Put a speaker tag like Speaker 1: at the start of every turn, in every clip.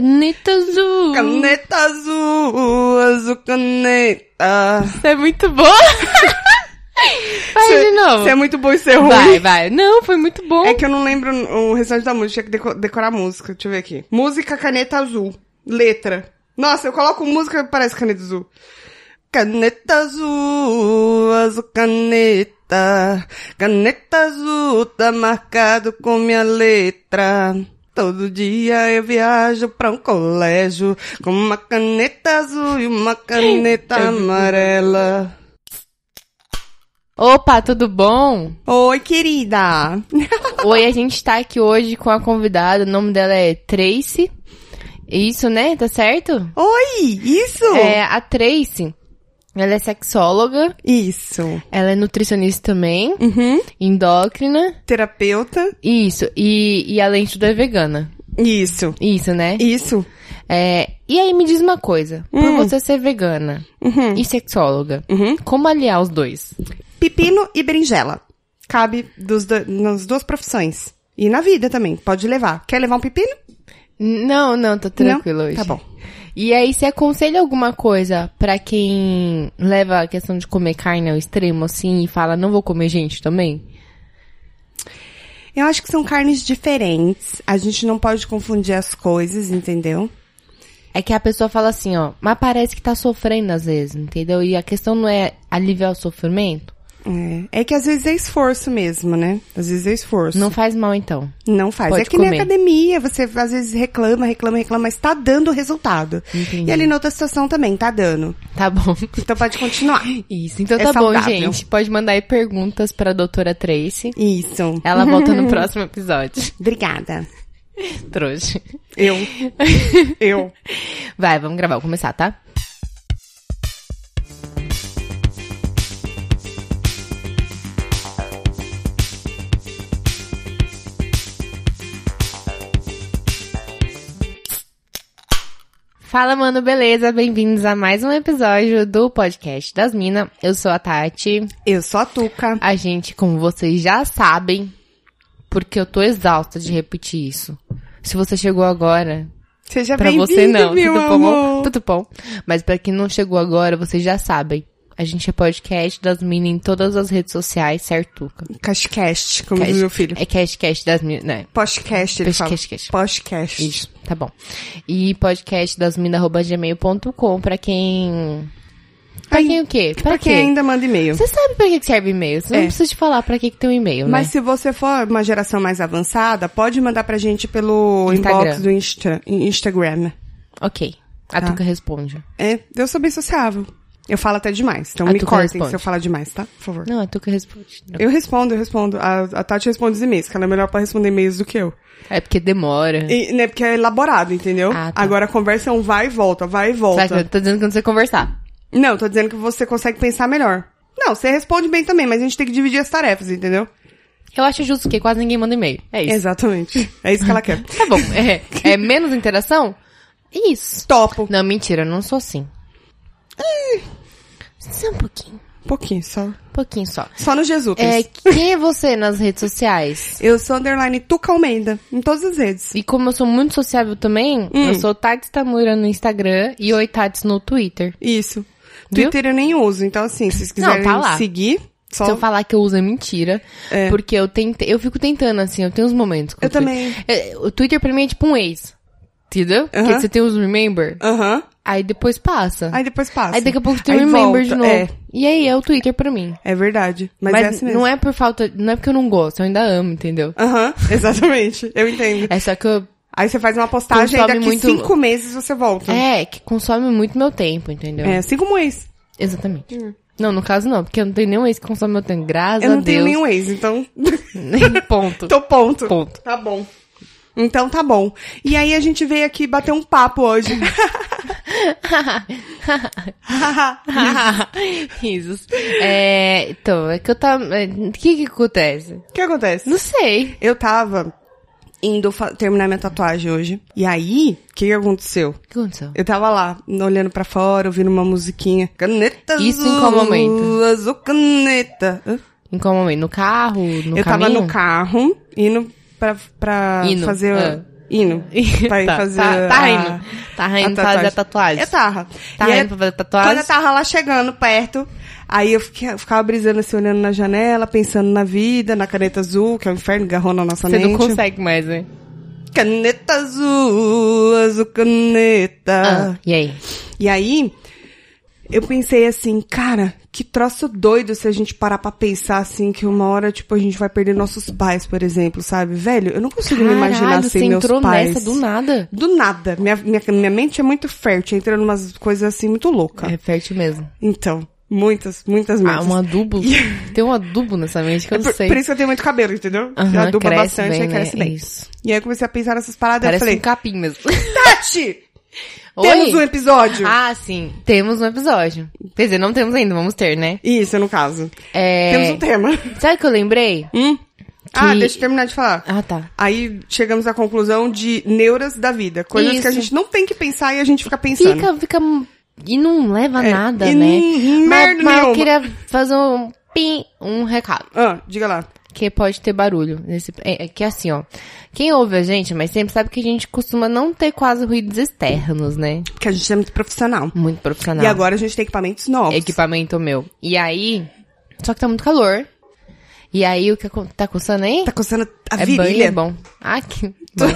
Speaker 1: Caneta azul.
Speaker 2: Caneta azul, azul caneta.
Speaker 1: Isso é muito boa. Vai de novo.
Speaker 2: Isso é muito bom e ser ruim.
Speaker 1: Vai, vai. Não, foi muito bom.
Speaker 2: É que eu não lembro o restante da música, tinha que deco- decorar a música. Deixa eu ver aqui. Música Caneta Azul. Letra. Nossa, eu coloco música parece caneta azul. Caneta azul, azul caneta. Caneta azul tá marcado com minha letra. Todo dia eu viajo pra um colégio com uma caneta azul e uma caneta amarela.
Speaker 1: Opa, tudo bom?
Speaker 2: Oi, querida.
Speaker 1: Oi, a gente tá aqui hoje com a convidada. O nome dela é Tracy. Isso, né? Tá certo?
Speaker 2: Oi, isso?
Speaker 1: É, a Tracy, ela é sexóloga,
Speaker 2: Isso.
Speaker 1: ela é nutricionista também,
Speaker 2: Uhum.
Speaker 1: endócrina.
Speaker 2: terapeuta.
Speaker 1: Isso, e, e além de tudo é vegana.
Speaker 2: Isso.
Speaker 1: Isso, né?
Speaker 2: Isso.
Speaker 1: É, e aí me diz uma coisa. Por
Speaker 2: Hum.
Speaker 1: você ser vegana
Speaker 2: Uhum.
Speaker 1: e sexóloga,
Speaker 2: Uhum.
Speaker 1: como aliar os dois?
Speaker 2: Pepino e berinjela. Cabe dos do- nas duas profissões. E na vida também. Pode levar. Quer levar um pepino?
Speaker 1: Não, não, tô tranquilo
Speaker 2: Não?
Speaker 1: hoje.
Speaker 2: Tá bom.
Speaker 1: E aí, você aconselha alguma coisa pra quem leva a questão de comer carne ao extremo, assim, e fala, não vou comer gente também?
Speaker 2: Eu acho que são carnes diferentes. A gente não pode confundir as coisas, entendeu?
Speaker 1: É que a pessoa fala assim, ó, mas parece que tá sofrendo às vezes, entendeu? E a questão não é aliviar o sofrimento.
Speaker 2: É, é que às vezes é esforço mesmo, né? Às vezes é esforço.
Speaker 1: Não faz mal, então.
Speaker 2: Não faz.
Speaker 1: Pode
Speaker 2: é que
Speaker 1: comer.
Speaker 2: nem academia, você às vezes reclama, reclama, reclama, mas tá dando resultado.
Speaker 1: Entendi.
Speaker 2: E ali na outra situação também, tá dando.
Speaker 1: Tá bom.
Speaker 2: Então pode continuar.
Speaker 1: Isso, então
Speaker 2: É
Speaker 1: tá bom,
Speaker 2: saudável.
Speaker 1: gente. Pode mandar aí perguntas pra doutora Tracy.
Speaker 2: Isso.
Speaker 1: Ela volta no próximo episódio.
Speaker 2: Obrigada.
Speaker 1: Trouxe.
Speaker 2: Eu. Eu.
Speaker 1: Vai, vamos gravar, vou começar, tá? Fala, mano, beleza? Bem-vindos a mais um episódio do podcast das Minas. Eu sou a Tati.
Speaker 2: Eu sou a Tuca.
Speaker 1: A gente, como vocês já sabem, porque eu tô exausta de repetir isso. Se você chegou agora,
Speaker 2: Seja
Speaker 1: Pra
Speaker 2: bem-vindo,
Speaker 1: você não,
Speaker 2: meu
Speaker 1: tudo bom?
Speaker 2: amor.
Speaker 1: Tudo bom. Mas pra quem não chegou agora, vocês já sabem. A gente é podcast das minas em todas as redes sociais, certo? Tuca?
Speaker 2: Cashcast, como
Speaker 1: Cash-
Speaker 2: diz meu filho.
Speaker 1: É cashcast das minas, né?
Speaker 2: Podcast, ele fala.
Speaker 1: Postcast.
Speaker 2: Podcast.
Speaker 1: Isso, tá bom. E podcast das minas.gmail.com pra quem... Pra
Speaker 2: Ai,
Speaker 1: quem o quê? Pra,
Speaker 2: Pra quem
Speaker 1: quê?
Speaker 2: ainda manda e-mail.
Speaker 1: Você sabe pra que que serve e-mail. Você não
Speaker 2: É.
Speaker 1: precisa te falar pra que, que tem um e-mail,
Speaker 2: Mas
Speaker 1: né?
Speaker 2: se você for uma geração mais avançada, pode mandar pra gente pelo
Speaker 1: Instagram.
Speaker 2: inbox do Insta- Instagram.
Speaker 1: Ok. A
Speaker 2: Tá.
Speaker 1: Tuca responde.
Speaker 2: É, eu sou bem sociável. Eu falo até demais. Então
Speaker 1: A
Speaker 2: me
Speaker 1: Tuca
Speaker 2: cortem
Speaker 1: responde.
Speaker 2: se eu falar demais, tá? Por favor.
Speaker 1: Não, a Tuca responde.
Speaker 2: Eu respondo, eu respondo. A, a Tati responde os e-mails, que ela é melhor pra responder e-mails do que eu.
Speaker 1: É porque demora.
Speaker 2: E, né, porque é elaborado, entendeu?
Speaker 1: Ah, tá.
Speaker 2: Agora a conversa é um vai e volta, vai e volta.
Speaker 1: Tá, tá dizendo que quando você conversar.
Speaker 2: Não, tô dizendo que você consegue pensar melhor. Não, você responde bem também, mas a gente tem que dividir as tarefas, entendeu?
Speaker 1: Eu acho justo que quase ninguém manda e-mail. É isso.
Speaker 2: Exatamente. É isso que ela quer.
Speaker 1: Tá bom. É, é menos interação? Isso.
Speaker 2: Topo.
Speaker 1: Não, mentira, eu não sou assim. Só um pouquinho.
Speaker 2: Um pouquinho, só.
Speaker 1: Um pouquinho só.
Speaker 2: Só no Jesus.
Speaker 1: É,
Speaker 2: É...
Speaker 1: quem é você nas redes sociais?
Speaker 2: Eu sou underline Tuca Almeida, em todas as redes.
Speaker 1: E como eu sou muito sociável também, eu sou Tati Tamura no Instagram e Oi Tats no Twitter.
Speaker 2: Isso.
Speaker 1: Viu?
Speaker 2: Twitter eu nem uso, então assim, se vocês quiserem
Speaker 1: tá lá.
Speaker 2: seguir, só...
Speaker 1: Se eu falar que eu uso é mentira. Porque eu tentei, eu fico tentando, assim, eu tenho uns momentos. com
Speaker 2: Eu
Speaker 1: o Twitter.
Speaker 2: também.
Speaker 1: É, o Twitter pra mim é tipo um ex. Entendeu? Porque
Speaker 2: Aham.
Speaker 1: você tem os remember,
Speaker 2: Aham.
Speaker 1: aí depois passa.
Speaker 2: Aí depois passa.
Speaker 1: Aí daqui a pouco tem
Speaker 2: Assim. Aí
Speaker 1: Remember de
Speaker 2: volta,
Speaker 1: novo.
Speaker 2: É,
Speaker 1: E aí é o Twitter pra mim.
Speaker 2: é verdade. Mas,
Speaker 1: Mas,
Speaker 2: é assim mesmo.
Speaker 1: não é por falta. Não é porque eu não gosto, eu ainda amo, entendeu?
Speaker 2: Aham, exatamente. Eu entendo.
Speaker 1: É só que eu.
Speaker 2: Aí você faz uma postagem e
Speaker 1: Consome
Speaker 2: daqui
Speaker 1: muito-
Speaker 2: cinco meses você volta.
Speaker 1: É, que consome muito meu tempo, entendeu?
Speaker 2: é cinco meses.
Speaker 1: Exatamente. Não, no caso não, porque eu não tenho nenhum ex que consome meu tempo. Graças
Speaker 2: Eu não
Speaker 1: a
Speaker 2: tenho
Speaker 1: Deus.
Speaker 2: nenhum ex, então.
Speaker 1: nenhum. Ponto.
Speaker 2: Tô ponto.
Speaker 1: Ponto.
Speaker 2: Tá bom. Então tá bom. E aí a gente veio aqui bater um papo hoje.
Speaker 1: Risos. É, então, é que eu tava. é, O que que acontece?
Speaker 2: O que acontece?
Speaker 1: Não sei.
Speaker 2: Eu tava indo fa- terminar minha tatuagem hoje. E aí, o que, que aconteceu?
Speaker 1: O que aconteceu?
Speaker 2: Eu tava lá, olhando pra fora, ouvindo uma musiquinha. Caneta
Speaker 1: Isso
Speaker 2: azul,
Speaker 1: em qual momento?
Speaker 2: Azul caneta. Hã?
Speaker 1: Em qual momento? No carro? No caminho?
Speaker 2: eu tava no carro, indo pra, pra
Speaker 1: Indo,
Speaker 2: fazer
Speaker 1: ah.
Speaker 2: Hino. Pra ir
Speaker 1: tá,
Speaker 2: fazer.
Speaker 1: Tá, tá
Speaker 2: a-
Speaker 1: rindo. Tá rindo pra
Speaker 2: tatuagem.
Speaker 1: fazer a tatuagem.
Speaker 2: É tarra.
Speaker 1: Tá
Speaker 2: E aí,
Speaker 1: rindo pra fazer
Speaker 2: quando eu
Speaker 1: tatuagem?
Speaker 2: tava lá chegando perto, aí eu, fiquei- eu ficava brisando assim, olhando na janela, pensando na vida, na caneta azul, que é o inferno, garrou na nossa
Speaker 1: Você
Speaker 2: mente.
Speaker 1: não consegue mais, né?
Speaker 2: Caneta azul, azul caneta.
Speaker 1: Ah, e aí?
Speaker 2: E aí, eu pensei assim, cara, que troço doido se a gente parar pra pensar assim, que uma hora, tipo, a gente vai perder nossos pais, por exemplo, sabe? Velho, eu não consigo me imaginar
Speaker 1: Caralho,
Speaker 2: sem
Speaker 1: você
Speaker 2: meus
Speaker 1: entrou
Speaker 2: pais.
Speaker 1: nessa do nada.
Speaker 2: Do nada. Minha, minha, minha mente é muito fértil, entra numas coisas assim muito louca.
Speaker 1: É fértil mesmo.
Speaker 2: Então, muitas, muitas
Speaker 1: Ah,
Speaker 2: mentes.
Speaker 1: um adubo. Tem um adubo nessa mente que eu
Speaker 2: É
Speaker 1: não
Speaker 2: por,
Speaker 1: sei.
Speaker 2: por isso que eu tenho muito cabelo, entendeu?
Speaker 1: Aham,
Speaker 2: Eu adubo
Speaker 1: cresce
Speaker 2: bastante
Speaker 1: bem,
Speaker 2: aí cresce
Speaker 1: né?
Speaker 2: bem.
Speaker 1: Isso.
Speaker 2: E aí eu comecei a pensar nessas paradas
Speaker 1: Parece
Speaker 2: eu
Speaker 1: um
Speaker 2: falei,
Speaker 1: capim mesmo.
Speaker 2: Tati! Temos um
Speaker 1: Oi?
Speaker 2: episódio!
Speaker 1: Ah, sim. Temos um episódio. Quer dizer, não temos ainda, vamos ter, né?
Speaker 2: Isso, no caso.
Speaker 1: É...
Speaker 2: Temos um tema.
Speaker 1: Sabe o que eu lembrei?
Speaker 2: Hum? Ah,
Speaker 1: Que-
Speaker 2: deixa eu terminar de falar.
Speaker 1: Ah, tá.
Speaker 2: Aí chegamos à conclusão de neuras da vida. Coisas
Speaker 1: Isso.
Speaker 2: que a gente não tem que pensar e a gente fica pensando.
Speaker 1: Fica, fica... E não leva
Speaker 2: É,
Speaker 1: nada,
Speaker 2: e
Speaker 1: né?
Speaker 2: nem- merda
Speaker 1: mas, mas eu
Speaker 2: nenhuma.
Speaker 1: queria fazer um pim, um recado.
Speaker 2: Ah, diga lá.
Speaker 1: que pode ter barulho. Nesse, é, é que assim, ó. Quem ouve a gente, mas sempre sabe que a gente costuma não ter quase ruídos externos, né?
Speaker 2: Porque a gente é muito profissional.
Speaker 1: Muito profissional.
Speaker 2: E agora a gente tem equipamentos novos.
Speaker 1: É Equipamento meu. E aí. Só que tá muito calor. E aí, o que acon- tá coçando aí?
Speaker 2: Tá coçando a
Speaker 1: é banho,
Speaker 2: virilha.
Speaker 1: é bom. Ah, que. bom.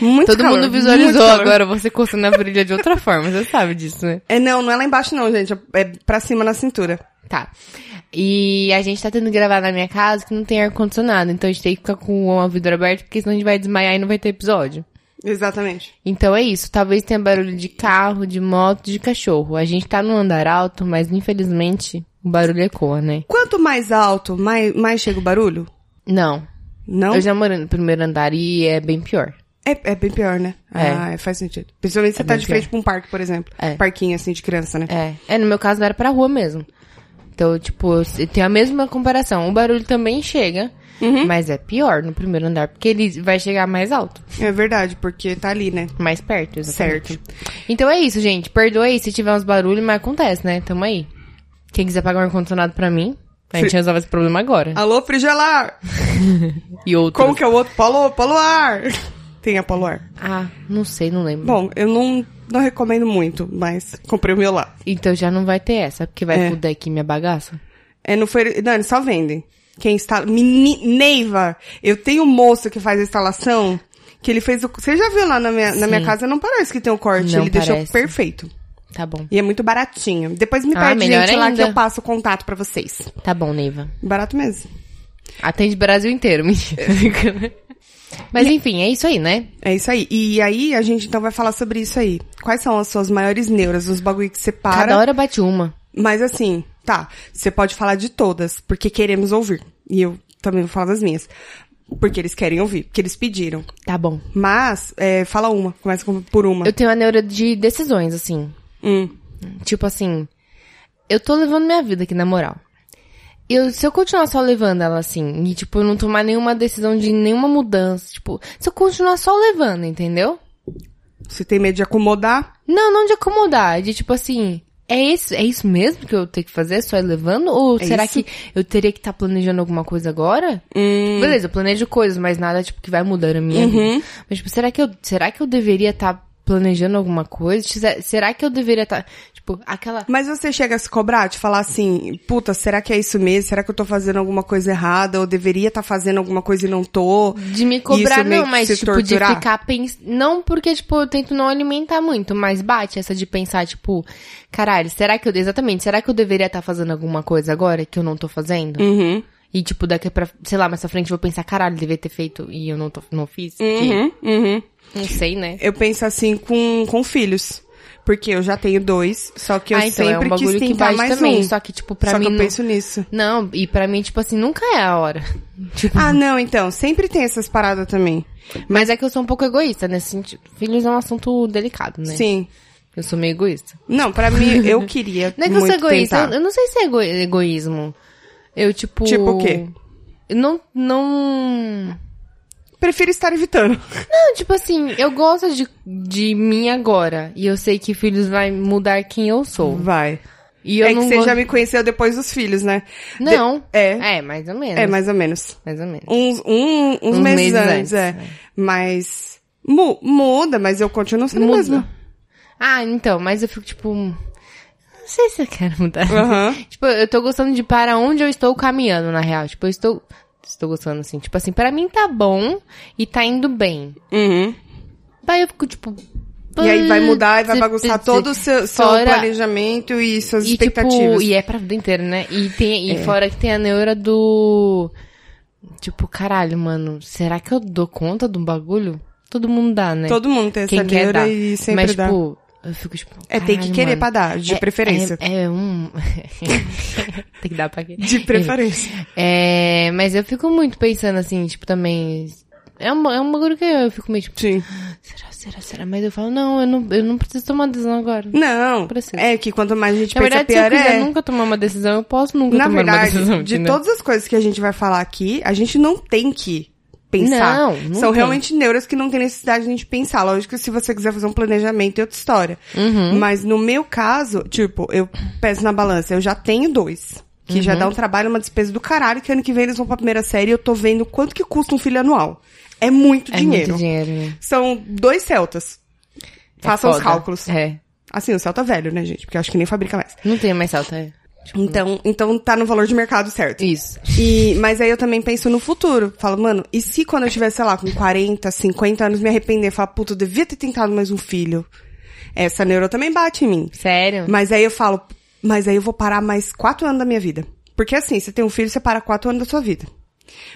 Speaker 2: Muito
Speaker 1: Todo
Speaker 2: calor,
Speaker 1: mundo
Speaker 2: muito
Speaker 1: visualizou
Speaker 2: calor.
Speaker 1: agora você coçando a virilha de outra forma, você sabe disso, né?
Speaker 2: É, não, não é lá embaixo não, gente. É pra cima na cintura.
Speaker 1: Tá. E a gente tá tendo que gravar na minha casa que não tem ar-condicionado, então a gente tem que ficar com o vidro aberto, porque senão a gente vai desmaiar e não vai ter episódio.
Speaker 2: Exatamente.
Speaker 1: Então é isso, talvez tenha barulho de carro, de moto, de cachorro. A gente tá no andar alto, mas infelizmente o barulho ecoa, né?
Speaker 2: Quanto mais alto, mais, mais chega o barulho?
Speaker 1: Não.
Speaker 2: Não?
Speaker 1: Eu já morei no primeiro andar e é bem pior.
Speaker 2: É, é bem pior, né?
Speaker 1: É.
Speaker 2: Ah, é, faz sentido. Principalmente se você tá
Speaker 1: bem
Speaker 2: de
Speaker 1: pior.
Speaker 2: frente pra um parque, por exemplo.
Speaker 1: É.
Speaker 2: Parquinho, assim, de criança, né?
Speaker 1: É. É, no meu caso era pra rua mesmo. Então, tipo, eu tenho a mesma comparação. O barulho também chega,
Speaker 2: Uhum.
Speaker 1: mas é pior no primeiro andar, porque ele vai chegar mais alto,
Speaker 2: É. verdade, porque tá ali, né?
Speaker 1: mais perto, exatamente.
Speaker 2: Certo.
Speaker 1: Então é isso, gente. Perdoa aí se tiver uns barulhos, mas acontece, né? Tamo aí. Quem quiser pagar um ar-condicionado pra mim, a gente resolve esse problema agora.
Speaker 2: Alô, Frigelar!
Speaker 1: E outros.
Speaker 2: Como que é o outro? Polo, poloar! Tem a poloar.
Speaker 1: Ah, não sei, não lembro.
Speaker 2: Bom, eu não, não recomendo muito, mas comprei o meu lá.
Speaker 1: Então já não vai ter essa, porque vai
Speaker 2: É.
Speaker 1: fuder aqui minha bagaça.
Speaker 2: É, não foi... Não, eles só vendem. Quem instala... Meni, Neiva! Eu tenho um moço que faz a instalação, que ele fez o... Você já viu lá na minha, na minha
Speaker 1: Sim.
Speaker 2: casa? Não parece que tem um corte.
Speaker 1: Não
Speaker 2: ele deixou
Speaker 1: parece.
Speaker 2: perfeito.
Speaker 1: Tá bom.
Speaker 2: E é muito baratinho. Depois me
Speaker 1: Ah,
Speaker 2: pede,
Speaker 1: melhor
Speaker 2: gente, lá que
Speaker 1: ainda.
Speaker 2: eu passo o contato pra vocês.
Speaker 1: Tá bom, Neiva.
Speaker 2: Barato mesmo.
Speaker 1: Atende Brasil inteiro, mentira. Mas enfim, é isso aí, né?
Speaker 2: É isso aí. E aí, a gente então vai falar sobre isso aí. Quais são as suas maiores neuras, os bagulho que você para.
Speaker 1: Cada hora bate uma.
Speaker 2: Mas assim, tá. Você pode falar de todas, porque queremos ouvir. E eu também vou falar das minhas. Porque eles querem ouvir, porque eles pediram.
Speaker 1: Tá bom.
Speaker 2: Mas, é, fala uma, começa com- por uma.
Speaker 1: Eu tenho a neura de decisões, assim.
Speaker 2: Hum.
Speaker 1: Tipo assim, eu tô levando minha vida aqui, na moral. Eu, se eu continuar só levando ela assim, e tipo, eu não tomar nenhuma decisão de nenhuma mudança, tipo, se eu continuar só levando, entendeu?
Speaker 2: Você tem medo de acomodar?
Speaker 1: Não, não de acomodar, de tipo assim, é isso, é isso mesmo que eu tenho que fazer, só ir levando? Ou
Speaker 2: É
Speaker 1: será
Speaker 2: isso.
Speaker 1: que eu teria que estar planejando alguma coisa agora?
Speaker 2: Hum. Uhum.
Speaker 1: Beleza, eu planejo coisas, mas nada tipo que vai mudar a minha vida. Mas tipo, será que eu, será que eu deveria estar planejando alguma coisa? Tipo, Se- Será que eu deveria estar, tipo, aquela
Speaker 2: Mas você chega a se cobrar, de falar assim, puta, será que é isso mesmo? Será que eu tô fazendo alguma coisa errada? Ou deveria estar fazendo alguma coisa e não tô?
Speaker 1: de me cobrar
Speaker 2: Isso meio
Speaker 1: não,
Speaker 2: que
Speaker 1: mas
Speaker 2: se
Speaker 1: tipo de
Speaker 2: torturar?
Speaker 1: ficar pensando, não porque tipo eu tento não alimentar muito, mas bate essa de pensar tipo, caralho, será que eu exatamente, será que eu deveria estar fazendo alguma coisa agora que eu não tô fazendo?
Speaker 2: Uhum.
Speaker 1: E, tipo, daqui pra, sei lá, mais pra frente eu vou pensar, caralho, devia ter feito e eu não, tô, não fiz. porque
Speaker 2: Uhum, uhum.
Speaker 1: Não sei, né?
Speaker 2: Eu penso assim com, com filhos. Porque eu já tenho dois, só que eu
Speaker 1: ah, então, é
Speaker 2: sempre
Speaker 1: um bagulho
Speaker 2: quis
Speaker 1: que
Speaker 2: tentar
Speaker 1: bate
Speaker 2: mais
Speaker 1: também.
Speaker 2: um.
Speaker 1: Só que, tipo, pra
Speaker 2: Só
Speaker 1: mim.
Speaker 2: que eu
Speaker 1: não...
Speaker 2: penso nisso.
Speaker 1: não, e pra mim, tipo assim, nunca é a hora. Tipo,
Speaker 2: Ah, não, então, sempre tem essas paradas também.
Speaker 1: mas é que eu sou um pouco egoísta nesse sentido. Filhos é um assunto delicado, né?
Speaker 2: Sim.
Speaker 1: Eu sou meio egoísta.
Speaker 2: Não, pra mim, eu queria
Speaker 1: Não é que eu
Speaker 2: muito
Speaker 1: sou egoísta.
Speaker 2: tentar.
Speaker 1: Eu, eu não sei se é ego- egoísmo. Eu, tipo.
Speaker 2: Tipo o quê?
Speaker 1: eu Não, não.
Speaker 2: Prefiro estar evitando.
Speaker 1: Não, tipo assim, eu gosto de, de mim agora. E eu sei que filhos vai mudar quem eu sou.
Speaker 2: Vai.
Speaker 1: E eu
Speaker 2: é que
Speaker 1: não
Speaker 2: você
Speaker 1: go-
Speaker 2: já me conheceu depois dos filhos, né? De-
Speaker 1: Não.
Speaker 2: É,
Speaker 1: É, mais ou menos.
Speaker 2: é, mais ou menos.
Speaker 1: Mais ou menos.
Speaker 2: Uns, um, uns,
Speaker 1: Uns
Speaker 2: meses,
Speaker 1: meses
Speaker 2: antes,
Speaker 1: antes,
Speaker 2: é.
Speaker 1: é.
Speaker 2: Mas mu- muda, mas eu continuo sendo
Speaker 1: Muda.
Speaker 2: é mesmo.
Speaker 1: Ah, então, mas eu fico tipo. hum, Não sei se eu quero mudar.
Speaker 2: Aham.
Speaker 1: Tipo, eu tô gostando de para onde eu estou caminhando, na real. Tipo, eu estou. Estou gostando assim. Tipo assim, pra mim tá bom e tá indo bem.
Speaker 2: Uhum.
Speaker 1: Daí eu fico, tipo.
Speaker 2: E aí vai mudar e vai bagunçar
Speaker 1: putz,
Speaker 2: todo o seu, seu
Speaker 1: fora-
Speaker 2: planejamento e suas
Speaker 1: E,
Speaker 2: expectativas. É.
Speaker 1: tipo, e é pra vida inteira, né? E, tem, e fora que tem a neura do. Tipo, caralho, mano, será que eu dou conta do bagulho? Todo mundo dá, né?
Speaker 2: Todo mundo tem essa
Speaker 1: Quem quer
Speaker 2: neura
Speaker 1: dar.
Speaker 2: e sempre
Speaker 1: Mas,
Speaker 2: dá.
Speaker 1: tipo, eu fico tipo.
Speaker 2: é, tem que
Speaker 1: caralho,
Speaker 2: querer
Speaker 1: mano.
Speaker 2: pra dar, de
Speaker 1: É-
Speaker 2: preferência.
Speaker 1: É, é um. tem que dar pra quê?
Speaker 2: De preferência.
Speaker 1: É, mas eu fico muito pensando assim, tipo, também. É um, é um bagulho que eu fico meio tipo,
Speaker 2: Sim.
Speaker 1: será, será, será? Mas eu falo, não, eu não, eu não preciso tomar decisão agora.
Speaker 2: Não,
Speaker 1: Precisa.
Speaker 2: é que quanto mais a gente
Speaker 1: Na
Speaker 2: pensa,
Speaker 1: verdade, se eu
Speaker 2: pior
Speaker 1: quiser
Speaker 2: é.
Speaker 1: nunca tomar uma decisão, eu posso nunca
Speaker 2: Na
Speaker 1: tomar uma
Speaker 2: verdade,
Speaker 1: decisão. né?
Speaker 2: de
Speaker 1: entendeu?
Speaker 2: todas as coisas que a gente vai falar aqui, a gente não tem que pensar.
Speaker 1: Não, não
Speaker 2: São
Speaker 1: tem.
Speaker 2: realmente neuras que não tem necessidade nem de pensar. Lógico que se você quiser fazer um planejamento é outra história.
Speaker 1: Uhum.
Speaker 2: Mas no meu caso, tipo, eu peso na balança, eu já tenho dois. Que
Speaker 1: Uhum.
Speaker 2: já dá um trabalho, uma despesa do caralho, que ano que vem eles vão pra primeira série e eu tô vendo quanto que custa um filho anual. É muito
Speaker 1: É
Speaker 2: dinheiro.
Speaker 1: muito dinheiro, né?
Speaker 2: São dois Celtas.
Speaker 1: É
Speaker 2: Façam os
Speaker 1: foda.
Speaker 2: cálculos.
Speaker 1: É.
Speaker 2: Assim, o Celta velho, né, gente? Porque eu acho que nem fabrica mais.
Speaker 1: Não tem mais salto, é. Tipo,
Speaker 2: Então, então tá no valor de mercado certo.
Speaker 1: Isso.
Speaker 2: E, mas aí eu também penso no futuro. Falo, mano, e se quando eu tiver, sei lá, com 40, 50 anos, me arrepender? Falar, puta, eu devia ter tentado mais um filho. Essa neuro também bate em mim.
Speaker 1: Sério?
Speaker 2: Mas aí eu falo, mas aí eu vou parar mais quatro anos da minha vida. Porque assim, você tem um filho, você para quatro anos da sua vida.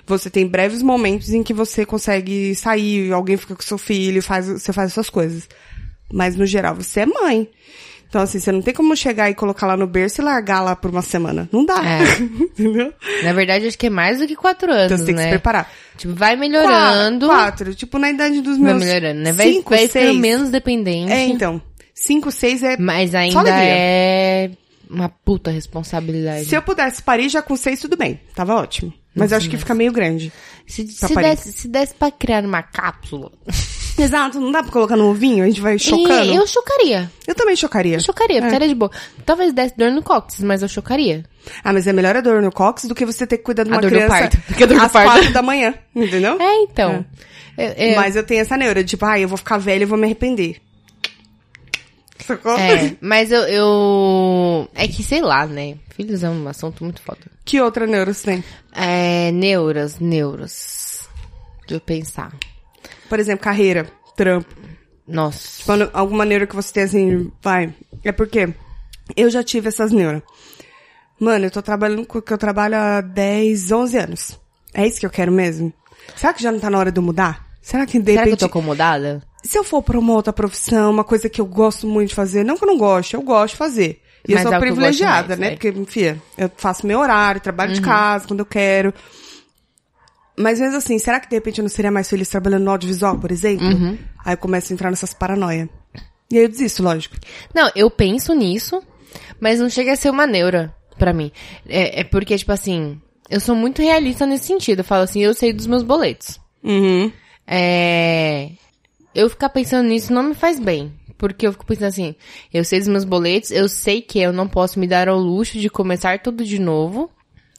Speaker 2: Você tem breves momentos em que você consegue sair, alguém fica com seu filho, faz, você faz as suas coisas. Mas no geral, você é mãe. Então assim, você não tem como chegar e colocar lá no berço e largar lá por uma semana. Não dá.
Speaker 1: É.
Speaker 2: Entendeu?
Speaker 1: Na verdade, acho que é mais do que quatro anos,
Speaker 2: Então você tem que
Speaker 1: né?
Speaker 2: se preparar.
Speaker 1: Tipo, vai melhorando.
Speaker 2: Qua- Quatro. Tipo, na idade dos
Speaker 1: vai
Speaker 2: meus.
Speaker 1: melhorando, né? Vai,
Speaker 2: cinco,
Speaker 1: vai
Speaker 2: seis.
Speaker 1: ficando menos dependente.
Speaker 2: É, então. Cinco, seis é.
Speaker 1: Mas
Speaker 2: Só
Speaker 1: ainda
Speaker 2: alegria.
Speaker 1: é uma puta responsabilidade.
Speaker 2: Se eu pudesse parir já com seis, tudo bem. Tava ótimo. Mas eu acho que fica meio grande.
Speaker 1: Se,
Speaker 2: Pra
Speaker 1: se,
Speaker 2: Paris.
Speaker 1: desse, se desse pra criar uma cápsula.
Speaker 2: Exato, não dá pra colocar no ovinho, a gente vai chocando. É.
Speaker 1: E
Speaker 2: eu...
Speaker 1: eu chocaria.
Speaker 2: também chocaria.
Speaker 1: Eu chocaria, porque era de boa. Talvez desse dor no cóccix, mas eu chocaria.
Speaker 2: Ah, mas é melhor a dor no cóccix do que você ter que cuidar de
Speaker 1: A
Speaker 2: uma
Speaker 1: dor no
Speaker 2: criança
Speaker 1: parto, porque a dor no
Speaker 2: às
Speaker 1: parto.
Speaker 2: quatro da manhã, entendeu?
Speaker 1: É, então. É, é,
Speaker 2: Mas eu tenho essa neura, tipo, ai, eu vou ficar velha e vou me arrepender. Sacou?
Speaker 1: é, mas eu, eu. É que sei lá, né? Filhos é um assunto muito foda.
Speaker 2: Que outra neura você tem?
Speaker 1: É. Neuras, neuras. De eu pensar.
Speaker 2: Por exemplo, carreira, trampo.
Speaker 1: Nossa.
Speaker 2: Quando Tipo, alguma neura que você tem assim, vai. É porque eu já tive essas neuras. Mano, eu tô trabalhando com o que eu trabalho há 10, 11 anos. É isso que eu quero mesmo? Será que já não tá na hora de eu mudar? Será que de
Speaker 1: Será que eu
Speaker 2: repente,
Speaker 1: tô acomodada?
Speaker 2: se eu for pra uma outra profissão, uma coisa que eu gosto muito de fazer, não que eu não gosto, eu gosto de fazer. E
Speaker 1: Mas
Speaker 2: eu sou
Speaker 1: é o que eu gosto
Speaker 2: privilegiada,
Speaker 1: mais,
Speaker 2: né?
Speaker 1: é. Uhum.
Speaker 2: Porque, enfim, eu faço meu horário, trabalho de casa quando eu quero. Mas mesmo assim, será que de repente eu não seria mais feliz trabalhando no audiovisual, por exemplo?
Speaker 1: Uhum.
Speaker 2: Aí eu começo a entrar nessas paranoia. E aí eu desisto, lógico.
Speaker 1: Não, eu penso nisso, mas não chega a ser uma neura pra mim. É, é porque, tipo assim, eu sou muito realista nesse sentido. Eu falo assim, eu sei dos meus boletos.
Speaker 2: Uhum.
Speaker 1: É. Eu ficar pensando nisso não me faz bem. Porque eu fico pensando assim, eu sei dos meus boletos, eu sei que eu não posso me dar ao luxo de começar tudo de novo.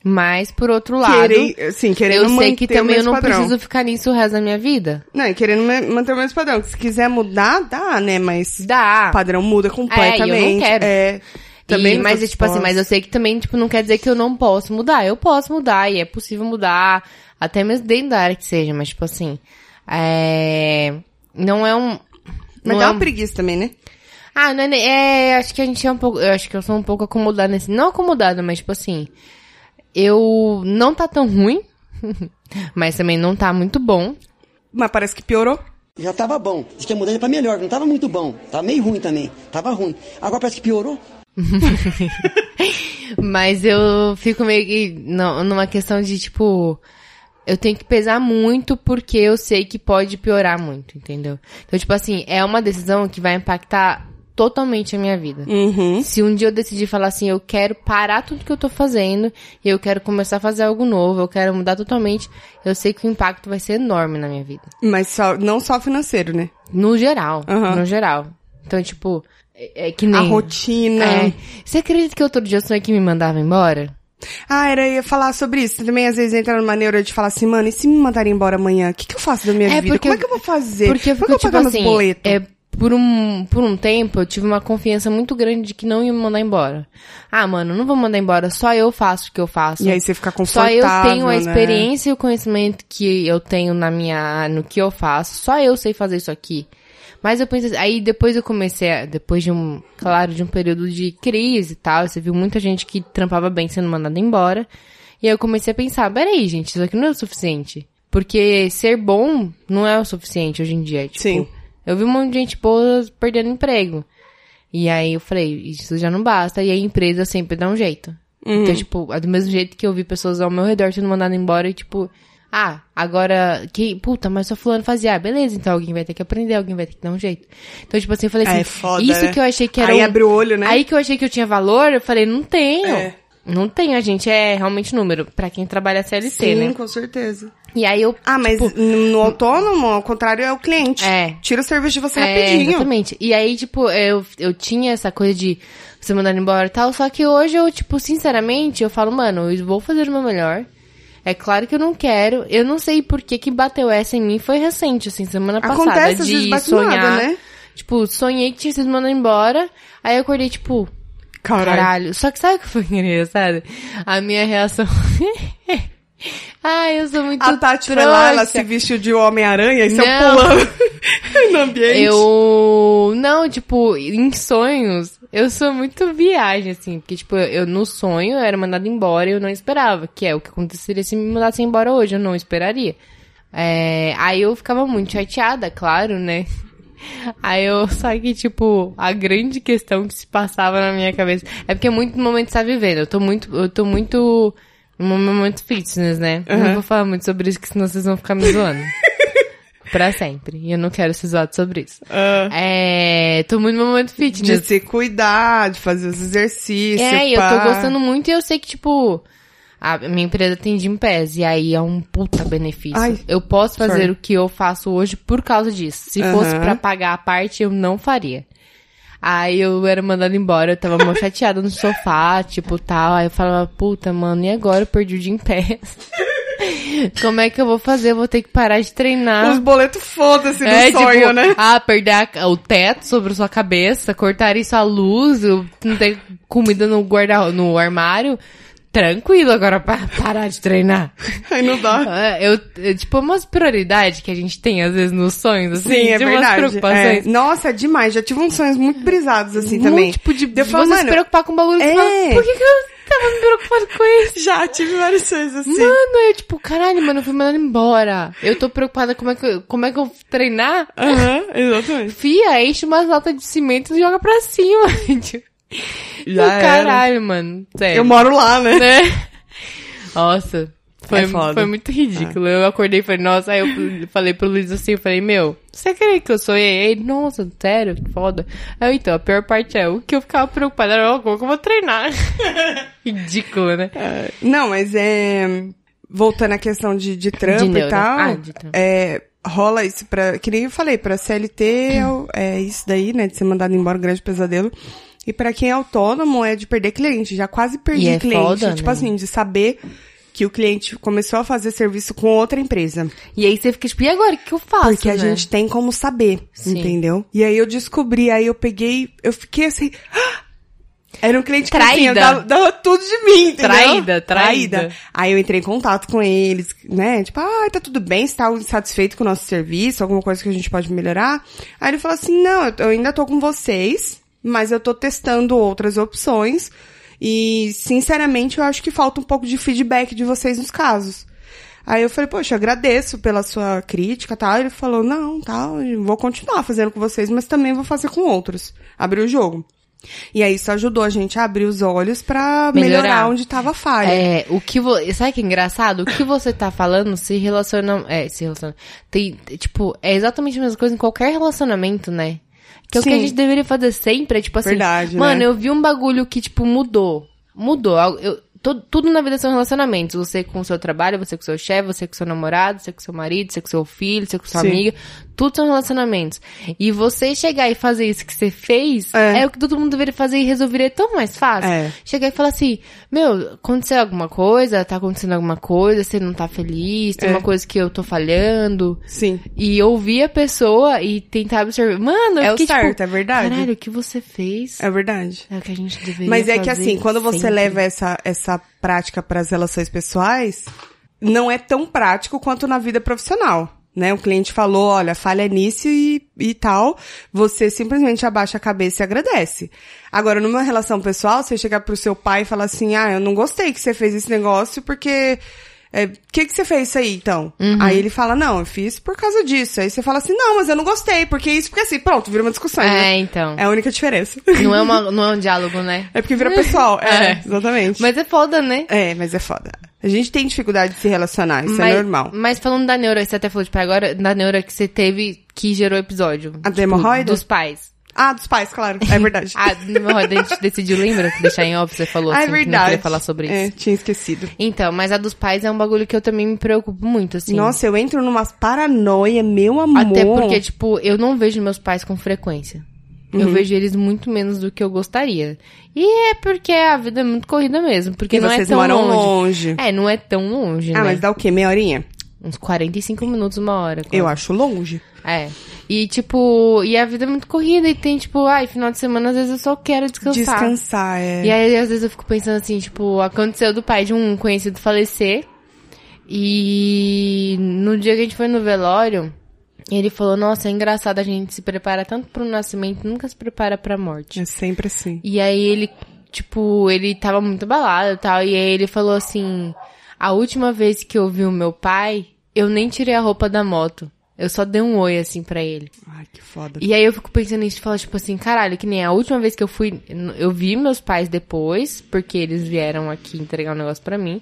Speaker 1: Mas, por outro lado,
Speaker 2: Querer, sim, assim, querendo
Speaker 1: eu sei que
Speaker 2: manter o
Speaker 1: também eu
Speaker 2: mesmo
Speaker 1: não
Speaker 2: padrão.
Speaker 1: preciso ficar nisso o resto da minha vida.
Speaker 2: Não, e querendo ma- manter o mesmo padrão. Se quiser mudar, dá, né? Mas
Speaker 1: Dá. É,
Speaker 2: o padrão muda completamente.
Speaker 1: quero.
Speaker 2: É,
Speaker 1: Também
Speaker 2: também
Speaker 1: e,
Speaker 2: não
Speaker 1: mas
Speaker 2: tô
Speaker 1: é tipo assim,
Speaker 2: disposta.
Speaker 1: mas eu sei que também, tipo, não quer dizer que eu não posso mudar. Eu posso mudar e é possível mudar, até mesmo dentro da área que seja, mas tipo assim, é... não é um
Speaker 2: Mas
Speaker 1: não
Speaker 2: dá
Speaker 1: é
Speaker 2: uma
Speaker 1: um-
Speaker 2: preguiça também, né?
Speaker 1: Ah, não é, nem- é, acho que a gente é um pouco, eu acho que eu sou um pouco acomodada nesse, não acomodada, mas tipo assim, eu não tá tão ruim, mas também não tá muito bom.
Speaker 2: Mas parece que piorou.
Speaker 3: Já tava bom. Diz que a mudança é pra melhor, não tava muito bom. Tava meio ruim também. Tava ruim. Agora parece que piorou.
Speaker 1: Mas eu fico meio que não- numa questão de, tipo, eu tenho que pesar muito porque eu sei que pode piorar muito, entendeu? Então, tipo assim, é uma decisão que vai impactar totalmente a minha vida.
Speaker 2: Uhum.
Speaker 1: Se um dia eu decidir falar assim, eu quero parar tudo que eu tô fazendo e eu quero começar a fazer algo novo, eu quero mudar totalmente, eu sei que o impacto vai ser enorme na minha vida.
Speaker 2: Mas só- não só financeiro, né?
Speaker 1: No geral.
Speaker 2: Aham.
Speaker 1: No geral. Então, tipo, É, é que nem.
Speaker 2: A rotina. né?
Speaker 1: É. Você acredita que outro dia eu sonhei que me mandava embora?
Speaker 2: Ah, era eu ia falar sobre isso. Você também às vezes entra numa neura de falar assim, mano, e se me mandarem embora amanhã? O que, que eu faço da minha vida? Como é que eu vou fazer?
Speaker 1: Porque eu
Speaker 2: Como
Speaker 1: fico,
Speaker 2: é que
Speaker 1: tipo
Speaker 2: eu vou pagar
Speaker 1: assim,
Speaker 2: meus boletos?
Speaker 1: é, por um, por um tempo eu tive uma confiança muito grande de que não ia me mandar embora. Ah, mano, não vou mandar embora, só eu faço o que eu faço.
Speaker 2: E aí você fica
Speaker 1: Só
Speaker 2: confortável,
Speaker 1: eu tenho a
Speaker 2: né?
Speaker 1: experiência e o conhecimento que eu tenho na minha, no que eu faço. Só eu sei fazer isso aqui. Mas eu pensei, aí depois eu comecei, a- depois de um, claro, de um período de crise e tal, você viu muita gente que trampava bem sendo mandada embora. E aí eu comecei a pensar, peraí, gente, isso aqui não é o suficiente. Porque ser bom não é o suficiente hoje em dia. Tipo,
Speaker 2: Sim.
Speaker 1: Eu vi um monte de gente boa perdendo emprego. E aí eu falei, isso já não basta. E a empresa sempre dá um jeito.
Speaker 2: Uhum.
Speaker 1: Então, tipo, é do mesmo jeito que eu vi pessoas ao meu redor sendo mandadas embora e, tipo, ah, agora, que, puta, mas só fulano fazia. Ah, beleza, então alguém vai ter que aprender, alguém vai ter que dar um jeito. Então, tipo assim, eu falei assim,
Speaker 2: É foda,
Speaker 1: isso
Speaker 2: né?
Speaker 1: que eu achei que era
Speaker 2: Aí
Speaker 1: um-
Speaker 2: abre o olho, né?
Speaker 1: Aí que eu achei que eu tinha valor, eu falei, não tenho.
Speaker 2: É.
Speaker 1: Não tenho, a gente é realmente número, pra quem trabalha CLT,
Speaker 2: Sim,
Speaker 1: né?
Speaker 2: com certeza.
Speaker 1: E aí eu,
Speaker 2: Ah, mas
Speaker 1: tipo,
Speaker 2: no no autônomo, ao contrário, é o cliente.
Speaker 1: É.
Speaker 2: Tira o serviço de você
Speaker 1: É,
Speaker 2: rapidinho.
Speaker 1: exatamente. E aí, tipo, eu, eu tinha essa coisa de ser mandado embora e tal, só que hoje eu, tipo, sinceramente, eu falo, mano, eu vou fazer o meu melhor. É claro que eu não quero. Eu não sei por que que bateu essa em mim, foi recente, assim, semana passada.
Speaker 2: Acontece, às
Speaker 1: de
Speaker 2: vezes bate do nada,
Speaker 1: sonhar,
Speaker 2: né?
Speaker 1: Tipo, sonhei que tinha sido mandado embora, aí eu acordei, tipo,
Speaker 2: Caralho.
Speaker 1: caralho. Só que sabe o que foi engraçado? A minha reação... Ai, eu sou muito
Speaker 2: A Tati foi lá, ela
Speaker 1: trouxa.
Speaker 2: se vestiu de Homem-Aranha e saiu
Speaker 1: Não.
Speaker 2: pulando no ambiente.
Speaker 1: Eu. Não, tipo, em sonhos, eu sou muito viagem, assim. Porque, tipo, eu no sonho eu era mandada embora e eu não esperava. Que é o que aconteceria se me mandassem embora hoje, eu não esperaria. É, aí eu ficava muito chateada, claro, né? Aí eu. Só que, tipo, a grande questão que se passava na minha cabeça. É porque é muito no momento que você tá vivendo. Eu tô muito. Eu tô muito. No momento fitness, né? Eu
Speaker 2: Uhum.
Speaker 1: Não vou falar muito sobre isso, que senão vocês vão ficar me zoando. pra sempre. E eu não quero ser zoado sobre isso.
Speaker 2: Ah,
Speaker 1: É, tô muito no momento
Speaker 2: de
Speaker 1: fitness.
Speaker 2: se cuidar, de fazer os exercícios.
Speaker 1: é, e eu
Speaker 2: pá.
Speaker 1: tô gostando muito e eu sei que, tipo, a minha empresa tem Gym Pass e aí é um puta benefício.
Speaker 2: Ai,
Speaker 1: eu posso fazer
Speaker 2: sorry.
Speaker 1: o que eu faço hoje por causa disso. Se
Speaker 2: Aham.
Speaker 1: fosse pra pagar a parte, eu não faria. Aí eu era mandada embora, eu tava mó chateada no sofá, tipo, tal. Aí eu falava, puta, mano, e agora eu perdi o Gym Pass? Como é que eu vou fazer? Eu vou ter que parar de treinar.
Speaker 2: Os boletos foda-se do sonho,
Speaker 1: tipo,
Speaker 2: né?
Speaker 1: ah, perder a ca- o teto sobre sua cabeça, cortar isso à luz, eu não ter comida no guarda no armário. Tranquilo agora para parar de treinar.
Speaker 2: Aí não dá.
Speaker 1: Ah, Eu, eu- tipo, umas prioridades que a gente tem às vezes nos sonhos, assim,
Speaker 2: Sim, é
Speaker 1: de umas
Speaker 2: verdade. É.
Speaker 1: preocupações.
Speaker 2: Nossa, é demais. Já tive uns sonhos muito brisados assim também.
Speaker 1: Muito, tipo, de,
Speaker 2: Eu
Speaker 1: de
Speaker 2: falo,
Speaker 1: você se
Speaker 2: mano,
Speaker 1: preocupar com o bagulho.
Speaker 2: é.
Speaker 1: É. Fala, Por que, que eu tava me preocupando com isso?
Speaker 2: Já tive vários sonhos assim.
Speaker 1: Mano, eu tipo, caralho, mano, eu fui mandando embora. Eu tô preocupada como é que eu, como é que eu vou treinar?
Speaker 2: Aham, exatamente.
Speaker 1: Fia, enche umas latas de cimento e joga pra cima, gente.
Speaker 2: Já
Speaker 1: Do
Speaker 2: era.
Speaker 1: caralho, mano. Sério.
Speaker 2: Eu moro lá, né?
Speaker 1: Né? Nossa. Foi,
Speaker 2: É foda. É.
Speaker 1: foi muito ridículo. Eu acordei e falei, nossa, aí eu falei pro Luiz assim, eu falei, meu, você acredita que eu sonhei? Ele, nossa, sério, que foda. Aí, eu, então, a pior parte é, o que eu ficava preocupada era, "Ó, como que eu vou treinar? ridículo, né?
Speaker 2: É, Não, mas é. Voltando à questão de, de
Speaker 1: De
Speaker 2: trampo
Speaker 1: neuro.
Speaker 2: e tal.
Speaker 1: Ah, de trampo.
Speaker 2: é, rola isso pra. Que nem eu falei, pra CLT é, o- é isso daí, né? De ser mandado embora, um grande pesadelo. E pra quem é autônomo é de perder cliente. Já quase perdi
Speaker 1: E é
Speaker 2: cliente.
Speaker 1: foda,
Speaker 2: tipo
Speaker 1: né?
Speaker 2: assim, de saber que o cliente começou a fazer serviço com outra empresa.
Speaker 1: E aí você fica tipo, e agora, o que eu faço,
Speaker 2: Porque a
Speaker 1: né?
Speaker 2: gente tem como saber,
Speaker 1: Sim.
Speaker 2: entendeu? E aí eu descobri, aí eu peguei, eu fiquei assim. "Ah!" Era um cliente que assim, eu
Speaker 1: Traída.
Speaker 2: dava, dava tudo de mim, entendeu?
Speaker 1: Traída, traída.
Speaker 2: Aí eu entrei em contato com eles, né? Tipo, ah, tá tudo bem, você tá insatisfeito com o nosso serviço, alguma coisa que a gente pode melhorar. Aí ele falou assim, não, eu- eu ainda tô com vocês, mas eu tô testando outras opções. E, sinceramente, eu acho que falta um pouco de feedback de vocês nos casos. Aí eu falei, poxa, agradeço pela sua crítica, tal. Ele falou, não, tal, eu vou continuar fazendo com vocês, mas também vou fazer com outros. Abriu o jogo. E aí isso ajudou a gente a abrir os olhos pra melhorar,
Speaker 1: Melhorar.
Speaker 2: onde tava a falha.
Speaker 1: É, o que você. Sabe que é engraçado? O que você tá falando se relaciona. É, se relaciona. Tem, tipo, é exatamente a mesma coisa em qualquer relacionamento, né? Que é o que a
Speaker 2: Sim.
Speaker 1: gente deveria fazer sempre, é tipo assim.
Speaker 2: Verdade, né?
Speaker 1: Mano, eu vi um bagulho que, tipo, mudou. Mudou. Al- Eu, to- tudo na vida são relacionamentos. Você com o seu trabalho, você com o seu chefe, você com o seu namorado, você com o seu marido, você com o seu filho, você com sua
Speaker 2: Sim.
Speaker 1: amiga. Tudo são relacionamentos. E você chegar e fazer isso que você fez
Speaker 2: É.
Speaker 1: é, o que todo mundo deveria fazer e resolveria tão mais fácil.
Speaker 2: É.
Speaker 1: Chegar e falar assim, meu, aconteceu alguma coisa, tá acontecendo alguma coisa, você não tá feliz, tem
Speaker 2: É.
Speaker 1: uma coisa que eu tô falhando.
Speaker 2: Sim.
Speaker 1: E ouvir a pessoa e tentar absorver. Mano, eu
Speaker 2: É o
Speaker 1: fiquei,
Speaker 2: certo,
Speaker 1: tipo,
Speaker 2: é verdade.
Speaker 1: Caralho, o que você fez
Speaker 2: É verdade.
Speaker 1: é o que a gente deveria
Speaker 2: Mas é que
Speaker 1: fazer
Speaker 2: assim, quando você
Speaker 1: sempre.
Speaker 2: leva essa, essa prática para as relações pessoais, não é tão prático quanto na vida profissional. Né? O cliente falou, olha, falha nisso e, e tal. Você simplesmente abaixa a cabeça e agradece. Agora, numa relação pessoal, você chegar pro seu pai e falar assim, ah, eu não gostei que você fez esse negócio porque... é, O que, que você fez isso aí, então?
Speaker 1: Uhum.
Speaker 2: Aí ele fala, não, eu fiz por causa disso. Aí você fala assim, não, mas eu não gostei, porque isso, porque assim, pronto, vira uma discussão. né?
Speaker 1: É, então.
Speaker 2: É a única diferença.
Speaker 1: Não, é uma, não é um diálogo, né?
Speaker 2: É porque vira pessoal. É,
Speaker 1: É.
Speaker 2: exatamente.
Speaker 1: Mas é foda, né?
Speaker 2: É, mas é foda. A gente tem dificuldade de se relacionar, isso é normal.
Speaker 1: Mas falando da neura, você até falou de pai agora, da neura que você teve que gerou o episódio. tipo,
Speaker 2: A do hemorroida?
Speaker 1: Dos pais.
Speaker 2: Ah, dos pais, claro. É verdade.
Speaker 1: A do hemorroida a gente decidiu, lembra? Deixar em off, você falou
Speaker 2: Ah,
Speaker 1: assim, que não queria falar sobre isso.
Speaker 2: É, tinha esquecido.
Speaker 1: Então, mas a dos pais é um bagulho que eu também me preocupo muito, assim.
Speaker 2: Nossa, eu entro numa paranoia, meu amor.
Speaker 1: Até porque, tipo, eu não vejo meus pais com frequência. Eu
Speaker 2: Uhum.
Speaker 1: vejo eles muito menos do que eu gostaria. E é porque a vida é muito corrida mesmo. Porque
Speaker 2: E
Speaker 1: não
Speaker 2: vocês
Speaker 1: é tão
Speaker 2: moram
Speaker 1: longe.
Speaker 2: longe.
Speaker 1: É, não é tão longe,
Speaker 2: Ah,
Speaker 1: né?
Speaker 2: mas dá o quê? Meia horinha?
Speaker 1: Uns 45 minutos, uma hora.
Speaker 2: Eu
Speaker 1: quase.
Speaker 2: acho longe.
Speaker 1: É. E, tipo, e a vida é muito corrida. E tem, tipo, ai, final de semana, às vezes eu só quero descansar.
Speaker 2: Descansar, é.
Speaker 1: Então tá. E aí, às vezes, eu fico pensando assim, tipo, aconteceu do pai de um conhecido falecer. E no dia que a gente foi no velório, ele falou, nossa, é engraçado, a gente se prepara tanto pro nascimento, nunca se prepara pra morte.
Speaker 2: É sempre assim.
Speaker 1: E aí ele, tipo, ele tava muito abalado e tal. E aí ele falou assim: A última vez que eu vi o meu pai, eu nem tirei a roupa da moto. Eu só dei um oi assim pra ele.
Speaker 2: Ai, que foda.
Speaker 1: E aí eu fico pensando nisso, falo tipo assim, caralho, que nem a última vez que eu fui, eu vi meus pais depois, porque eles vieram aqui entregar um negócio pra mim.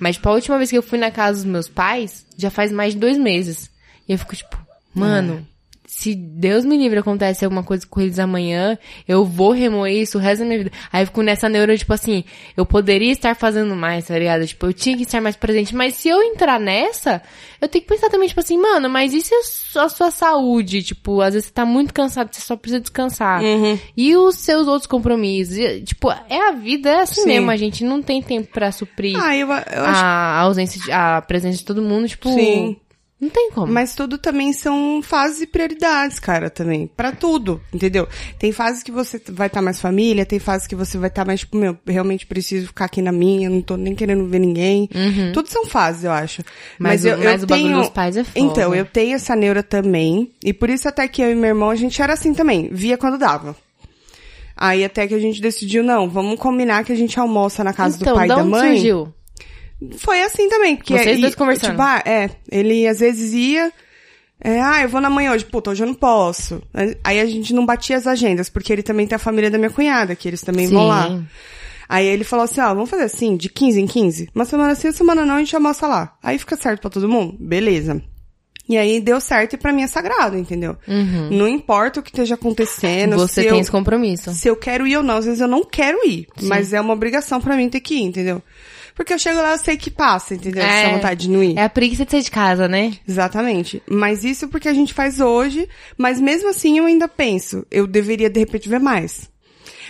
Speaker 1: Mas tipo, a última vez que eu fui na casa dos meus pais, já faz mais de dois meses. E eu fico tipo, mano, se Deus me livre acontece alguma coisa com eles amanhã, eu vou remoer isso o resto da minha vida. Aí eu fico nessa neura, tipo assim, eu poderia estar fazendo mais, tá ligado? Tipo, eu tinha que estar mais presente. Mas se eu entrar nessa, eu tenho que pensar também, tipo assim, mano, mas e se a su- a sua saúde? Tipo, às vezes você tá muito cansado, você só precisa descansar.
Speaker 2: Uhum.
Speaker 1: E os seus outros compromissos? E, tipo, é a vida, é assim
Speaker 2: Sim.
Speaker 1: mesmo. A gente não tem tempo pra suprir
Speaker 2: Ah, eu, eu acho
Speaker 1: a ausência, de, a presença de todo mundo, tipo...
Speaker 2: Sim.
Speaker 1: Não tem como.
Speaker 2: Mas tudo também são fases e prioridades, cara, também. Pra tudo, entendeu? Tem fases que você vai estar mais família, tem fases que você vai estar mais, tipo, meu, realmente preciso ficar aqui na minha, não tô nem querendo ver ninguém. Tudo são fases, eu acho.
Speaker 1: Uhum. Mas o-
Speaker 2: eu,
Speaker 1: mas o bagulho dos pais é foda.
Speaker 2: Então, eu tenho essa neura também. E por isso até que eu e meu irmão, a gente era assim também. Via quando dava. Aí até que a gente decidiu, não, vamos combinar que a gente almoça na casa
Speaker 1: então,
Speaker 2: do pai e
Speaker 1: da
Speaker 2: da
Speaker 1: onde
Speaker 2: mãe.
Speaker 1: surgiu?
Speaker 2: Foi assim também, porque...
Speaker 1: Vocês
Speaker 2: e-
Speaker 1: dois conversando.
Speaker 2: Tipo, ah, é, ele às vezes ia... é, ah, eu vou na manhã hoje. Puta, hoje eu não posso. Aí a gente não batia as agendas, porque ele também tem a família da minha cunhada, que eles também vão
Speaker 1: Sim.
Speaker 2: lá. Aí ele falou assim, ó, vamos fazer assim, de 15 em 15? Uma semana sim, uma semana não, a gente almoça lá. Aí fica certo pra todo mundo? Beleza. E aí deu certo e pra mim é sagrado, entendeu? Não importa o que esteja acontecendo.
Speaker 1: Uhum. Você
Speaker 2: se
Speaker 1: tem
Speaker 2: eu-
Speaker 1: esse compromisso.
Speaker 2: se eu quero ir ou não, às vezes eu não quero ir. Mas é uma obrigação pra mim ter que ir, entendeu? Porque eu chego lá, eu sei que passa, entendeu? Essa vontade de não ir.
Speaker 1: É a preguiça de sair de casa, né?
Speaker 2: Exatamente. Mas isso é porque a gente faz hoje, mas mesmo assim eu ainda penso, eu deveria de repente ver mais.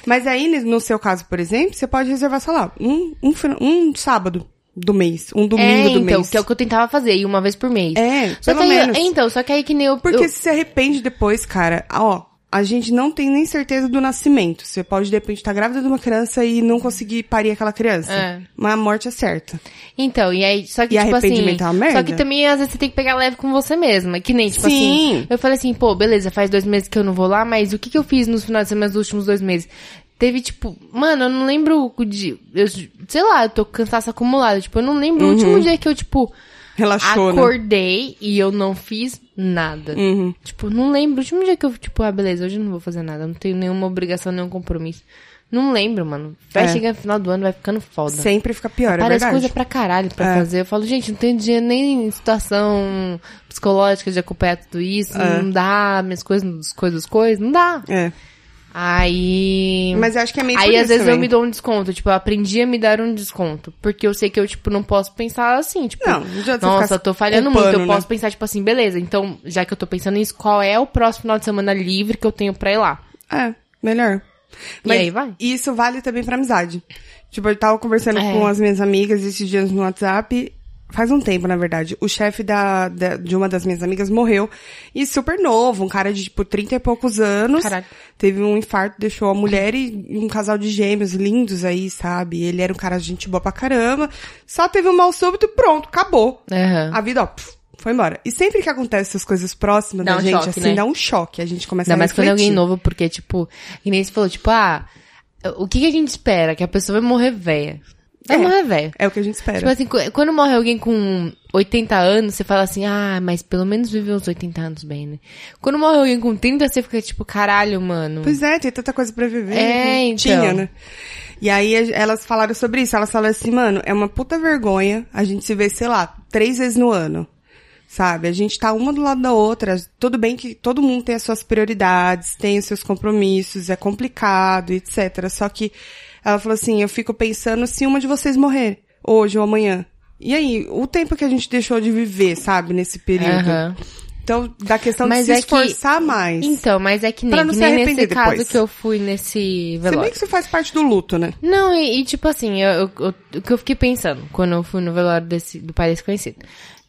Speaker 2: Mas aí, ne- no seu caso, por exemplo, você pode reservar, sei lá, um, um, fina- um sábado do mês, um domingo
Speaker 1: é,
Speaker 2: do
Speaker 1: então,
Speaker 2: mês.
Speaker 1: que é o que eu tentava fazer, e uma vez por mês.
Speaker 2: É,
Speaker 1: só
Speaker 2: pelo
Speaker 1: que aí,
Speaker 2: menos.
Speaker 1: Então, só que aí que nem eu...
Speaker 2: Porque
Speaker 1: eu-
Speaker 2: se se arrepende depois, cara, Ah, ó, a gente não tem nem certeza do nascimento. Você pode, de repente, estar grávida de uma criança e não conseguir parir aquela criança.
Speaker 1: É.
Speaker 2: Mas a morte é certa.
Speaker 1: Então, e aí, só que,
Speaker 2: E
Speaker 1: tipo assim.
Speaker 2: arrependimento é uma merda?
Speaker 1: Só que também, às vezes, você tem que pegar leve com você mesma. Que nem, tipo
Speaker 2: Sim.
Speaker 1: assim. Eu falei assim, pô, beleza, faz dois meses que eu não vou lá, mas o que, que eu fiz nos finais de semana dos últimos dois meses? Teve, tipo, mano, eu não lembro o de. Eu, sei lá, eu tô com cansaço acumulado. Tipo, eu não lembro
Speaker 2: Uhum.
Speaker 1: o último dia que eu, tipo,
Speaker 2: Relaxou, né? Uhum.
Speaker 1: acordei e eu não fiz nada. Tipo, não lembro. O último dia que eu, tipo, ah, beleza, hoje eu não vou fazer nada. eu Não tenho nenhuma obrigação, nenhum compromisso. Não lembro, mano. Vai
Speaker 2: É.
Speaker 1: chegando no final do ano, vai ficando foda.
Speaker 2: Sempre fica pior, é
Speaker 1: Parece
Speaker 2: verdade. É.
Speaker 1: coisa pra caralho pra fazer. Eu falo, gente, não tenho dinheiro nem em situação
Speaker 2: É.
Speaker 1: psicológica de acompanhar tudo isso. Não dá, minhas coisas, as coisas, as coisas. Não dá.
Speaker 2: É.
Speaker 1: Aí.
Speaker 2: Mas eu acho que é meio por
Speaker 1: Aí às
Speaker 2: isso
Speaker 1: vezes eu
Speaker 2: também.
Speaker 1: me dou um desconto, tipo, eu aprendi a me dar um desconto, porque eu sei que eu tipo não posso pensar assim, tipo,
Speaker 2: Não, não adianta você
Speaker 1: nossa,
Speaker 2: ficar
Speaker 1: eu tô falhando
Speaker 2: culpando,
Speaker 1: muito, eu
Speaker 2: né?
Speaker 1: posso pensar tipo assim, beleza, então, já que eu tô pensando nisso, qual é o próximo final de semana livre que eu tenho pra ir lá?
Speaker 2: É, melhor.
Speaker 1: E aí vai.
Speaker 2: Isso vale também pra amizade. Tipo, eu tava conversando
Speaker 1: É.
Speaker 2: com as minhas amigas esses dias no WhatsApp. Faz um tempo, na verdade. O chefe da, da- de uma das minhas amigas morreu. E super novo, um cara de, tipo, 30 e poucos anos.
Speaker 1: Caralho.
Speaker 2: Teve um infarto, deixou a mulher e um casal de gêmeos lindos aí, sabe? Ele era um cara de gente boa pra caramba. Só teve um mal súbito, pronto, acabou.
Speaker 1: Aham.
Speaker 2: A vida, ó, pf, foi embora. E sempre que acontece essas coisas próximas
Speaker 1: Dá
Speaker 2: da
Speaker 1: um
Speaker 2: gente,
Speaker 1: choque,
Speaker 2: assim,
Speaker 1: né?
Speaker 2: dá um choque. A gente começa
Speaker 1: Ainda
Speaker 2: a
Speaker 1: mais quando é alguém
Speaker 2: refletir.
Speaker 1: novo, porque, tipo, que nem você falou, tipo, ah, o que, que a gente espera? Que a pessoa vai morrer velha. Vai
Speaker 2: É.
Speaker 1: morrer velha.
Speaker 2: É o que a gente espera.
Speaker 1: Tipo assim, qu- quando morre alguém com 80 anos, você fala assim, ah, mas pelo menos viveu uns 80 anos bem, né? Quando morre alguém com 30, você fica tipo, caralho, mano.
Speaker 2: Pois é, tem tanta coisa pra viver.
Speaker 1: É,
Speaker 2: né?
Speaker 1: então.
Speaker 2: Tinha, né? E aí a- elas falaram sobre isso. Elas falaram assim, mano, é uma puta vergonha a gente se ver, sei lá, três vezes no ano. Sabe? A gente tá uma do lado da outra. Tudo bem que todo mundo tem as suas prioridades, tem os seus compromissos, é complicado, etc. Só que ela falou assim, eu fico pensando se uma de vocês morrer hoje ou amanhã. E aí, o tempo que a gente deixou de viver, sabe, nesse período.
Speaker 1: Aham.
Speaker 2: Então, da questão
Speaker 1: Mas
Speaker 2: de
Speaker 1: é
Speaker 2: se
Speaker 1: que-
Speaker 2: esforçar mais.
Speaker 1: Então, mas é que
Speaker 2: Pra
Speaker 1: nem,
Speaker 2: não
Speaker 1: que
Speaker 2: se
Speaker 1: nem
Speaker 2: arrepender
Speaker 1: nesse caso
Speaker 2: depois.
Speaker 1: que eu fui nesse
Speaker 2: Se bem
Speaker 1: velório.
Speaker 2: que isso faz parte do luto, né?
Speaker 1: Não, e, e, tipo assim, eu, eu- eu- o que eu fiquei pensando quando eu fui no velório desse, do pai desconhecido.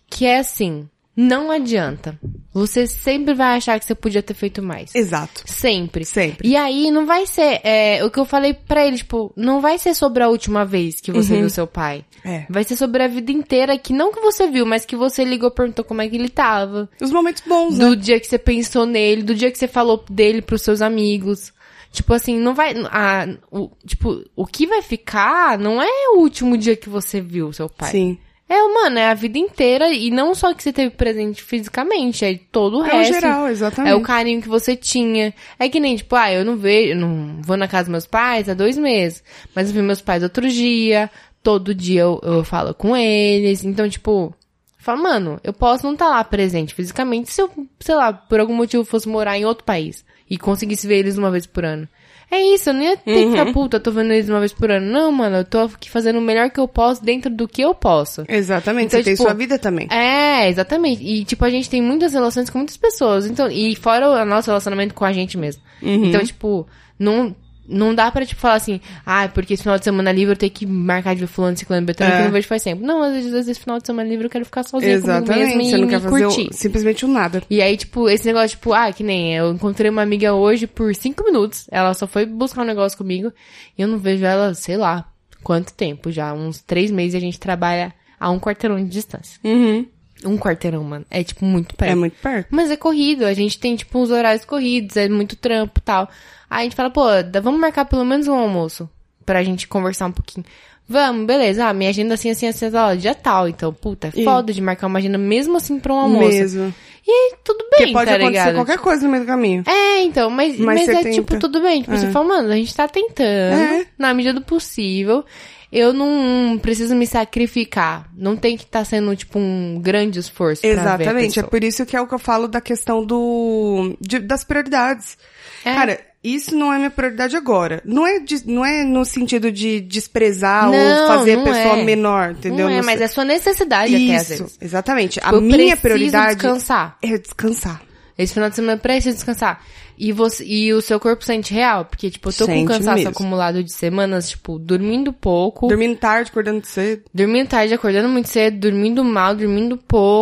Speaker 1: Que é assim, não adianta. Você sempre vai achar que você podia ter feito mais.
Speaker 2: Exato.
Speaker 1: Sempre.
Speaker 2: Sempre.
Speaker 1: E aí, não vai ser, é, o que eu falei pra ele, tipo, não vai ser sobre a última vez que você viu seu pai.
Speaker 2: Uhum. É.
Speaker 1: Vai ser sobre a vida inteira, que não que você viu, mas que você ligou, perguntou como é que ele tava.
Speaker 2: Os momentos bons, né?
Speaker 1: Do dia que você pensou nele, do dia que você falou dele pros seus amigos. Tipo assim, não vai, a, o, tipo, o que vai ficar não é o último dia que você viu seu pai.
Speaker 2: Sim.
Speaker 1: É, mano, é a vida inteira e não só que você teve presente fisicamente, é todo o
Speaker 2: É o
Speaker 1: resto.
Speaker 2: geral, exatamente.
Speaker 1: É o carinho que você tinha. É que nem, tipo, ah, eu não vejo, eu não vou na casa dos meus pais há dois meses, mas eu vi meus pais outro dia, todo dia eu, eu falo com eles, então, tipo, eu falo, mano, eu posso não estar lá presente fisicamente se eu, sei lá, por algum motivo fosse morar em outro país e conseguisse ver eles uma vez por ano. É isso, eu nem ia ter que ficar puta, tô vendo eles uma vez por ano. Não, mano, eu tô aqui fazendo o melhor que eu posso dentro do que eu posso.
Speaker 2: Exatamente.
Speaker 1: Então,
Speaker 2: Você tem
Speaker 1: tipo,
Speaker 2: sua vida também.
Speaker 1: É, exatamente. E, tipo, a gente tem muitas relações com muitas pessoas. Então, e fora o nosso relacionamento com a gente mesmo.
Speaker 2: Uhum.
Speaker 1: Então, tipo, não, não dá pra, tipo, falar assim, ah, porque esse final de semana livre eu tenho que marcar de ver fulano, ciclano, betano, que
Speaker 2: É.
Speaker 1: eu não vejo faz tempo. Não, às vezes, esse final de semana livre eu quero ficar sozinha comigo mesma
Speaker 2: Exatamente.
Speaker 1: e
Speaker 2: Você não
Speaker 1: me
Speaker 2: quer fazer o-
Speaker 1: curtir.
Speaker 2: simplesmente o nada.
Speaker 1: E aí, tipo, esse negócio, tipo, ah, que nem eu encontrei uma amiga hoje por cinco minutos. Ela só foi buscar um negócio comigo. E eu não vejo ela, sei lá, quanto tempo já. Uns três meses e a gente trabalha a um quarteirão de distância.
Speaker 2: Uhum.
Speaker 1: Um quarteirão, mano. É, tipo, muito perto.
Speaker 2: É muito perto.
Speaker 1: Mas é corrido, a gente tem, tipo, uns horários corridos, é muito trampo e tal. Aí a gente fala, pô, dá- vamos marcar pelo menos um almoço pra gente conversar um pouquinho. Vamos, beleza. Ah, minha agenda assim, assim, assim, ó, dia tal. Então, puta, é
Speaker 2: E-
Speaker 1: foda de marcar uma agenda mesmo assim pra um almoço.
Speaker 2: Mesmo.
Speaker 1: E aí, tudo bem,
Speaker 2: Porque pode
Speaker 1: tá
Speaker 2: acontecer
Speaker 1: ligado?
Speaker 2: qualquer coisa no meio do caminho.
Speaker 1: É, então, mas,
Speaker 2: Mas
Speaker 1: mas,
Speaker 2: você
Speaker 1: é
Speaker 2: tenta.
Speaker 1: tipo, tudo bem. Tipo, você
Speaker 2: É.
Speaker 1: fala, mano, a gente tá tentando,
Speaker 2: É.
Speaker 1: na medida do possível. Eu não preciso me sacrificar. Não tem que estar sendo, tipo, um grande esforço pra ver a
Speaker 2: Exatamente, é
Speaker 1: pessoa.
Speaker 2: por isso que é o que eu falo da questão do de- das prioridades.
Speaker 1: É.
Speaker 2: Cara, isso não é minha prioridade agora. Não é, de- não é no sentido de desprezar
Speaker 1: Não,
Speaker 2: ou fazer a
Speaker 1: não
Speaker 2: pessoa
Speaker 1: é.
Speaker 2: menor, entendeu?
Speaker 1: Não é,
Speaker 2: Não
Speaker 1: mas
Speaker 2: sei.
Speaker 1: é sua necessidade até às
Speaker 2: isso,
Speaker 1: vezes.
Speaker 2: exatamente. a
Speaker 1: eu
Speaker 2: minha
Speaker 1: preciso
Speaker 2: prioridade
Speaker 1: descansar.
Speaker 2: é descansar.
Speaker 1: Esse final de semana eu preciso descansar. E, você, e o seu corpo sente real, porque, tipo, eu tô com
Speaker 2: Sente
Speaker 1: cansaço
Speaker 2: mesmo.
Speaker 1: acumulado de semanas, tipo, dormindo pouco,
Speaker 2: Dormindo tarde, acordando cedo.
Speaker 1: dormindo tarde, acordando muito cedo, dormindo mal, dormindo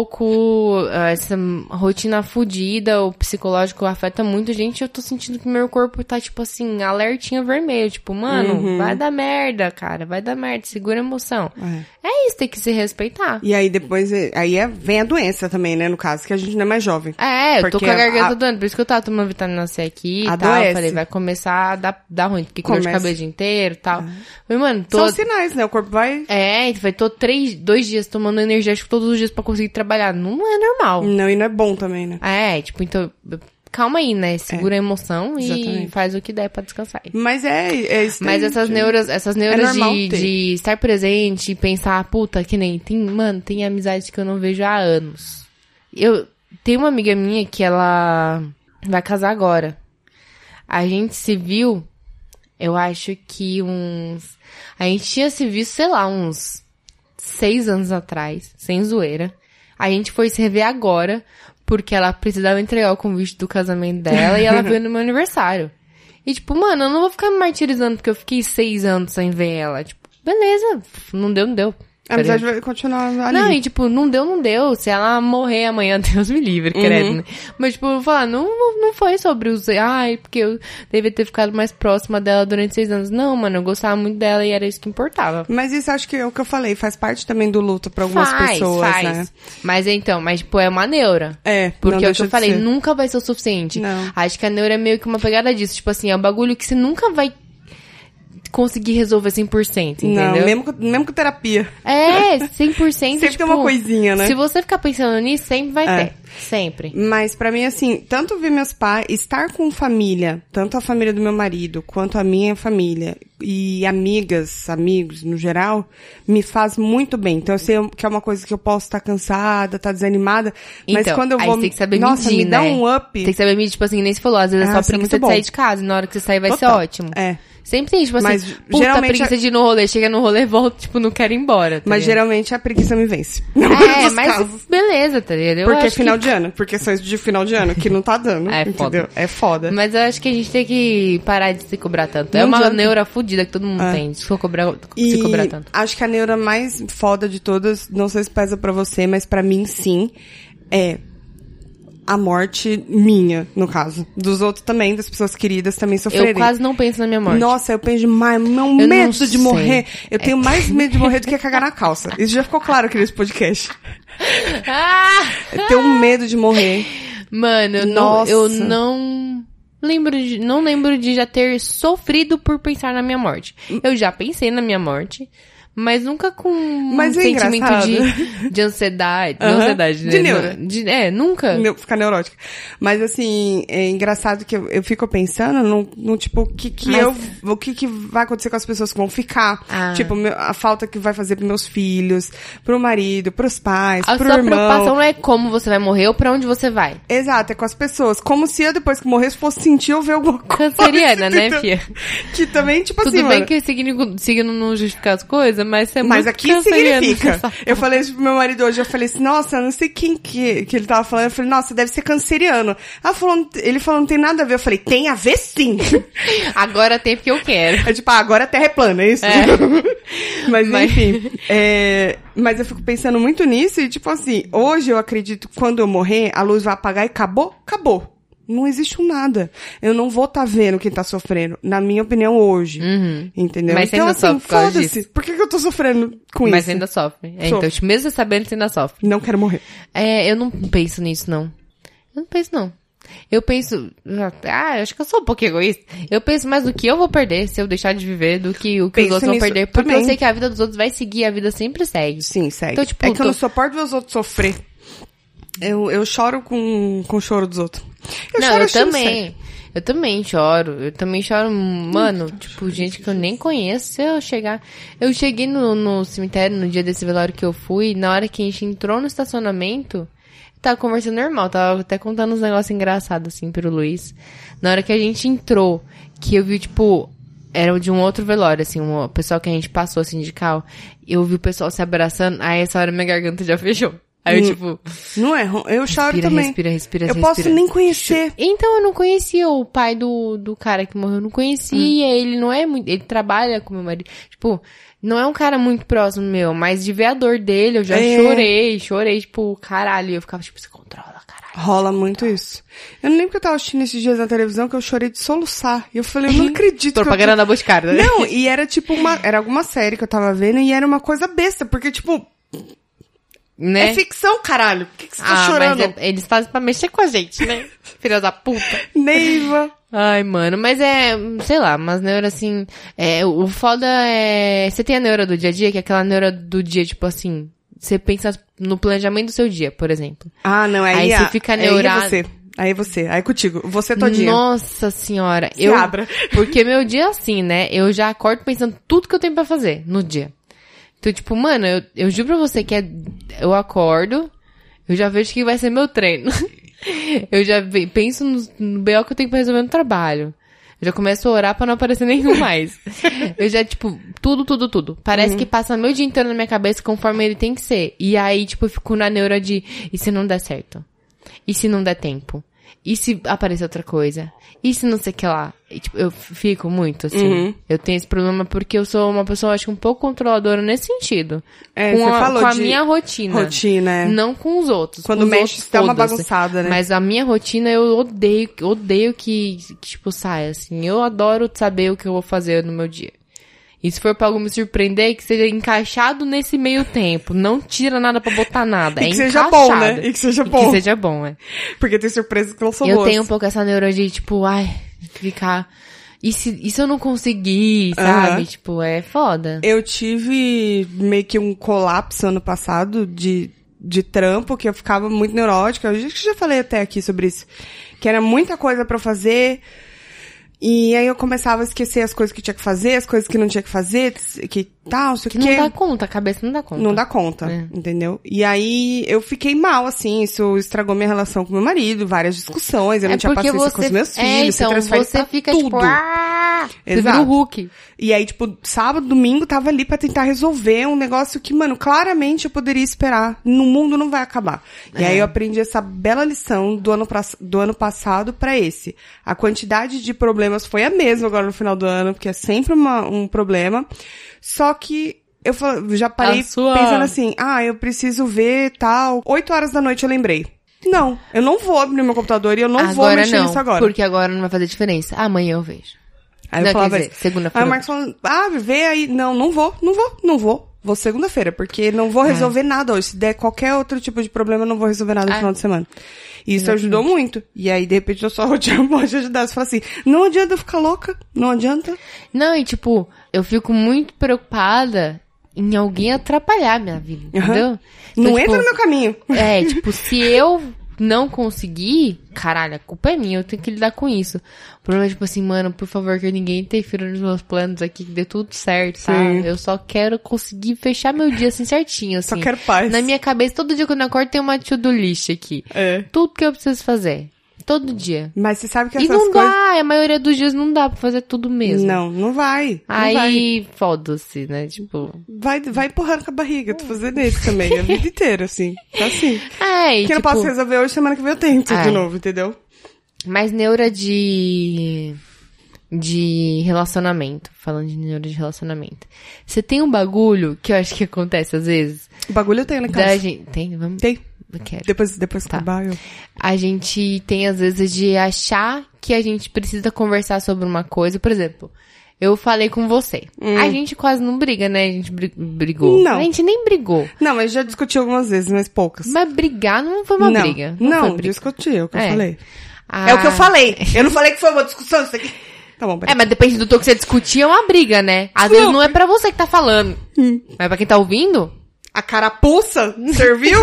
Speaker 1: pouco, ah, essa rotina fodida, o psicológico afeta muito, gente, eu tô sentindo que meu corpo tá, tipo assim, alertinho vermelho, tipo, mano,
Speaker 2: Uhum.
Speaker 1: vai dar merda, cara, vai dar merda, segura a emoção.
Speaker 2: É.
Speaker 1: É isso, tem que se respeitar.
Speaker 2: E aí depois, eh, aí é- vem a doença também, né? No caso, que a gente não é mais jovem.
Speaker 1: É, eu tô
Speaker 2: Porque
Speaker 1: com a garganta
Speaker 2: a-
Speaker 1: doendo, por isso que eu tava tomando vitamina C aqui e tal.
Speaker 2: Adoece.
Speaker 1: Eu falei, vai começar a dar, dar ruim, porque com dor de
Speaker 2: Começa. É.
Speaker 1: cabelo o dia inteiro e tal. Falei, mano, tô.
Speaker 2: São sinais, né? O corpo vai.
Speaker 1: É, então, falei, tô três, dois dias tomando energético todos os dias pra conseguir trabalhar. Não é normal.
Speaker 2: Não, e não é bom também, né?
Speaker 1: É, tipo, então, calma aí, né? Segura a emoção e
Speaker 2: É, Exatamente.
Speaker 1: faz o que der pra descansar.
Speaker 2: Mas é, é isso.
Speaker 1: Mas
Speaker 2: tem-
Speaker 1: essas neuras, essas neuras
Speaker 2: É normal
Speaker 1: de,
Speaker 2: ter.
Speaker 1: de estar presente e pensar, puta, que nem tem, mano, tem amizades que eu não vejo há anos. Eu tenho uma amiga minha que ela vai casar agora. A gente se viu, eu acho que uns. A gente tinha se visto, sei lá, uns seis anos atrás, sem zoeira. A gente foi se rever agora, porque ela precisava entregar o convite do casamento dela e ela veio no meu aniversário. E tipo, mano, eu não vou ficar me martirizando porque eu fiquei seis anos sem ver ela. Tipo, beleza, não deu, não deu.
Speaker 2: A amizade vai continuar ali.
Speaker 1: Não, e tipo, não deu, não deu. Se ela morrer amanhã, Deus me livre,
Speaker 2: Uhum.
Speaker 1: credo, né? Mas, tipo, eu vou falar, não, não foi sobre os. Ai, porque eu devia ter ficado mais próxima dela durante seis anos. Não, mano, eu gostava muito dela e era isso que importava.
Speaker 2: Mas isso acho que é o que eu falei, faz parte também do luto pra algumas
Speaker 1: faz,
Speaker 2: pessoas,
Speaker 1: faz.
Speaker 2: né?
Speaker 1: Mas então, mas, tipo, é uma neura.
Speaker 2: É, não
Speaker 1: Porque é o que
Speaker 2: deixa
Speaker 1: eu
Speaker 2: de
Speaker 1: falei,
Speaker 2: ser.
Speaker 1: nunca vai ser o suficiente.
Speaker 2: Não.
Speaker 1: Acho que a neura é meio que uma pegada disso. Tipo assim, é um bagulho que você nunca vai conseguir resolver 100%, entendeu?
Speaker 2: Não, mesmo, com- mesmo com terapia.
Speaker 1: É, 100%.
Speaker 2: Sempre
Speaker 1: tipo,
Speaker 2: tem uma coisinha, né?
Speaker 1: Se você ficar pensando nisso, sempre vai
Speaker 2: É.
Speaker 1: ter. Sempre.
Speaker 2: Mas pra mim, assim, tanto ver meus pais, estar com família, tanto a família do meu marido, quanto a minha família, e amigas, amigos no geral, me faz muito bem. Então eu sei que é uma coisa que eu posso estar cansada, estar desanimada, mas
Speaker 1: então,
Speaker 2: quando eu
Speaker 1: aí
Speaker 2: vou.
Speaker 1: você tem que saber
Speaker 2: nossa,
Speaker 1: medir,
Speaker 2: me dá
Speaker 1: né?
Speaker 2: um up.
Speaker 1: Tem que saber medir, tipo assim, nem você falou, às vezes é
Speaker 2: Ah,
Speaker 1: só
Speaker 2: isso é
Speaker 1: preguiça
Speaker 2: muito
Speaker 1: de sair
Speaker 2: bom.
Speaker 1: de casa, e na hora que você sair vai
Speaker 2: Total.
Speaker 1: ser ótimo.
Speaker 2: É.
Speaker 1: Sempre tem, tipo assim,
Speaker 2: Mas,
Speaker 1: puta
Speaker 2: geralmente,
Speaker 1: preguiça
Speaker 2: a-
Speaker 1: de ir no rolê, chega no rolê, volta, tipo, não quero ir embora. tá
Speaker 2: Mas
Speaker 1: ligado?
Speaker 2: geralmente a preguiça me vence.
Speaker 1: É, mas beleza, tá ligado? Eu
Speaker 2: Porque é
Speaker 1: acho
Speaker 2: final de ano, porque são de final de ano que não tá dando.
Speaker 1: É
Speaker 2: entendeu?
Speaker 1: foda.
Speaker 2: É foda.
Speaker 1: que... Mas eu acho que a gente tem que parar de se cobrar tanto. é
Speaker 2: Não
Speaker 1: uma
Speaker 2: adianta.
Speaker 1: neura fudida que todo mundo
Speaker 2: É.
Speaker 1: tem, de se cobrar,
Speaker 2: E
Speaker 1: se cobrar tanto.
Speaker 2: acho que a neura mais foda de todas, não sei se pesa pra você, mas pra mim sim, é a morte minha, no caso. Dos outros também, das pessoas queridas também sofrerem.
Speaker 1: Eu quase não penso na minha morte.
Speaker 2: Nossa, eu penso demais. Meu
Speaker 1: não
Speaker 2: medo de
Speaker 1: sei. É.
Speaker 2: morrer. Eu tenho mais medo de morrer do que cagar na calça. Isso já ficou claro aqui nesse podcast.
Speaker 1: Ah!
Speaker 2: Eu tenho um medo de morrer.
Speaker 1: Mano, eu não,
Speaker 2: Nossa.
Speaker 1: eu não lembro de, não lembro de já ter sofrido por pensar na minha morte. Eu já pensei na minha morte, mas nunca com
Speaker 2: Mas
Speaker 1: um
Speaker 2: é
Speaker 1: sentimento de,
Speaker 2: engraçado.
Speaker 1: de ansiedade, não
Speaker 2: Aham,
Speaker 1: ansiedade, né?
Speaker 2: de neura.
Speaker 1: Não, de- é, nunca.
Speaker 2: Neu- ficar neurótica. Mas assim, é engraçado que eu, eu fico pensando no, no, tipo, o que que
Speaker 1: Mas-
Speaker 2: eu, o que que vai acontecer com as pessoas que vão ficar.
Speaker 1: Ah.
Speaker 2: Tipo, meu- a falta que vai fazer pros meus filhos, pro marido, pros pais,
Speaker 1: A
Speaker 2: pro
Speaker 1: sua
Speaker 2: irmão.
Speaker 1: preocupação não é como você vai morrer ou pra onde você vai.
Speaker 2: Exato, é com as pessoas. Como se eu, depois que morresse, fosse sentir ou ver alguma coisa.
Speaker 1: Canceriana, né,
Speaker 2: entendeu?
Speaker 1: fia?
Speaker 2: Que também, tipo
Speaker 1: Tudo
Speaker 2: assim,
Speaker 1: bem
Speaker 2: mano,
Speaker 1: que signo, signo não justifica as coisas, mas você é
Speaker 2: Mas
Speaker 1: muito
Speaker 2: aqui
Speaker 1: canceriana.
Speaker 2: significa. Eu falei isso pro meu marido hoje, eu falei assim, nossa, eu não sei quem que, que ele tava falando. Eu falei, nossa, deve ser canceriano. Ela falou, ele falou, não tem nada a ver. Eu falei, tem a ver sim.
Speaker 1: Agora tem porque eu quero.
Speaker 2: É tipo, ah, agora a Terra é plana, é isso?
Speaker 1: É.
Speaker 2: mas,
Speaker 1: Mas-
Speaker 2: enfim. é, mas eu fico pensando muito nisso e, tipo assim, hoje eu acredito que quando eu morrer, a luz vai apagar e acabou, acabou. Não existe um nada. Eu não vou estar vendo quem tá sofrendo, na minha opinião, hoje. Entendeu?
Speaker 1: Uhum. Mas você
Speaker 2: então,
Speaker 1: ainda
Speaker 2: assim,
Speaker 1: sofre por causa
Speaker 2: foda-se. Por que, que eu tô sofrendo com
Speaker 1: Mas
Speaker 2: isso?
Speaker 1: você ainda sofre. É,
Speaker 2: Sofre.
Speaker 1: então, mesmo você sabendo, você ainda sofre.
Speaker 2: Não quero morrer.
Speaker 1: É, eu não penso nisso, não. Eu não penso, não. Eu penso. Ah, eu acho que eu sou um pouco egoísta. Eu penso mais do que eu vou perder se eu deixar de viver do que o que os
Speaker 2: Penso
Speaker 1: outros vão
Speaker 2: nisso
Speaker 1: perder. Porque eu
Speaker 2: também.
Speaker 1: sei que a vida dos outros vai seguir, a vida sempre segue.
Speaker 2: Sim, segue.
Speaker 1: Então, tipo,
Speaker 2: é que
Speaker 1: tô-
Speaker 2: eu não suporto ver os outros sofrer. Eu, eu choro com, com o choro dos outros. Eu
Speaker 1: não,
Speaker 2: choro
Speaker 1: eu
Speaker 2: achando
Speaker 1: também.
Speaker 2: sério.
Speaker 1: Eu também choro. Eu também choro, mano, tipo, gente que eu nem conheço. Se eu chegar. Eu cheguei no, no cemitério no dia desse velório que eu fui, na hora que a gente entrou no estacionamento, eu tava conversando normal, tava até contando uns negócios engraçados, assim, pro Luiz. Na hora que a gente entrou, que eu vi, tipo, era de um outro velório, assim, um pessoal que a gente passou, sindical, eu vi o pessoal se abraçando, aí essa hora minha garganta já fechou. Aí eu, tipo,
Speaker 2: Não é? ru- Eu choro
Speaker 1: Respira,
Speaker 2: também.
Speaker 1: respira, respira,
Speaker 2: Eu
Speaker 1: respira.
Speaker 2: posso nem conhecer.
Speaker 1: Então eu não conhecia o pai do, do cara que morreu, eu não conhecia, ele não é muito, ele trabalha com meu marido, tipo, não é um cara muito próximo meu, mas de ver a dor dele, eu já
Speaker 2: É.
Speaker 1: chorei, chorei, tipo, caralho, e eu ficava tipo, se controla, caralho.
Speaker 2: Rola muito isso. Eu não lembro que eu tava assistindo esses dias na televisão que eu chorei de soluçar. E eu falei, eu não acredito. que eu tô-
Speaker 1: Propaganda da Boticário, né?
Speaker 2: Não, e era tipo uma. Era alguma série que eu tava vendo e era uma coisa besta, porque, tipo, é,
Speaker 1: né?
Speaker 2: ficção, caralho. Por que, que você tá
Speaker 1: ah,
Speaker 2: chorando?
Speaker 1: mas é- eles fazem pra mexer com a gente, né? Filha da puta.
Speaker 2: Neiva.
Speaker 1: Ai, mano, mas é, sei lá, mas neura assim, é, o foda é, você tem a neura do dia a dia, que é aquela neura do dia, tipo assim, você pensa no planejamento do seu dia, por exemplo.
Speaker 2: Ah, não, aí,
Speaker 1: Aí você
Speaker 2: a-
Speaker 1: fica
Speaker 2: Aí
Speaker 1: neurado.
Speaker 2: é você. Aí é você. Aí é contigo. Você todinha.
Speaker 1: Nossa senhora.
Speaker 2: Se
Speaker 1: eu,
Speaker 2: abra.
Speaker 1: Porque meu dia é assim, né? Eu já acordo pensando tudo que eu tenho pra fazer no dia. Então, tipo, mano, eu, eu juro pra você que é, eu acordo, eu já vejo que vai ser meu treino. eu já ve- penso no, no BO que eu tenho pra resolver no trabalho. Eu já começo a orar pra não aparecer nenhum mais. eu já, tipo, tudo, tudo, tudo. Parece
Speaker 2: Uhum.
Speaker 1: que passa meu dia inteiro na minha cabeça conforme ele tem que ser. E aí, tipo, eu fico na neura de, e se não der certo? E se não der tempo? E se aparecer outra coisa? E se não sei o que lá? E, tipo, eu fico muito, assim.
Speaker 2: Uhum.
Speaker 1: Eu tenho esse problema porque eu sou uma pessoa, acho que um pouco controladora nesse sentido.
Speaker 2: É,
Speaker 1: com
Speaker 2: você
Speaker 1: a,
Speaker 2: falou
Speaker 1: com a
Speaker 2: de
Speaker 1: minha rotina. Hum.
Speaker 2: rotina, é.
Speaker 1: Não com os outros.
Speaker 2: Quando
Speaker 1: Com os
Speaker 2: mexe,
Speaker 1: outros,
Speaker 2: dá uma
Speaker 1: foda-se.
Speaker 2: bagunçada, né?
Speaker 1: Mas a minha rotina eu odeio, odeio que, que, tipo, saia, assim. Eu adoro saber o que eu vou fazer no meu dia. E se for pra algo me surpreender, que seja encaixado nesse meio tempo. Não tira nada pra botar nada.
Speaker 2: E
Speaker 1: é
Speaker 2: que seja
Speaker 1: encaixado.
Speaker 2: bom, né? E que seja bom.
Speaker 1: que seja bom, é.
Speaker 2: Porque tem surpresas que não são
Speaker 1: Eu
Speaker 2: boas.
Speaker 1: tenho um pouco essa neura de, tipo, ai, ficar... E se, e se eu não conseguir, sabe?
Speaker 2: Aham.
Speaker 1: Tipo, é foda.
Speaker 2: Eu tive meio que um colapso ano passado de, de trampo, que eu ficava muito neurótica. Eu acho que já falei até aqui sobre isso. Que era muita coisa pra eu fazer. E aí eu começava a esquecer as coisas que eu tinha que fazer, as coisas que não tinha que fazer, que tal, não sei o
Speaker 1: Que
Speaker 2: que.
Speaker 1: não dá conta, a cabeça não dá conta.
Speaker 2: Não dá conta,
Speaker 1: É.
Speaker 2: entendeu? E aí eu fiquei mal, assim, isso estragou minha relação com meu marido, várias discussões, eu não tinha
Speaker 1: É porque
Speaker 2: paciência com os meus filhos,
Speaker 1: é, então,
Speaker 2: se transfere
Speaker 1: você
Speaker 2: pra
Speaker 1: fica
Speaker 2: tudo.
Speaker 1: tipo, ah, você vira o
Speaker 2: Exato.
Speaker 1: Hulk.
Speaker 2: E aí, tipo, sábado, domingo, tava ali pra tentar resolver um negócio que, mano, claramente eu poderia esperar. No mundo não vai acabar. E
Speaker 1: É.
Speaker 2: aí eu aprendi essa bela lição do ano, pra, do ano passado pra esse. A quantidade de problemas foi a mesma agora no final do ano, porque é sempre uma- um problema. Só que eu fa- já parei
Speaker 1: A sua-
Speaker 2: pensando assim, ah, eu preciso ver tal. Oito horas da noite eu lembrei. Não, eu não vou abrir meu computador e eu não vou
Speaker 1: agora
Speaker 2: mexer
Speaker 1: não,
Speaker 2: nisso agora.
Speaker 1: porque agora não vai fazer diferença. Amanhã eu vejo.
Speaker 2: Aí
Speaker 1: Não,
Speaker 2: eu falava
Speaker 1: quer dizer,
Speaker 2: isso.
Speaker 1: segunda-feira.
Speaker 2: Aí o Marcos falando, ah, vê aí. Não, não vou, não vou, não vou. Vou segunda-feira, porque não
Speaker 1: É.
Speaker 2: vou resolver nada hoje. Se der qualquer outro tipo de problema, eu não vou resolver nada no
Speaker 1: Ah.
Speaker 2: final de semana. E isso ajudou muito. E aí, de repente, eu só rodeava um monte de ajudar. Você fala assim, não adianta eu ficar louca, não adianta.
Speaker 1: Não, e tipo, eu fico muito preocupada em alguém atrapalhar minha vida, entendeu? Então,
Speaker 2: Não
Speaker 1: tipo,
Speaker 2: entra no meu caminho.
Speaker 1: É, tipo, se eu não conseguir, caralho, a culpa é minha, eu tenho que lidar com isso. O problema é, tipo assim, mano, por favor, que ninguém interfira nos meus planos aqui, que dê tudo certo, tá?
Speaker 2: Sim.
Speaker 1: Eu só quero conseguir fechar meu dia assim certinho, assim.
Speaker 2: Só quero paz.
Speaker 1: Na minha cabeça, todo dia quando eu acordo tem uma to-do list aqui.
Speaker 2: É.
Speaker 1: Tudo que eu preciso fazer. Todo dia.
Speaker 2: Mas você sabe que
Speaker 1: E
Speaker 2: essas
Speaker 1: não
Speaker 2: coisas...
Speaker 1: dá, a maioria dos dias não dá pra fazer tudo mesmo.
Speaker 2: Não, não vai. Não vai.
Speaker 1: Aí, foda-se, né? Tipo.
Speaker 2: Vai, vai empurrando com a barriga. Eu tô fazendo isso também. A vida inteira, assim. Tá assim.
Speaker 1: É, e,
Speaker 2: que eu não
Speaker 1: tipo,
Speaker 2: posso resolver hoje, semana que vem eu tento
Speaker 1: É.
Speaker 2: de novo, entendeu?
Speaker 1: Mas neura de. De relacionamento. Falando de neura de relacionamento. Você tem um bagulho que eu acho que acontece às vezes.
Speaker 2: O bagulho eu tenho na
Speaker 1: Da
Speaker 2: casa.
Speaker 1: gente. Tem? Vamos.
Speaker 2: Tem.
Speaker 1: Eu quero.
Speaker 2: Depois, depois que
Speaker 1: Tá.
Speaker 2: acabar, eu...
Speaker 1: A gente tem, às vezes, de achar que a gente precisa conversar sobre uma coisa. Por exemplo, eu falei com você. A gente quase não briga, né? A gente bri- brigou.
Speaker 2: Hum. Não.
Speaker 1: A gente nem brigou.
Speaker 2: Não, mas já discuti algumas vezes, mas poucas.
Speaker 1: Mas brigar não foi uma
Speaker 2: não,
Speaker 1: briga.
Speaker 2: Não,
Speaker 1: foi briga.
Speaker 2: discuti, é o que
Speaker 1: É.
Speaker 2: eu falei.
Speaker 1: Ah,
Speaker 2: É o que eu falei. Eu não falei que foi uma discussão isso aqui. Tá bom,
Speaker 1: É,
Speaker 2: peraí.
Speaker 1: mas depende do tom que você discutir, é uma briga, né? Às vezes não é pra você que tá falando.
Speaker 2: Hum.
Speaker 1: Mas pra quem tá ouvindo.
Speaker 2: A carapuça serviu?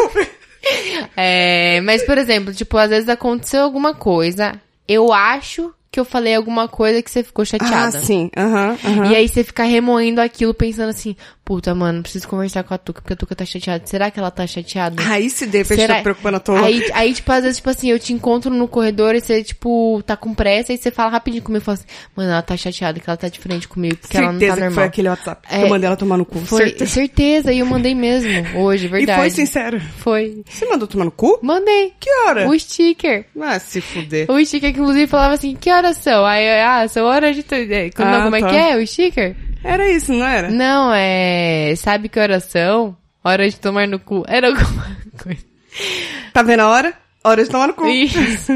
Speaker 1: É, mas, por exemplo, tipo, às vezes aconteceu alguma coisa. Eu acho que eu falei alguma coisa que você ficou É
Speaker 2: ah,
Speaker 1: chateada.
Speaker 2: sim. Aham, aham.
Speaker 1: E aí você fica remoendo aquilo pensando assim, puta, mano, preciso conversar com a Tuca, porque a Tuca tá chateada. Será que ela tá chateada?
Speaker 2: Aí se de repente
Speaker 1: Será-
Speaker 2: Ah, tá preocupando à toa.
Speaker 1: Aí, aí, tipo, às vezes, tipo assim, eu te encontro no corredor e você, tipo, tá com pressa e você fala rapidinho comigo e fala assim, mano, ela tá chateada, que ela tá diferente comigo, porque ela não tá
Speaker 2: certeza
Speaker 1: normal.
Speaker 2: que foi aquele WhatsApp que
Speaker 1: É,
Speaker 2: eu mandei ela tomar no cu.
Speaker 1: Foi, certeza.
Speaker 2: certeza.
Speaker 1: e eu mandei mesmo, hoje, verdade.
Speaker 2: E foi sincero.
Speaker 1: Foi.
Speaker 2: Você mandou tomar no cu?
Speaker 1: Mandei.
Speaker 2: Que hora?
Speaker 1: O sticker.
Speaker 2: Ah, se fuder.
Speaker 1: O sticker que inclusive falava assim, que horas são? Aí, eu, ah, são horas de... tu- é, Como, não,
Speaker 2: Ah,
Speaker 1: como é
Speaker 2: tá.
Speaker 1: que é o sticker?
Speaker 2: Era isso, não era?
Speaker 1: Não, é... Sabe que horas são? Hora de tomar no cu. Era alguma coisa.
Speaker 2: Tá vendo a hora? Hora de tomar no cu.
Speaker 1: Isso.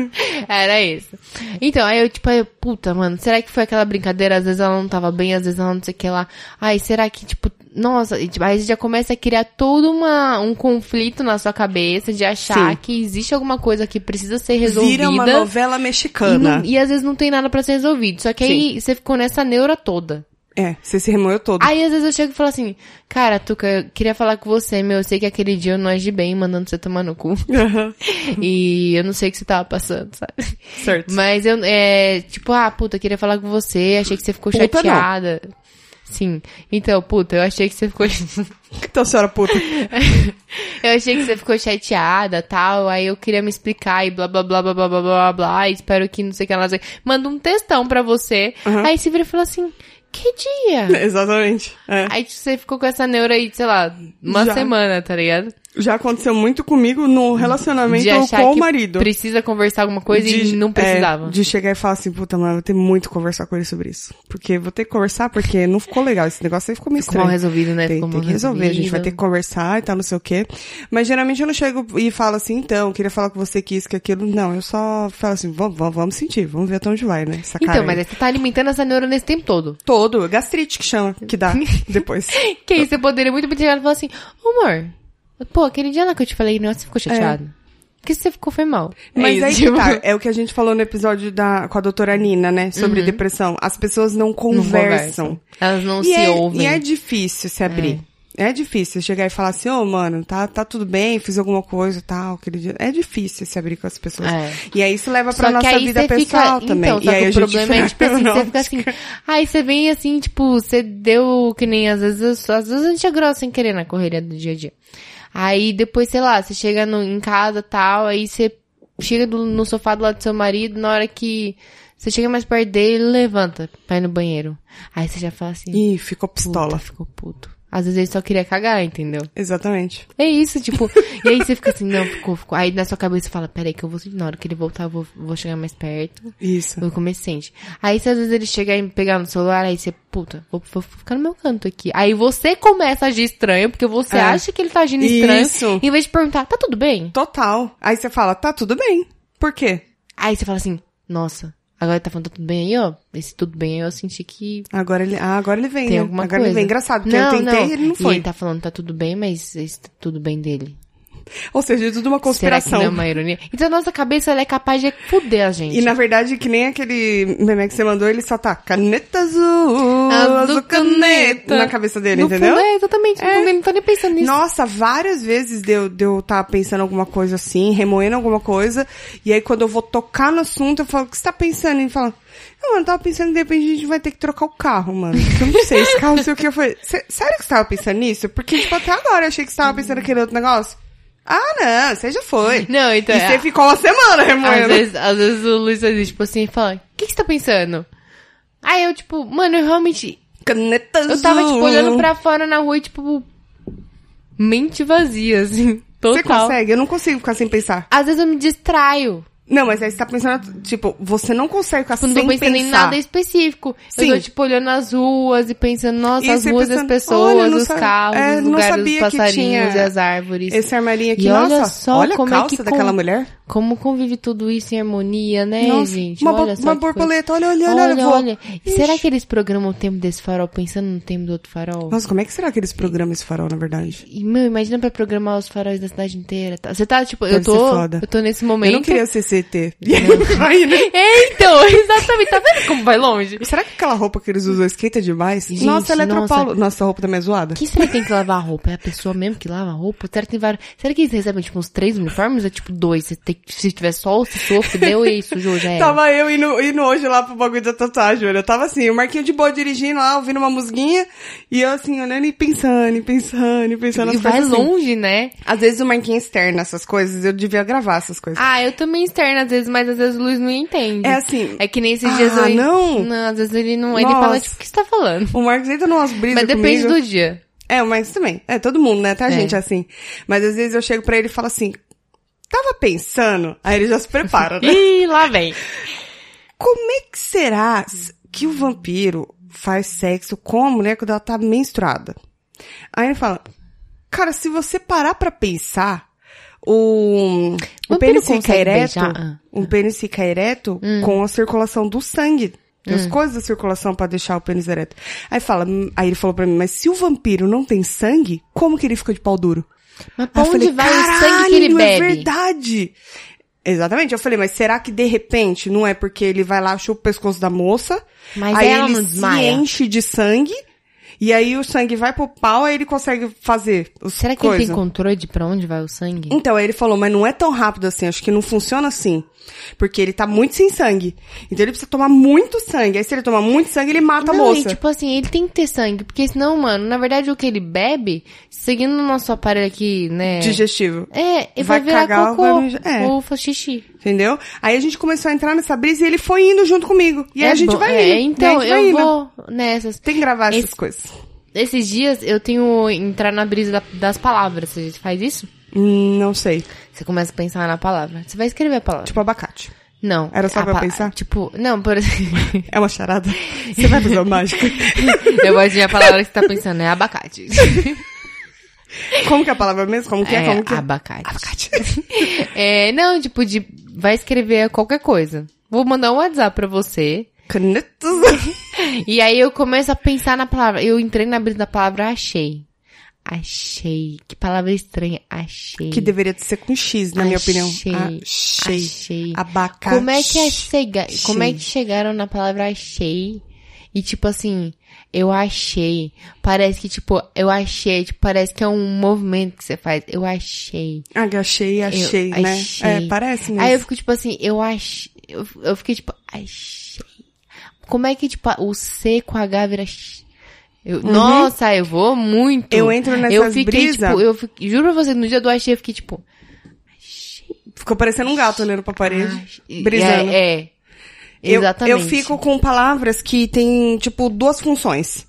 Speaker 1: Era isso. Então, aí eu, tipo, aí eu, puta, mano, será que foi aquela brincadeira? Às vezes ela não tava bem, às vezes ela não sei o que lá. Ai, será que, tipo, nossa, e, tipo, aí você já começa a criar todo uma, um conflito na sua cabeça de achar
Speaker 2: Sim.
Speaker 1: que existe alguma coisa que precisa ser resolvida.
Speaker 2: Vira uma novela
Speaker 1: E, não-
Speaker 2: mexicana.
Speaker 1: e às vezes não tem nada pra ser resolvido. Só que aí você ficou nessa neura toda.
Speaker 2: É, você se remoeu todo.
Speaker 1: Aí às vezes eu chego e falo assim, cara, Tuca, eu queria falar com você, meu, eu sei que aquele dia eu não agi bem mandando você tomar no cu.
Speaker 2: Aham.
Speaker 1: e eu não sei o que você tava passando, sabe?
Speaker 2: Certo.
Speaker 1: Mas eu, é, tipo, ah, puta, eu queria falar com você, achei que você ficou
Speaker 2: Puta, não.
Speaker 1: chateada. Sim. Então, puta, eu achei que você ficou.
Speaker 2: Então, senhora puta.
Speaker 1: eu achei que você ficou chateada tal. Aí eu queria me explicar e blá blá blá blá blá blá blá blá. e espero que não sei o que ela. Manda um textão pra você.
Speaker 2: Uhum.
Speaker 1: Aí você vira e fala assim: Que dia?
Speaker 2: Exatamente. É.
Speaker 1: Aí tipo, você ficou com essa neura aí, sei lá, uma
Speaker 2: Já.
Speaker 1: semana, tá ligado?
Speaker 2: Já aconteceu muito comigo no relacionamento
Speaker 1: De achar
Speaker 2: com o
Speaker 1: que
Speaker 2: marido.
Speaker 1: precisa conversar alguma coisa e não
Speaker 2: é,
Speaker 1: precisava.
Speaker 2: de chegar e falar assim, puta, mas eu vou ter muito que conversar com ele sobre isso. Porque vou ter que conversar porque não ficou legal. Esse negócio aí ficou meio
Speaker 1: Ficou mal
Speaker 2: estranho.
Speaker 1: resolvido, né?
Speaker 2: Tem,
Speaker 1: Ficou
Speaker 2: tem
Speaker 1: mal
Speaker 2: que resolver, a gente vai
Speaker 1: resolvido.
Speaker 2: ter que conversar e tal, não sei o quê. Mas geralmente eu não chego e falo assim, então, eu queria falar com você que isso, que aquilo. Não, eu só falo assim, vamos, vamos, vamos sentir, vamos ver até onde vai, né? Essa cara
Speaker 1: Então,
Speaker 2: aí.
Speaker 1: mas aí você tá alimentando essa neura nesse tempo todo.
Speaker 2: todo, gastrite que chama, que dá depois.
Speaker 1: Que aí você poderia muito bem chegar e falar assim, "Ô, amor, pô, aquele dia lá que eu te falei, nossa, você ficou chateado. Porque você ficou foi mal.
Speaker 2: É. Mas
Speaker 1: é
Speaker 2: aí
Speaker 1: isso,
Speaker 2: que
Speaker 1: tipo,
Speaker 2: tá, é o que a gente falou no episódio da, com a doutora Nina, né? Sobre depressão. As pessoas não conversam.
Speaker 1: Elas Uhum. não
Speaker 2: e
Speaker 1: se
Speaker 2: é,
Speaker 1: ouvem.
Speaker 2: E é difícil se abrir. É, difícil chegar e falar assim, ô mano, tá, tá tudo bem, fiz alguma coisa e tal, aquele dia. É difícil se abrir com as pessoas.
Speaker 1: É.
Speaker 2: E aí isso leva pra
Speaker 1: Só que
Speaker 2: nossa
Speaker 1: aí
Speaker 2: vida
Speaker 1: você
Speaker 2: pessoal
Speaker 1: fica...
Speaker 2: também.
Speaker 1: Então,
Speaker 2: e
Speaker 1: só
Speaker 2: aí
Speaker 1: que
Speaker 2: a
Speaker 1: o
Speaker 2: gente
Speaker 1: problema é, tipo assim, você fica assim... Aí você vem assim, tipo, você deu... Que nem às vezes... eu sou- Às vezes a gente é grossa sem querer na correria do dia a dia. Aí depois, sei lá, você chega no, em casa tal, aí você chega do- no sofá do lado do seu marido, na hora que você chega mais perto dele, ele levanta pra ir no banheiro. Aí você já fala assim...
Speaker 2: Ih, ficou pistola.
Speaker 1: Puta, ficou puto. Às vezes ele só queria cagar, entendeu?
Speaker 2: Exatamente.
Speaker 1: É isso, tipo. e aí você fica assim, não, ficou, ficou. Aí na sua cabeça você fala, peraí, que eu vou sentir. Na hora que ele voltar, eu vou, vou chegar mais perto.
Speaker 2: Isso.
Speaker 1: Vou comer sente. Aí se às vezes ele chegar e me pegar no celular, aí você, puta, vou, vou ficar no meu canto aqui. Aí você começa a agir estranho, porque você
Speaker 2: É.
Speaker 1: acha que ele tá agindo estranho.
Speaker 2: Isso.
Speaker 1: Em vez de perguntar, tá tudo bem?
Speaker 2: Total. Aí você fala, tá tudo bem. Por quê?
Speaker 1: Aí você fala assim, nossa, agora tá falando tá tudo bem aí, ó. Esse tudo bem aí eu senti que
Speaker 2: Agora ele, ah, agora ele vem.
Speaker 1: tem
Speaker 2: né?
Speaker 1: alguma
Speaker 2: agora
Speaker 1: coisa.
Speaker 2: ele vem. Engraçado, porque eu tentei e ele não
Speaker 1: E
Speaker 2: foi.
Speaker 1: ele tá falando, tá tudo bem, mas esse tá tudo bem dele.
Speaker 2: Ou seja, é tudo uma
Speaker 1: Será
Speaker 2: conspiração.
Speaker 1: que não é uma ironia? Então a nossa cabeça ela é capaz de fuder a gente.
Speaker 2: E na verdade, que nem aquele meme que você mandou, ele só tá caneta azul,
Speaker 1: Azul
Speaker 2: azul
Speaker 1: caneta.
Speaker 2: caneta na cabeça dele,
Speaker 1: no
Speaker 2: entendeu?
Speaker 1: Fundo, é, exatamente. No
Speaker 2: É.
Speaker 1: fundo, ele não tá nem pensando nisso.
Speaker 2: Nossa, várias vezes deu deu tá pensando alguma coisa assim, remoendo alguma coisa, e aí quando eu vou tocar no assunto, eu falo, o que você tá pensando? Ele fala, não, mano, eu tava pensando que de repente a gente vai ter que trocar o carro, mano. Porque Eu não sei, esse carro, não sei o que. Eu falei, "Sé- sério que você tava pensando nisso? Porque, tipo, até agora eu achei que você tava pensando naquele outro negócio. Ah, não, você já foi.
Speaker 1: Não, então
Speaker 2: E
Speaker 1: é-
Speaker 2: você ficou uma semana
Speaker 1: Às
Speaker 2: remoendo.
Speaker 1: vezes, às vezes o Luiz faz isso, tipo assim, e fala, o que que você tá pensando? Aí eu, tipo, mano, eu realmente...
Speaker 2: Caneta azul.
Speaker 1: Eu tava, tipo, olhando pra fora na rua e, tipo, mente vazia, assim, total.
Speaker 2: Você consegue? Eu não consigo ficar sem pensar.
Speaker 1: Às vezes eu me distraio.
Speaker 2: Não, mas aí você tá pensando, tipo, você não consegue ficar
Speaker 1: Tipo, não tô
Speaker 2: sem
Speaker 1: pensando
Speaker 2: pensar.
Speaker 1: em nada específico.
Speaker 2: Sim.
Speaker 1: Eu tô, tipo, olhando as ruas e pensando, nossa,
Speaker 2: E
Speaker 1: as
Speaker 2: você
Speaker 1: ruas
Speaker 2: pensando,
Speaker 1: das pessoas,
Speaker 2: olha, não
Speaker 1: os
Speaker 2: sa-
Speaker 1: carros,
Speaker 2: é,
Speaker 1: os
Speaker 2: não
Speaker 1: lugares
Speaker 2: sabia
Speaker 1: dos
Speaker 2: que
Speaker 1: passarinhos e
Speaker 2: tinha
Speaker 1: as árvores.
Speaker 2: Esse armarinho aqui,
Speaker 1: E
Speaker 2: nossa,
Speaker 1: olha só
Speaker 2: olha
Speaker 1: como
Speaker 2: a
Speaker 1: é
Speaker 2: calça
Speaker 1: que
Speaker 2: daquela
Speaker 1: com-
Speaker 2: mulher.
Speaker 1: Como convive tudo isso em harmonia, né,
Speaker 2: Nossa,
Speaker 1: gente?
Speaker 2: uma, bo-
Speaker 1: olha só
Speaker 2: uma
Speaker 1: que
Speaker 2: borboleta, olha, olha,
Speaker 1: coisa.
Speaker 2: olha, eu
Speaker 1: Olha,
Speaker 2: vou-
Speaker 1: olha. E
Speaker 2: Ixi.
Speaker 1: Será que eles programam o tempo desse farol pensando no tempo do outro farol?
Speaker 2: Nossa, como é que será que eles programam esse farol, na verdade?
Speaker 1: E, meu, imagina pra programar os faróis da cidade inteira. tá? Você tá, tipo, eu
Speaker 2: Deve ser
Speaker 1: tô.
Speaker 2: foda.
Speaker 1: Eu tô nesse momento.
Speaker 2: Eu não queria ser CT. E aí eu caí, né?
Speaker 1: É, então, exatamente. Tá vendo como vai longe?
Speaker 2: Será que aquela roupa que eles usam é esquenta demais?
Speaker 1: Gente,
Speaker 2: nossa, Eletropaulo.
Speaker 1: nossa.
Speaker 2: Nossa. a roupa também é zoada.
Speaker 1: Quem será que tem que lavar a roupa? É a pessoa mesmo que lava a roupa? Será que tem vários. Será que eles recebem, tipo, uns três uniformes? É tipo dois. Se, tem- se tiver sol, se sofre, se deu e sujou, já era.
Speaker 2: Tava eu indo, indo hoje lá pro bagulho da tatuagem, olha. Eu tava assim, o Marquinho de boa dirigindo lá, ouvindo uma musguinha, e eu assim, olhando e pensando, e pensando, e pensando.
Speaker 1: e
Speaker 2: as
Speaker 1: vai
Speaker 2: coisas assim.
Speaker 1: longe, né?
Speaker 2: Às vezes o Marquinho externa essas coisas, eu devia gravar essas coisas.
Speaker 1: Ah, eu também externo às vezes, mas às vezes o Luiz não entende.
Speaker 2: É assim,
Speaker 1: É que nem esses dias
Speaker 2: ah,
Speaker 1: eu.
Speaker 2: não?
Speaker 1: Não, às vezes ele não. Ele
Speaker 2: Nossa.
Speaker 1: fala, tipo, o que você tá falando?
Speaker 2: O Marcos entra numas brisas
Speaker 1: Mas depende
Speaker 2: comigo.
Speaker 1: do dia.
Speaker 2: É, o Marcos também. É, todo mundo, né? Até a
Speaker 1: É.
Speaker 2: gente é assim. Mas às vezes eu chego pra ele e falo assim, tava pensando, aí ele já se prepara, né?
Speaker 1: Ih, lá vem.
Speaker 2: Como é que será que o vampiro faz sexo com a mulher quando ela tá menstruada? Aí ele fala, cara, se você parar pra pensar, o, o
Speaker 1: Vampiro
Speaker 2: pênis fica
Speaker 1: consegue
Speaker 2: ereto,
Speaker 1: beijar? Ah. Hum.
Speaker 2: o pênis fica ereto com a circulação do sangue. Tem as coisas da circulação pra deixar o pênis ereto. Aí fala, hum, aí ele falou pra mim, mas se o vampiro não tem sangue, como que ele fica de pau duro?
Speaker 1: Mas
Speaker 2: Aí
Speaker 1: pra
Speaker 2: eu
Speaker 1: onde
Speaker 2: falei,
Speaker 1: vai o sangue que ele
Speaker 2: "Caralho,
Speaker 1: bebe?
Speaker 2: É verdade. Exatamente. Eu falei, mas será que de repente não é porque ele vai lá, chupa o pescoço da moça,
Speaker 1: Mas
Speaker 2: aí
Speaker 1: ela
Speaker 2: ele
Speaker 1: não
Speaker 2: se
Speaker 1: desmaia?
Speaker 2: enche de sangue E aí o sangue vai pro pau, aí ele consegue fazer os
Speaker 1: Será que
Speaker 2: coisa.
Speaker 1: ele tem controle de pra onde vai o sangue?
Speaker 2: Então, aí ele falou, mas não é tão rápido assim, acho que não funciona assim. Porque ele tá muito sem sangue. Então ele precisa tomar muito sangue. Aí se ele tomar muito sangue, ele mata a
Speaker 1: não,
Speaker 2: tá moça.
Speaker 1: e tipo assim, ele tem que ter sangue, porque senão, mano, na verdade o que ele bebe, seguindo o nosso aparelho aqui, né?
Speaker 2: Digestivo.
Speaker 1: É, ele
Speaker 2: Vai
Speaker 1: vai, virar
Speaker 2: cagar,
Speaker 1: cocô,
Speaker 2: vai mijar- é.
Speaker 1: ou faz xixi.
Speaker 2: Entendeu? Aí a gente começou a entrar nessa brisa e ele foi indo junto comigo. E aí a gente
Speaker 1: bom-
Speaker 2: vai indo.
Speaker 1: É,
Speaker 2: E a
Speaker 1: então,
Speaker 2: gente vai
Speaker 1: eu
Speaker 2: indo.
Speaker 1: vou nessas.
Speaker 2: Tem que gravar essas
Speaker 1: Esse-
Speaker 2: coisas.
Speaker 1: Esses dias eu tenho entrar na brisa da- das palavras. Você faz isso?
Speaker 2: Hum, não sei.
Speaker 1: Você começa a pensar na palavra. Você vai escrever a palavra.
Speaker 2: Tipo abacate.
Speaker 1: não.
Speaker 2: era só
Speaker 1: a
Speaker 2: pra eu
Speaker 1: pa-
Speaker 2: pensar?
Speaker 1: Tipo, não, por exemplo.
Speaker 2: É uma charada. Você vai fazer uma mágica.
Speaker 1: eu gosto de a palavra que você tá pensando, é abacate.
Speaker 2: Como que é a palavra mesmo? Como que é? Como que é?
Speaker 1: abacate.
Speaker 2: Abacate.
Speaker 1: É, não, tipo, de. Vai escrever qualquer coisa. Vou mandar um WhatsApp pra você.
Speaker 2: Canetas.
Speaker 1: E aí eu começo a pensar na palavra. Eu entrei na brisa da palavra achei. Achei. Que palavra estranha. Achei.
Speaker 2: Que deveria ser com X, na minha opinião.
Speaker 1: Achei.
Speaker 2: Achei.
Speaker 1: Achei.
Speaker 2: Abacate.
Speaker 1: Como é que é chega... Como é
Speaker 2: Achei.
Speaker 1: que chegaram na palavra achei? E tipo assim, eu achei. Parece que tipo, eu achei, tipo, parece que é um movimento que você faz. Eu achei.
Speaker 2: Agachei, Ah, achei,
Speaker 1: Eu
Speaker 2: né?
Speaker 1: achei.
Speaker 2: É, parece mesmo.
Speaker 1: Aí eu fico tipo assim, eu achei. Eu, eu fiquei tipo, achei. Como é que tipo, o C com H vira. ch- Eu, Nossa, eu vou muito.
Speaker 2: Uhum. Eu entro nessas
Speaker 1: eu fiquei,
Speaker 2: brisa.
Speaker 1: Tipo, eu fiquei, juro pra você, no dia do achei, eu fiquei tipo.
Speaker 2: Ficou parecendo um gato olhando pra parede,
Speaker 1: "Achei".
Speaker 2: brisando.
Speaker 1: É, é.
Speaker 2: Eu-
Speaker 1: Exatamente.
Speaker 2: Eu, fico com palavras que têm, tipo, duas funções.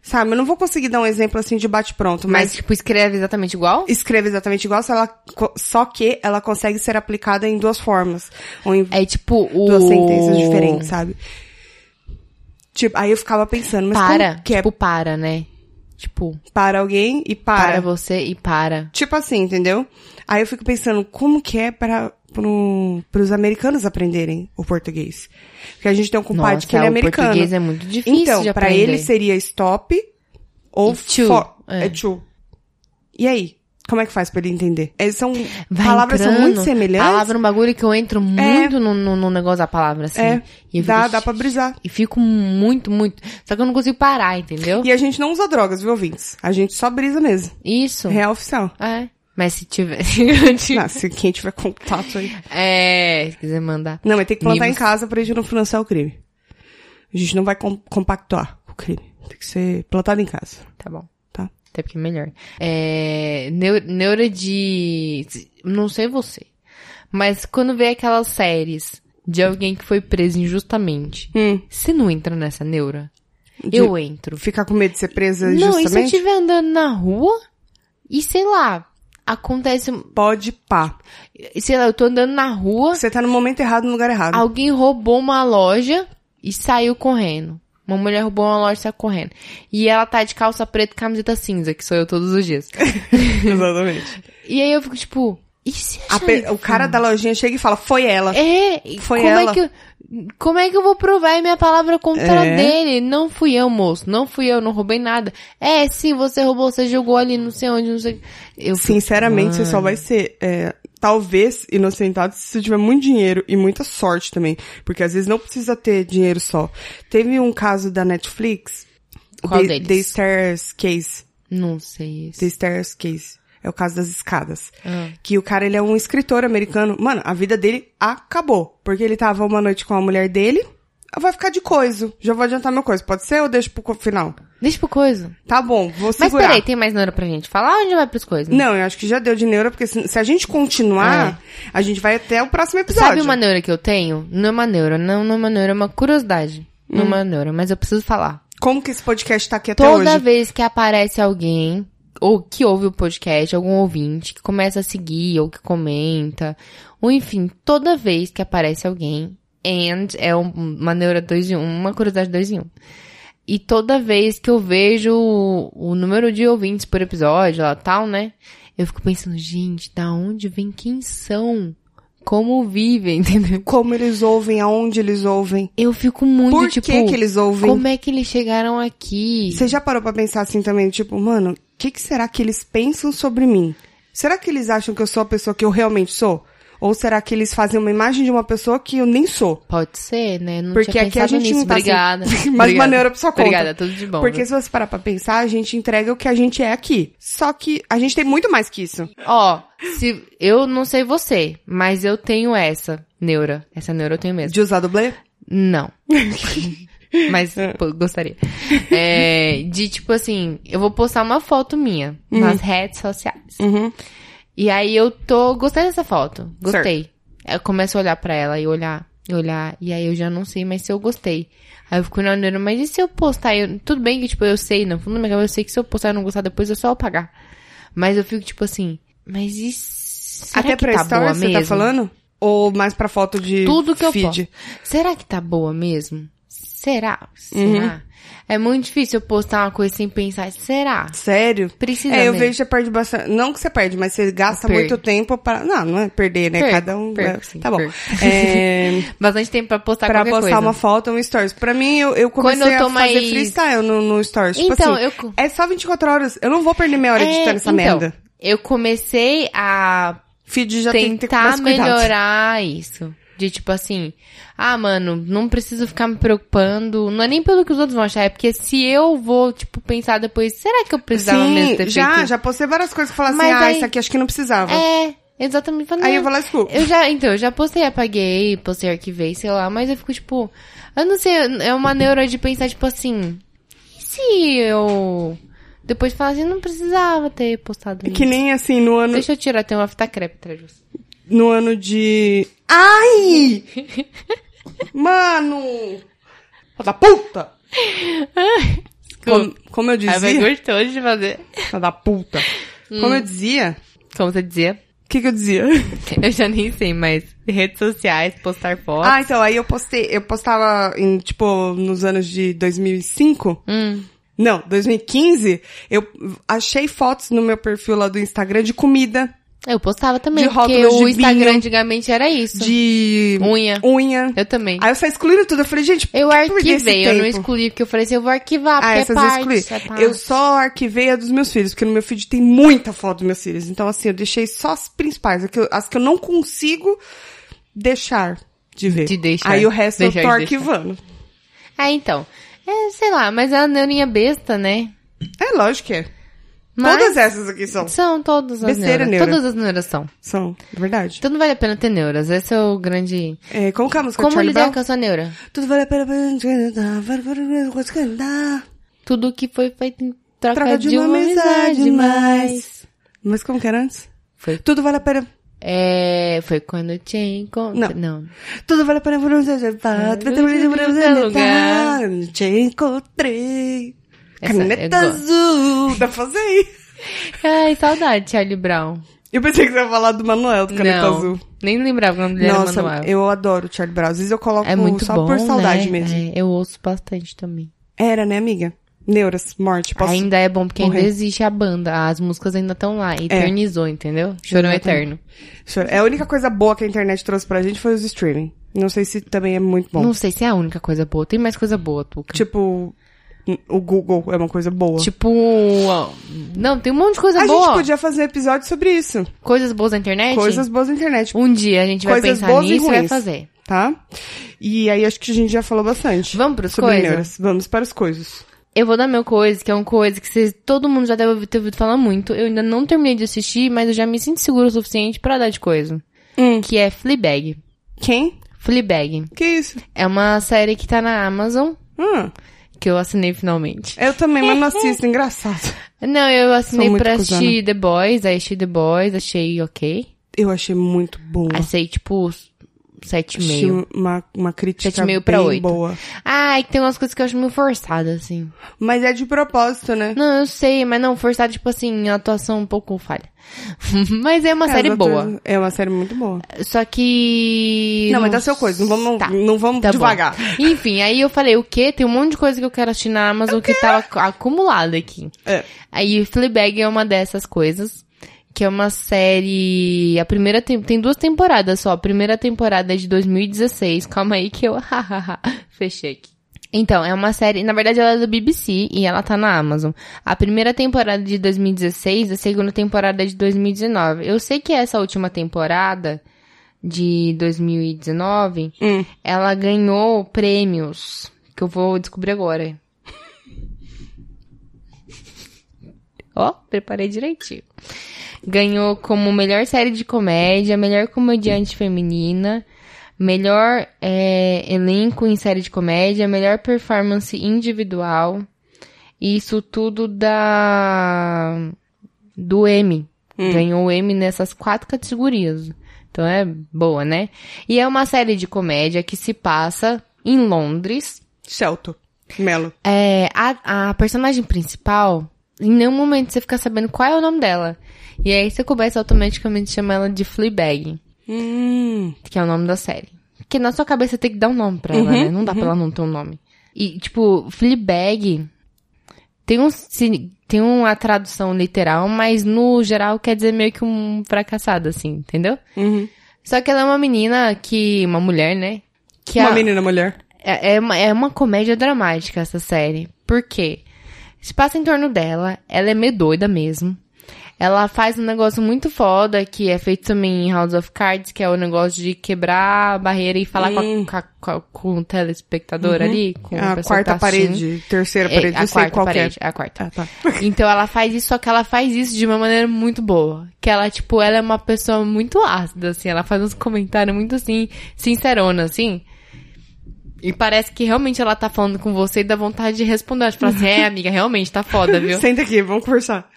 Speaker 2: Sabe? Eu não vou conseguir dar um exemplo assim de bate-pronto,
Speaker 1: Mas,
Speaker 2: mas,
Speaker 1: tipo, escreve exatamente igual?
Speaker 2: escreve exatamente igual, se ela co- só que ela consegue ser aplicada em duas formas. Ou em
Speaker 1: É tipo o.
Speaker 2: duas sentenças diferentes, sabe? Tipo, aí eu ficava pensando, mas
Speaker 1: para.
Speaker 2: como que é
Speaker 1: Tipo, para, né? Tipo,
Speaker 2: para alguém e
Speaker 1: para.
Speaker 2: para.
Speaker 1: você e para.
Speaker 2: Tipo assim, entendeu? Aí eu fico pensando, como que é para pro, pros americanos aprenderem o português? Porque a gente tem um compadre
Speaker 1: Nossa,
Speaker 2: que ele é
Speaker 1: o
Speaker 2: americano.
Speaker 1: português é muito difícil
Speaker 2: Então,
Speaker 1: de
Speaker 2: pra
Speaker 1: aprender.
Speaker 2: ele seria stop ou
Speaker 1: E to,
Speaker 2: for-
Speaker 1: é.
Speaker 2: É. to. E aí? Como é que faz pra ele entender? Eles são
Speaker 1: Vai
Speaker 2: palavras são
Speaker 1: entrando,
Speaker 2: muito semelhantes.
Speaker 1: Palavra é um bagulho que eu entro muito no, no, no negócio da palavra, assim.
Speaker 2: É,
Speaker 1: E eu fico-
Speaker 2: dá,
Speaker 1: assim,
Speaker 2: dá pra brisar.
Speaker 1: E fico muito, muito. Só que eu não consigo parar, entendeu?
Speaker 2: E é- a gente não usa drogas, viu, ouvintes? A gente só brisa mesmo.
Speaker 1: Isso.
Speaker 2: Real oficial.
Speaker 1: É. Mas se tiver. se-
Speaker 2: Ah, se quem tiver contato aí.
Speaker 1: é, se quiser mandar.
Speaker 2: Não, mas tem que plantar
Speaker 1: Livros.
Speaker 2: em casa pra gente não financiar o crime. A gente não vai com- compactuar com o crime. Tem que ser plantado em casa,
Speaker 1: Tá bom.
Speaker 2: tá?
Speaker 1: Até porque é melhor. É, neu- neura de. Não sei você. Mas quando vê aquelas séries de alguém que foi preso injustamente,
Speaker 2: Hum.
Speaker 1: você não entra nessa neura?
Speaker 2: De-
Speaker 1: Eu entro.
Speaker 2: Ficar com medo de ser presa
Speaker 1: Não, é e se eu
Speaker 2: injustamente?
Speaker 1: estiver andando na rua e sei lá, acontece.
Speaker 2: Pode pá.
Speaker 1: Sei lá, eu tô andando na rua,
Speaker 2: Você tá no momento errado, no lugar errado.
Speaker 1: alguém roubou uma loja e saiu correndo. Uma mulher roubou uma loja e saiu correndo. E ela tá de calça preta e camiseta cinza, que sou eu todos os dias.
Speaker 2: Exatamente.
Speaker 1: E aí eu fico tipo, e se
Speaker 2: A
Speaker 1: achar
Speaker 2: pe-
Speaker 1: isso?
Speaker 2: O cara da lojinha chega e fala, foi ela.
Speaker 1: É, e
Speaker 2: Foi
Speaker 1: como
Speaker 2: ela.
Speaker 1: é que eu, como é que eu vou provar a minha palavra contra
Speaker 2: É.
Speaker 1: a dele? Não fui eu, moço, não fui eu, não roubei nada. É, sim, você roubou, você jogou ali, não sei onde, não sei. Eu fico,
Speaker 2: Sinceramente, você só vai ser, é, talvez, inocentado se você tiver muito dinheiro e muita sorte também. Porque às vezes não precisa ter dinheiro só. Teve um caso da Netflix.
Speaker 1: Qual
Speaker 2: The,
Speaker 1: deles?
Speaker 2: The Stairs Case.
Speaker 1: Não sei isso.
Speaker 2: The Stairs Case. É o caso das escadas.
Speaker 1: Ah.
Speaker 2: Que o cara, ele é um escritor americano. Mano, a vida dele acabou. Porque ele tava uma noite com a mulher dele. Vai ficar de coiso. Já vou adiantar meu coisa. Pode ser ou deixo pro co- final?
Speaker 1: Deixa pro coisa.
Speaker 2: Tá bom, vou
Speaker 1: Mas
Speaker 2: segurar.
Speaker 1: peraí, tem mais neura pra gente falar ou a gente vai pros coisas?
Speaker 2: Não, eu acho que já deu de neura, porque se, se a gente continuar, a gente vai até o próximo episódio.
Speaker 1: É. Sabe uma neura que eu tenho? Não é uma neura, não, não é uma neura, é uma curiosidade. Não é
Speaker 2: Hum.
Speaker 1: uma neura, mas eu preciso falar.
Speaker 2: Como que esse podcast tá aqui até
Speaker 1: Toda
Speaker 2: hoje?
Speaker 1: vez que aparece alguém, ou que ouve o podcast, algum ouvinte, que começa a seguir, ou que comenta, ou enfim, toda vez que aparece alguém, and é um- uma neura 2 em 1, uma curiosidade 2 em 1. E toda vez que eu vejo o, o número de ouvintes por episódio, lá tal, né? Eu fico pensando, gente, da onde vem quem são? Como vivem, entendeu?
Speaker 2: Como eles ouvem, aonde eles ouvem.
Speaker 1: Eu fico muito,
Speaker 2: Por
Speaker 1: tipo,
Speaker 2: que que eles ouvem?
Speaker 1: como é que eles chegaram aqui?
Speaker 2: Você já parou pra pensar assim também, tipo, mano, o que, que será que eles pensam sobre mim? Será que eles acham que eu sou a pessoa que eu realmente sou? Ou será que eles fazem uma imagem de uma pessoa que eu nem sou?
Speaker 1: Pode ser, né? Não
Speaker 2: Porque
Speaker 1: tinha
Speaker 2: aqui a
Speaker 1: pensado
Speaker 2: gente
Speaker 1: nisso.
Speaker 2: não tá assim-
Speaker 1: Obrigada.
Speaker 2: Mas
Speaker 1: Obrigada.
Speaker 2: maneira pra sua conta.
Speaker 1: Obrigada, tudo de bom. né?
Speaker 2: Porque
Speaker 1: viu?
Speaker 2: se você parar pra pensar, a gente entrega o que a gente é aqui. Só que a gente tem muito mais que isso.
Speaker 1: Ó, se, eu não sei você, mas eu tenho essa neura. Essa neura eu tenho mesmo.
Speaker 2: De usar dublê?
Speaker 1: Não. Mas
Speaker 2: Ah.
Speaker 1: pô, gostaria. É, de tipo assim, eu vou postar uma foto minha nas redes sociais.
Speaker 2: Uhum.
Speaker 1: E aí eu tô. Gostei dessa foto. Gostei. Eu começo a olhar pra ela e olhar, e olhar. E aí eu já não sei mais se eu gostei. Aí eu fico na neura, mas e se eu postar? Eu- tudo bem que, tipo, eu sei, no fundo da minha cabeça, eu sei que se eu postar e não gostar depois é só apagar. Mas eu fico, tipo assim, mas e será que
Speaker 2: Até pra
Speaker 1: tá boa
Speaker 2: stories, você
Speaker 1: mesmo?
Speaker 2: tá falando? Ou mais pra foto de
Speaker 1: Tudo que eu
Speaker 2: feed?
Speaker 1: posto. Será que tá boa mesmo? Será? Será?
Speaker 2: Uhum.
Speaker 1: É muito difícil eu postar uma coisa sem pensar, será?
Speaker 2: Sério?
Speaker 1: Precisa
Speaker 2: é, eu
Speaker 1: mesmo.
Speaker 2: vejo que você perde bastante. Não que você perde, mas você gasta
Speaker 1: Eu
Speaker 2: muito
Speaker 1: perco.
Speaker 2: tempo para. Não, não é perder, né?
Speaker 1: Perco,
Speaker 2: Cada um.
Speaker 1: perco,
Speaker 2: é,
Speaker 1: sim,
Speaker 2: tá bom.
Speaker 1: perco.
Speaker 2: É,
Speaker 1: Bastante tempo pra postar
Speaker 2: pra
Speaker 1: qualquer
Speaker 2: postar
Speaker 1: coisa.
Speaker 2: uma foto, um stories. Pra mim, eu, eu comecei
Speaker 1: Quando eu tô
Speaker 2: a
Speaker 1: mais-
Speaker 2: fazer freestyle no, no stories. tipo
Speaker 1: Então,
Speaker 2: assim,
Speaker 1: eu co-
Speaker 2: É só 24 horas. Eu não vou perder meia hora
Speaker 1: É,
Speaker 2: editando essa
Speaker 1: então,
Speaker 2: merda.
Speaker 1: Eu comecei a
Speaker 2: Feed já tem que ter
Speaker 1: tentar
Speaker 2: mais cuidado.
Speaker 1: melhorar isso. De tipo assim, ah, mano, não preciso ficar me preocupando. Não é nem pelo que os outros vão achar, é porque se eu vou, tipo, pensar depois, será que eu precisava mesmo ter
Speaker 2: Sim, já,
Speaker 1: feito?
Speaker 2: já postei várias coisas que eu falava assim,
Speaker 1: Mas
Speaker 2: ah,
Speaker 1: aí-
Speaker 2: isso aqui acho que não precisava.
Speaker 1: É, exatamente.
Speaker 2: Aí eu
Speaker 1: Não,
Speaker 2: vou lá e excluo.
Speaker 1: Eu já, então, eu já postei, apaguei, postei, arquivei, sei lá, mas eu fico tipo, eu não sei, é uma neura de pensar, tipo assim, e se eu depois falar assim, não precisava ter postado isso.
Speaker 2: Que nem assim, no ano,
Speaker 1: Deixa eu tirar, tem uma fita crepe atrás de você.
Speaker 2: no ano de. Ai! Mano! Filha Da puta! Como, como eu
Speaker 1: Aí vai
Speaker 2: dizia.
Speaker 1: Ah, gostou de fazer.
Speaker 2: Filha Da puta! Como
Speaker 1: Hum.
Speaker 2: eu dizia.
Speaker 1: Como você dizia?
Speaker 2: O que, que eu dizia?
Speaker 1: Eu já nem sei, mas redes sociais, postar fotos.
Speaker 2: Ah, então, aí eu postei. Eu postava, em, tipo, nos anos de 2005.
Speaker 1: Hum.
Speaker 2: Não, 2015. Eu achei fotos no meu perfil lá do Instagram de comida,
Speaker 1: Eu postava também,
Speaker 2: De
Speaker 1: porque
Speaker 2: rótulos de
Speaker 1: o Instagram
Speaker 2: vinho.
Speaker 1: antigamente era isso.
Speaker 2: de.
Speaker 1: Unha.
Speaker 2: Unha.
Speaker 1: Eu também.
Speaker 2: Aí eu saí excluindo tudo. Eu falei, gente,
Speaker 1: Eu
Speaker 2: por que perder esse
Speaker 1: arquivei, eu não
Speaker 2: tempo?
Speaker 1: excluí, porque eu falei assim, eu vou arquivar,
Speaker 2: Ah,
Speaker 1: porque é
Speaker 2: essas
Speaker 1: parte,
Speaker 2: eu
Speaker 1: é
Speaker 2: excluí.
Speaker 1: parte.
Speaker 2: Eu só arquivei a dos meus filhos, porque no meu feed tem muita foto dos meus filhos. Então, assim, eu deixei só as principais, as que eu, as que eu não consigo deixar de ver.
Speaker 1: De deixar.
Speaker 2: Aí o resto
Speaker 1: Deixar
Speaker 2: eu
Speaker 1: de
Speaker 2: tô
Speaker 1: deixar.
Speaker 2: arquivando.
Speaker 1: Ah, então. É, sei lá, mas é uma neurinha besta, né?
Speaker 2: É lógico que é.
Speaker 1: Mas
Speaker 2: Todas essas aqui são.
Speaker 1: são todas as
Speaker 2: Besteira,
Speaker 1: neuras.
Speaker 2: neura.
Speaker 1: Todas as neuras são.
Speaker 2: São, é verdade.
Speaker 1: Então não vale a pena ter neuras. Esse é o grande.
Speaker 2: É, como que é a música do
Speaker 1: Como
Speaker 2: Charlie
Speaker 1: lidar
Speaker 2: Brown?
Speaker 1: com a sua neura?
Speaker 2: Tudo vale a pena. vale a pena-
Speaker 1: Tudo que foi feito em troca, é
Speaker 2: Troca de uma amizade mais. Mas como que era antes?
Speaker 1: Foi.
Speaker 2: Tudo vale a pena.
Speaker 1: É. Foi quando eu te encontrei. Não.
Speaker 2: Tudo vale a pena por você levar, tudo vale por você levar, Te encontrei.
Speaker 1: Essa
Speaker 2: Caneta
Speaker 1: eu gosto.
Speaker 2: azul. Dá pra fazer aí.
Speaker 1: Ai, saudade, Charlie Brown.
Speaker 2: Eu pensei que você ia falar do Manuel, do Caneta
Speaker 1: não.
Speaker 2: Azul.
Speaker 1: Nem lembrava o nome dele era
Speaker 2: Nossa,
Speaker 1: Manuel.
Speaker 2: eu adoro o Charlie Brown. Às vezes eu coloco
Speaker 1: É muito
Speaker 2: só
Speaker 1: bom.
Speaker 2: por saudade
Speaker 1: né?
Speaker 2: mesmo.
Speaker 1: É, eu ouço bastante também.
Speaker 2: Era, né, amiga? Neuras, morte, posso...
Speaker 1: Ainda é bom porque
Speaker 2: morrer. É.
Speaker 1: ainda existe a banda, as músicas ainda estão lá, eternizou, entendeu? Chorão
Speaker 2: Exatamente.
Speaker 1: eterno.
Speaker 2: Chora. É a única coisa boa que a internet trouxe pra gente foi os streaming. Não sei se também é muito bom.
Speaker 1: Não sei se é a única coisa boa, tem mais coisa boa, Tuca. Tipo,
Speaker 2: Tipo, o Google é uma coisa boa.
Speaker 1: ó, não, tem um monte de coisa
Speaker 2: a
Speaker 1: Tipo, boa. É,
Speaker 2: gente podia fazer um episódio sobre isso.
Speaker 1: Coisas boas na internet?
Speaker 2: Coisas boas na internet.
Speaker 1: Um dia a gente vai
Speaker 2: Coisas
Speaker 1: pensar
Speaker 2: boas e
Speaker 1: nisso e vai
Speaker 2: ruins.
Speaker 1: fazer.
Speaker 2: tá? E aí acho que a gente já falou bastante.
Speaker 1: Vamos pros
Speaker 2: sobre
Speaker 1: coisas?
Speaker 2: neuras. Vamos para as coisas.
Speaker 1: Eu vou dar meu coisa, que é uma coisa que vocês, todo mundo já deve ter ouvido falar muito. Eu ainda não terminei de assistir, mas eu já me sinto seguro o suficiente pra dar de coisa. Que é Fleabag.
Speaker 2: Quem?
Speaker 1: Fleabag.
Speaker 2: Que isso?
Speaker 1: É uma série que tá na Amazon,
Speaker 2: Ah,
Speaker 1: que eu assinei finalmente.
Speaker 2: eu também, mas não assisto, engraçado.
Speaker 1: Não, eu assinei
Speaker 2: Sou muito
Speaker 1: pra
Speaker 2: cuzona.
Speaker 1: assistir The Boys, aí assisti The Boys, achei ok.
Speaker 2: Eu achei muito boa.
Speaker 1: Achei, tipo, sete e
Speaker 2: Achei
Speaker 1: meio.
Speaker 2: uma, uma crítica
Speaker 1: Sete e meio
Speaker 2: bem
Speaker 1: pra oito.
Speaker 2: boa.
Speaker 1: Ah, é que tem umas coisas que eu acho meio forçada, assim.
Speaker 2: Mas é de propósito, né?
Speaker 1: Não, eu sei, mas não, forçada, tipo assim, a atuação um pouco falha. mas é uma
Speaker 2: É,
Speaker 1: série
Speaker 2: as
Speaker 1: boa.
Speaker 2: outras- É uma série muito boa.
Speaker 1: Só que...
Speaker 2: Não, mas dá seu coisa, não vamos,
Speaker 1: Tá.
Speaker 2: não vamos
Speaker 1: Tá bom.
Speaker 2: devagar.
Speaker 1: Enfim, aí eu falei, o quê? Tem um monte de coisa que eu quero assistir na Amazon que tava ac- acumulada aqui.
Speaker 2: É.
Speaker 1: Aí Fleabag é uma dessas coisas, que é uma série, a primeira tem, tem duas temporadas só, a primeira temporada é de 2016, calma aí que eu fechei aqui. Então, é uma série, na verdade ela é da BBC e ela tá na Amazon. A primeira temporada é de 2016, a segunda temporada é de 2019. Eu sei que essa última temporada de 2019,
Speaker 2: Hum.
Speaker 1: ela ganhou prêmios que eu vou descobrir agora. Ó, preparei direitinho. Ganhou como melhor série de comédia, melhor comediante feminina, melhor eh, elenco em série de comédia, melhor performance individual. E isso tudo da do M. Ganhou o M nessas quatro categorias. Então é boa, né? E é uma série de comédia que se passa em Londres.
Speaker 2: Celto. Melo.
Speaker 1: É, a, a personagem principal, em nenhum momento você fica sabendo qual é o nome dela. E aí você começa automaticamente a chamar ela de Fleabag,
Speaker 2: Hum.
Speaker 1: que é o nome da série. Porque na sua cabeça tem que dar um nome pra ela, né? Não dá pra ela não ter um nome. E, tipo, Fleabag tem um, si- tem uma tradução literal, mas no geral quer dizer meio que um fracassado, assim, entendeu?
Speaker 2: Uhum.
Speaker 1: Só que ela é uma menina que. Uma mulher, né? Que
Speaker 2: Uma
Speaker 1: a-
Speaker 2: menina mulher.
Speaker 1: é, é uma, é uma comédia dramática essa série. Por quê? Se passa em torno dela, ela é meio doida mesmo. Ela faz um negócio muito foda, que é feito também em House of Cards, que é o negócio de quebrar a barreira e falar com a-
Speaker 2: Hum.
Speaker 1: com, a, com, a- com o telespectador ali. Com a
Speaker 2: Uhum. É A
Speaker 1: pessoa que
Speaker 2: quarta
Speaker 1: tá assistindo.
Speaker 2: parede, terceira parede,
Speaker 1: É, a
Speaker 2: eu sei
Speaker 1: quarta
Speaker 2: qual que é.
Speaker 1: parede, é a quarta.
Speaker 2: Ah, tá.
Speaker 1: Então ela faz isso, só que ela faz isso de uma maneira muito boa. Que ela, tipo, ela é uma pessoa muito ácida, assim. Ela faz uns comentários muito, assim, sincerona, assim. E parece que realmente ela tá falando com você e dá vontade de responder. Ela fala assim, é, amiga, realmente, tá foda, viu?
Speaker 2: Senta aqui, vamos conversar.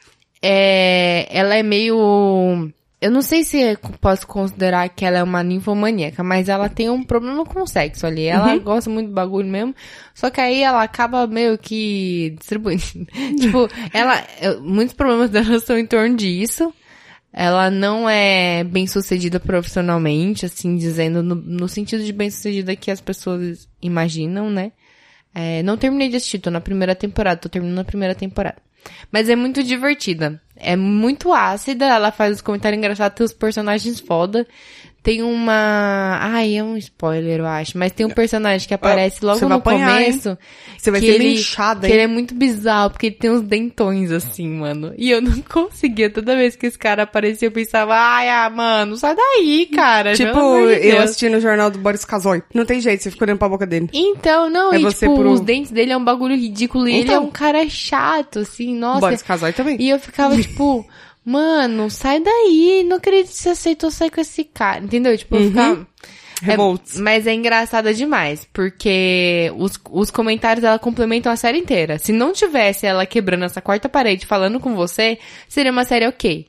Speaker 1: É, ela é meio... Eu não sei se eu posso considerar que ela é uma ninfomaníaca, mas ela tem um problema com o sexo ali. Ela gosta muito do bagulho mesmo, só que aí ela acaba meio que distribuindo. tipo, ela... eu- Muitos problemas dela são em torno disso. Ela não é bem sucedida profissionalmente, assim, dizendo no, no sentido de bem sucedida que as pessoas imaginam, né? É, não terminei de assistir, tô na primeira temporada, tô terminando a primeira temporada. Mas é muito divertida. É muito ácida, ela faz os comentários engraçados, tem os personagens foda. Tem uma. Ai, é um spoiler, eu acho. Mas tem um personagem que aparece logo
Speaker 2: Ah, você
Speaker 1: no
Speaker 2: vai apanhar, hein?
Speaker 1: começo.
Speaker 2: Você vai
Speaker 1: que
Speaker 2: ser
Speaker 1: ele-
Speaker 2: linchada,
Speaker 1: Que
Speaker 2: hein?
Speaker 1: ele é muito bizarro, porque ele tem uns dentões assim, mano. E eu não conseguia. Toda vez que esse cara aparecia, eu pensava, ai, ah, mano, sai daí, cara.
Speaker 2: Tipo,
Speaker 1: é pelo amor de
Speaker 2: eu
Speaker 1: Deus."
Speaker 2: assisti no jornal do Boris Casoy. Não tem jeito, você fica olhando pra boca dele.
Speaker 1: Então, não,
Speaker 2: É
Speaker 1: e
Speaker 2: você
Speaker 1: tipo,
Speaker 2: por um-
Speaker 1: os dentes dele é um bagulho ridículo. E ele é
Speaker 2: Então.
Speaker 1: um cara chato, assim, nossa.
Speaker 2: Boris Casoy também.
Speaker 1: E eu ficava, tipo, mano, sai daí. Não acredito que você aceitou sair com esse cara. Entendeu? Tipo, eu ficava. É,
Speaker 2: Uhum. Revolts.
Speaker 1: mas é engraçada demais, porque os, os comentários dela complementam a série inteira. Se não tivesse ela quebrando essa quarta parede falando com você, seria uma série ok.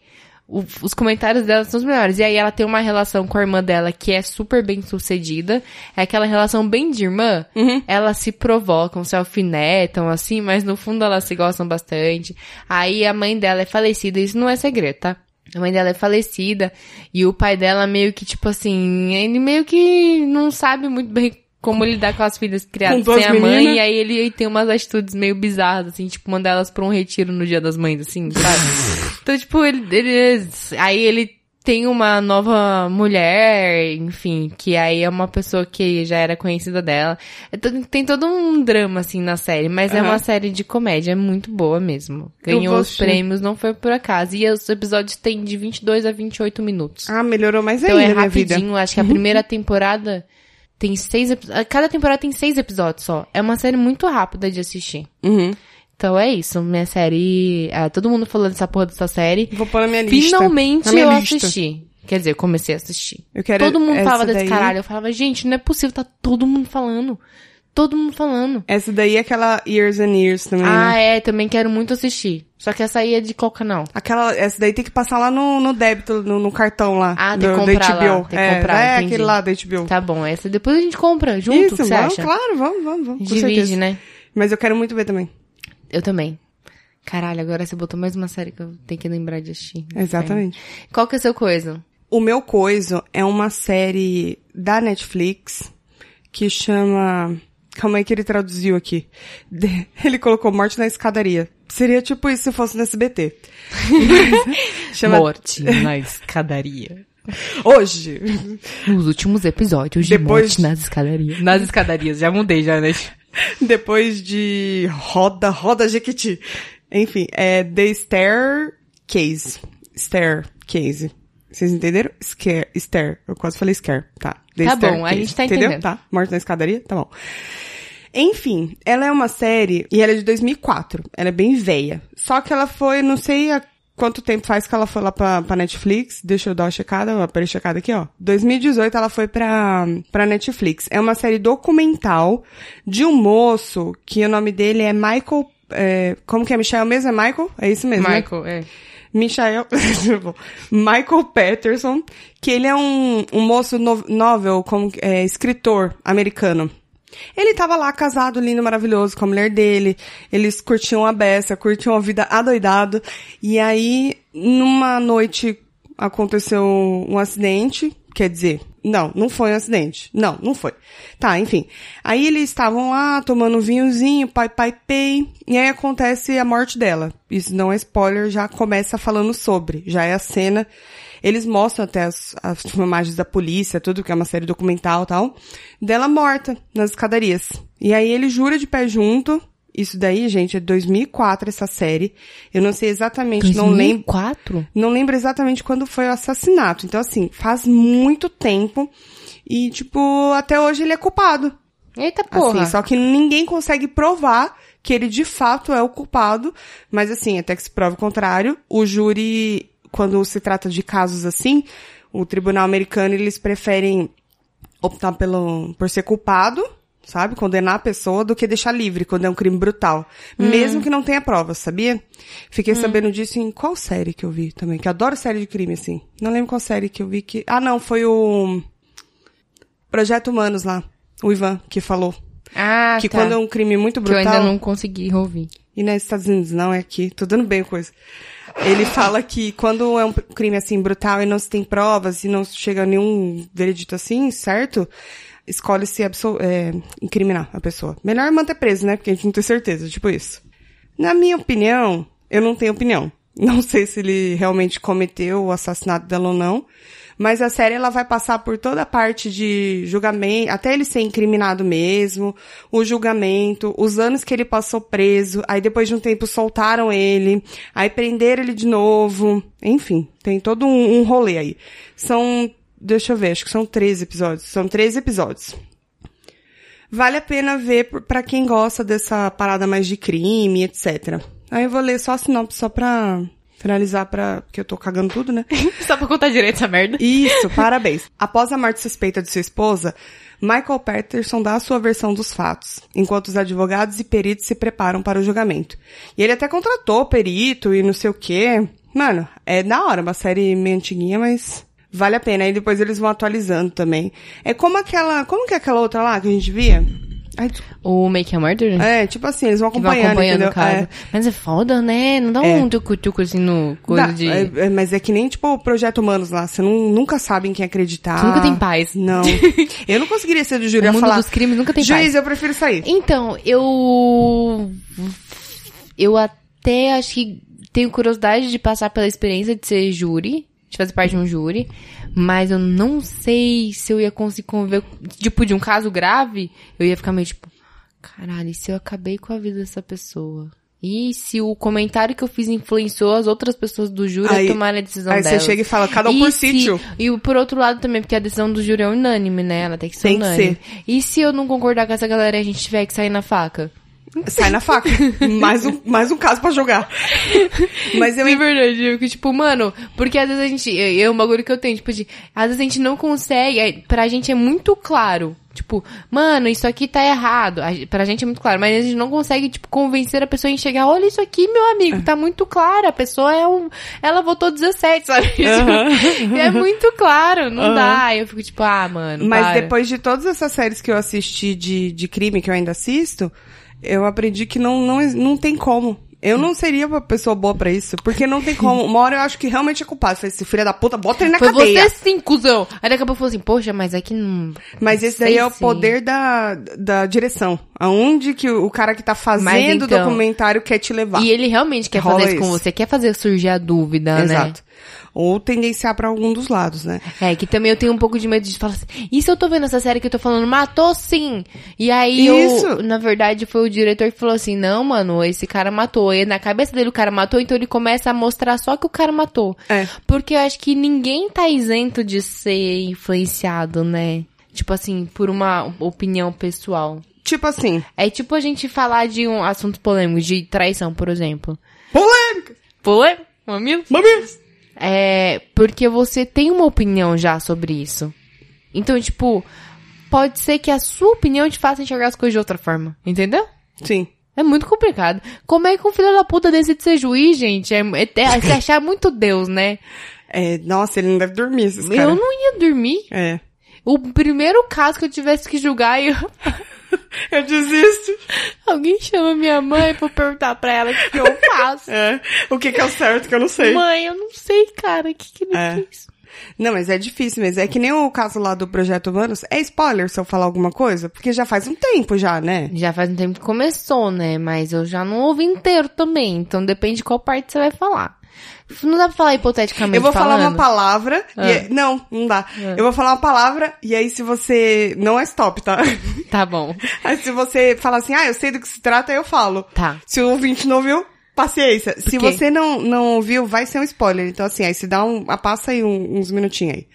Speaker 1: O- os comentários dela são os melhores. E aí ela tem uma relação com a irmã dela que é super bem sucedida. É aquela relação bem de irmã.
Speaker 2: Uhum.
Speaker 1: Elas se provocam, se alfinetam, assim, mas no fundo elas se gostam bastante. Aí a mãe dela é falecida, isso não é segredo, tá? A mãe dela é falecida e o pai dela meio que, tipo assim, ele meio que não sabe muito bem como lidar com as filhas criadas
Speaker 2: duas
Speaker 1: sem a mãe.
Speaker 2: meninas.
Speaker 1: E aí ele tem umas atitudes meio bizarras, assim, tipo, mandar elas pra um retiro no dia das mães, assim, sabe? então, tipo, ele, ele- Aí ele tem uma nova mulher, enfim, que aí é uma pessoa que já era conhecida dela. É todo- Tem todo um drama, assim, na série, mas é
Speaker 2: Aham.
Speaker 1: uma série de comédia, é muito boa mesmo.
Speaker 2: Eu
Speaker 1: Ganhou
Speaker 2: vou
Speaker 1: os
Speaker 2: assistir.
Speaker 1: prêmios, não foi por acaso. E os episódios têm de 22 a 28 minutos.
Speaker 2: Ah, melhorou mais
Speaker 1: então é
Speaker 2: ainda a minha vida.
Speaker 1: rapidinho, acho que a primeira temporada tem seis episódios. Cada temporada tem seis episódios só. É uma série muito rápida de assistir.
Speaker 2: Uhum.
Speaker 1: Então é isso, minha série. ah, todo mundo falando dessa porra dessa série.
Speaker 2: Vou pôr na minha lista.
Speaker 1: Finalmente
Speaker 2: Na minha
Speaker 1: eu
Speaker 2: lista.
Speaker 1: assisti. Quer dizer, eu comecei a assistir.
Speaker 2: Eu quero
Speaker 1: todo mundo
Speaker 2: essa
Speaker 1: falava desse
Speaker 2: daí.
Speaker 1: caralho. Eu falava, gente, não é possível, tá todo mundo falando. Todo mundo falando.
Speaker 2: Essa daí é aquela Years and Years também, né?
Speaker 1: Ah, é, também quero muito assistir. Só que essa aí é de qual canal?
Speaker 2: Aquela, essa daí tem que passar lá no, no débito, no, no cartão lá.
Speaker 1: Ah, tem
Speaker 2: do,
Speaker 1: que
Speaker 2: do
Speaker 1: comprar lá,
Speaker 2: HBO.
Speaker 1: tem que
Speaker 2: é,
Speaker 1: comprar,
Speaker 2: é
Speaker 1: entendi.
Speaker 2: aquele lá da HBO.
Speaker 1: Tá bom, essa depois a gente compra junto, o
Speaker 2: Isso,
Speaker 1: que
Speaker 2: vamos,
Speaker 1: você acha?
Speaker 2: claro, vamos, vamos, vamos. Com
Speaker 1: Divide,
Speaker 2: certeza.
Speaker 1: né?
Speaker 2: Mas eu quero muito ver também.
Speaker 1: Eu também. Caralho, agora você botou mais uma série que eu tenho que lembrar de assistir.
Speaker 2: Exatamente.
Speaker 1: Qual que é a sua coisa?
Speaker 2: O Meu Coiso é uma série da Netflix que chama. Calma aí que ele traduziu aqui. De- Ele colocou Morte na Escadaria. Seria tipo isso se fosse no SBT. Chama-
Speaker 1: Morte na escadaria.
Speaker 2: Hoje.
Speaker 1: Nos últimos episódios de
Speaker 2: Depois-
Speaker 1: Morte nas escadarias. Nas escadarias, já mudei já, né?
Speaker 2: Depois de Roda, Roda Jequiti. Enfim, é The Staircase. Staircase. Vocês entenderam? Scare, stare. Eu quase falei scare. Tá. The
Speaker 1: Tá
Speaker 2: Staircase.
Speaker 1: bom, a gente tá
Speaker 2: Entendeu?
Speaker 1: entendendo.
Speaker 2: Tá. Morte na escadaria? Tá bom. Enfim, ela é uma série, e ela é de 2004. Ela é bem velha. Só que ela foi, não sei há quanto tempo faz que ela foi lá pra, pra Netflix. Deixa eu dar uma checada, uma perechecada aqui, ó. 2018 ela foi pra, pra Netflix. É uma série documental de um moço que o nome dele é Michael... é, como que é? Michael mesmo? É Michael? É isso mesmo, né?
Speaker 1: Michael, é.
Speaker 2: Michael, Michael Patterson, que ele é um, um moço no, novel, como, que- é, escritor americano. Ele tava lá casado, lindo, maravilhoso, com a mulher dele. Eles curtiam a beça, curtiam a vida adoidado. E aí, numa noite, aconteceu um acidente. Quer dizer, não, não foi um acidente. Não, não foi. Tá, enfim. Aí eles estavam lá, tomando um vinhozinho, pai, pai, pei. E aí acontece a morte dela. Isso não é spoiler, já começa falando sobre. Já é a cena. Eles mostram até as, as filmagens da polícia, tudo, que é uma série documental e tal. Dela morta, nas escadarias. E aí ele jura de pé junto. Isso daí, gente, é 2004 essa série. Eu não sei exatamente, não lembro.
Speaker 1: 2004?
Speaker 2: Não lembro exatamente quando foi o assassinato. Então, assim, faz muito tempo. E, tipo, até hoje ele é culpado.
Speaker 1: Eita
Speaker 2: Assim,
Speaker 1: porra.
Speaker 2: só que ninguém consegue provar que ele de fato é o culpado. Mas, assim, até que se prove o contrário, o júri, quando se trata de casos assim, o tribunal americano, eles preferem optar pelo, por ser culpado, sabe? Condenar a pessoa do que deixar livre quando é um crime brutal. Mesmo que não tenha provas, sabia? Fiquei sabendo disso em qual série que eu vi também, que eu adoro série de crime, assim. Não lembro qual série que eu vi que. Ah, não, foi o. Projeto Humanos lá. O Ivan, que falou.
Speaker 1: ah,
Speaker 2: que
Speaker 1: tá.
Speaker 2: quando é um crime muito
Speaker 1: Que eu
Speaker 2: brutal.
Speaker 1: ainda não consegui ouvir.
Speaker 2: E nos Estados Unidos, não é aqui. Tô dando bem coisa. Ele fala que quando é um crime assim brutal e não se tem provas e não se chega a nenhum veredito assim, certo? Escolhe-se absol- é, incriminar a pessoa. Melhor manter preso, né? Porque a gente não tem certeza, tipo isso. Na minha opinião, eu não tenho opinião. Não sei se ele realmente cometeu o assassinato dela ou não. Mas a série ela vai passar por toda a parte de julgamento, até ele ser incriminado mesmo, o julgamento, os anos que ele passou preso, aí depois de um tempo soltaram ele, aí prenderam ele de novo, enfim, tem todo um, um rolê aí. São, deixa eu ver, acho que são 13 episódios, são 13 episódios. Vale a pena ver por- pra quem gosta dessa parada mais de crime, etc. Aí eu vou ler só a sinopse, só pra finalizar, pra... porque eu tô cagando tudo, né?
Speaker 1: Só pra contar direito essa merda.
Speaker 2: Isso, parabéns. Após a morte suspeita de sua esposa, Michael Patterson dá a sua versão dos fatos, enquanto os advogados e peritos se preparam para o julgamento. E ele até contratou perito e não sei o quê. Mano, é da hora, uma série meio antiguinha, mas vale a pena. Aí depois eles vão atualizando também. É como aquela. Como que é aquela outra lá que a gente via? Ai, desculpa.
Speaker 1: O Make a Murder?
Speaker 2: é, tipo assim, eles vão
Speaker 1: que vai
Speaker 2: acompanhando,
Speaker 1: acompanhando o
Speaker 2: entendeu?
Speaker 1: caso.
Speaker 2: É.
Speaker 1: Mas é foda, né? Não dá um tucu-tucu assim no coisa
Speaker 2: Dá,
Speaker 1: de...
Speaker 2: é, é, mas é que nem, tipo, o Projeto Humanos lá. Você não- nunca sabe em quem acreditar.
Speaker 1: Você nunca tem paz.
Speaker 2: Não. ah. eu não conseguiria ser do
Speaker 1: O
Speaker 2: júri a
Speaker 1: mundo
Speaker 2: falar.
Speaker 1: dos crimes nunca tem
Speaker 2: Juiz,
Speaker 1: paz."
Speaker 2: eu prefiro sair.
Speaker 1: Então, eu. Eu até acho que tenho curiosidade de passar pela experiência de ser júri, de fazer parte de um júri, mas eu não sei se eu ia conseguir conviver. Tipo, de um caso grave, eu ia ficar meio tipo, caralho, e se eu acabei com a vida dessa pessoa? E se o comentário que eu fiz influenciou as outras pessoas do júri
Speaker 2: Aí-
Speaker 1: a tomarem a decisão
Speaker 2: aí você
Speaker 1: delas?
Speaker 2: chega e fala, "Cada um por
Speaker 1: se-
Speaker 2: sítio."
Speaker 1: E o- por outro lado também, porque a decisão do júri é unânime, né? Ela tem que ser
Speaker 2: Tem que
Speaker 1: unânime. E se eu não concordar com essa galera e a gente tiver que sair na faca?
Speaker 2: Sai na faca. mais, um, mais um caso pra jogar. Mas eu
Speaker 1: De verdade, eu que, tipo, mano, porque às vezes a gente. É é um bagulho que eu tenho, tipo, de, às vezes a gente não consegue. é, Pra gente é muito claro. Tipo, mano, isso aqui tá errado. A gen- Pra gente é muito claro, mas a gente não consegue, tipo, convencer a pessoa a enxergar. Olha isso aqui, meu amigo, tá muito claro. A pessoa é um. Ela votou 17, sabe? Tipo, É muito claro, não dá. Eu fico, tipo, ah, mano.
Speaker 2: Mas
Speaker 1: para.
Speaker 2: depois de todas essas séries que eu assisti de, de crime, que eu ainda assisto, eu aprendi que não, não, não tem como. Eu não seria uma pessoa boa pra isso, porque não tem como. Uma hora eu acho que realmente é culpado. Eu Falei, esse filho da puta, bota ele na
Speaker 1: Foi
Speaker 2: cadeia.
Speaker 1: você sim, cuzão. Aí daqui a pouco falou assim, poxa, mas é que não.
Speaker 2: Mas esse
Speaker 1: Sei
Speaker 2: daí é o
Speaker 1: sim.
Speaker 2: poder da, da direção. Aonde que o o cara que tá fazendo o
Speaker 1: então-
Speaker 2: documentário quer te levar.
Speaker 1: E ele realmente quer
Speaker 2: Rola
Speaker 1: fazer isso com
Speaker 2: isso.
Speaker 1: você, quer fazer surgir a dúvida, né?
Speaker 2: Exato. Ou tendenciar pra algum dos lados, né?
Speaker 1: É, que também eu tenho um pouco de medo de falar assim, e se eu tô vendo essa série que eu tô falando, matou sim? E aí,
Speaker 2: Isso.
Speaker 1: eu, na verdade, foi o diretor que falou assim, não, mano, esse cara matou. E na cabeça dele o cara matou, então ele começa a mostrar só que o cara matou.
Speaker 2: É.
Speaker 1: Porque eu acho que ninguém tá isento de ser influenciado, né? Tipo assim, por uma opinião pessoal.
Speaker 2: Tipo assim,
Speaker 1: É tipo a gente falar de um assunto polêmico, de traição, por exemplo.
Speaker 2: polêmica!
Speaker 1: Polêmico? Mamilo?
Speaker 2: Mamilos!
Speaker 1: É, porque você tem uma opinião já sobre isso. Então, tipo, pode ser que a sua opinião te faça enxergar as coisas de outra forma, entendeu?
Speaker 2: Sim.
Speaker 1: É muito complicado. Como é que um filho da puta decide ser juiz, gente? É, é, é se achar muito Deus, né?
Speaker 2: É, nossa, ele não deve dormir, esses
Speaker 1: Eu
Speaker 2: caras.
Speaker 1: não ia dormir.
Speaker 2: É.
Speaker 1: O primeiro caso que eu tivesse que julgar, eu...
Speaker 2: Eu desisto.
Speaker 1: alguém chama minha mãe pra eu perguntar pra ela o que que eu faço.
Speaker 2: É. O que que é o certo que eu não sei.
Speaker 1: Mãe, eu não sei, cara, o que que ele
Speaker 2: É.
Speaker 1: fez?
Speaker 2: Não, mas é difícil mesmo. É que nem o caso lá do Projeto Humanos. É spoiler se eu falar alguma coisa? Porque já faz um tempo já, né?
Speaker 1: Já faz um tempo que começou, né? Mas eu já não ouvi inteiro também. Então depende de qual parte você vai falar. Não dá pra falar hipoteticamente.
Speaker 2: Eu vou falar
Speaker 1: falando.
Speaker 2: uma palavra. e
Speaker 1: Ah.
Speaker 2: é- Não, não dá. Eu vou falar uma palavra e aí se você. Não é stop, tá?
Speaker 1: Tá bom.
Speaker 2: aí se você falar assim, ah, eu sei do que se trata, eu falo.
Speaker 1: Tá.
Speaker 2: Se o ouvinte não ouviu, paciência. Se
Speaker 1: quê?
Speaker 2: você não, não ouviu, vai ser um spoiler. Então, assim, aí se dá um. ah, Passa aí um- uns minutinhos aí.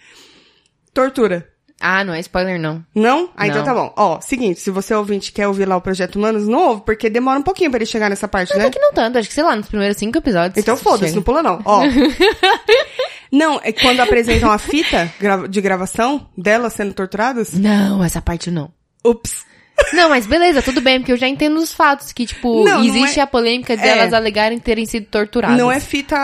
Speaker 2: Tortura.
Speaker 1: Ah, não é spoiler, não.
Speaker 2: Não? Ah, então
Speaker 1: Não.
Speaker 2: tá bom. Ó, seguinte, se você ouvinte quer ouvir lá o Projeto Humanos, não ouve, porque demora um pouquinho pra ele chegar nessa parte,
Speaker 1: Até
Speaker 2: né?
Speaker 1: É que não tanto. Acho que, sei lá, nos primeiros cinco episódios.
Speaker 2: Então foda-se, não
Speaker 1: chega.
Speaker 2: pula não. Ó. não, é quando apresentam a fita gra- de gravação delas sendo torturadas.
Speaker 1: Não, essa parte não.
Speaker 2: Ups.
Speaker 1: Não, mas beleza, tudo bem, porque eu já entendo os fatos que, tipo,
Speaker 2: Não, não
Speaker 1: existe
Speaker 2: é-
Speaker 1: a polêmica de
Speaker 2: É.
Speaker 1: elas alegarem terem sido torturadas.
Speaker 2: Não é fita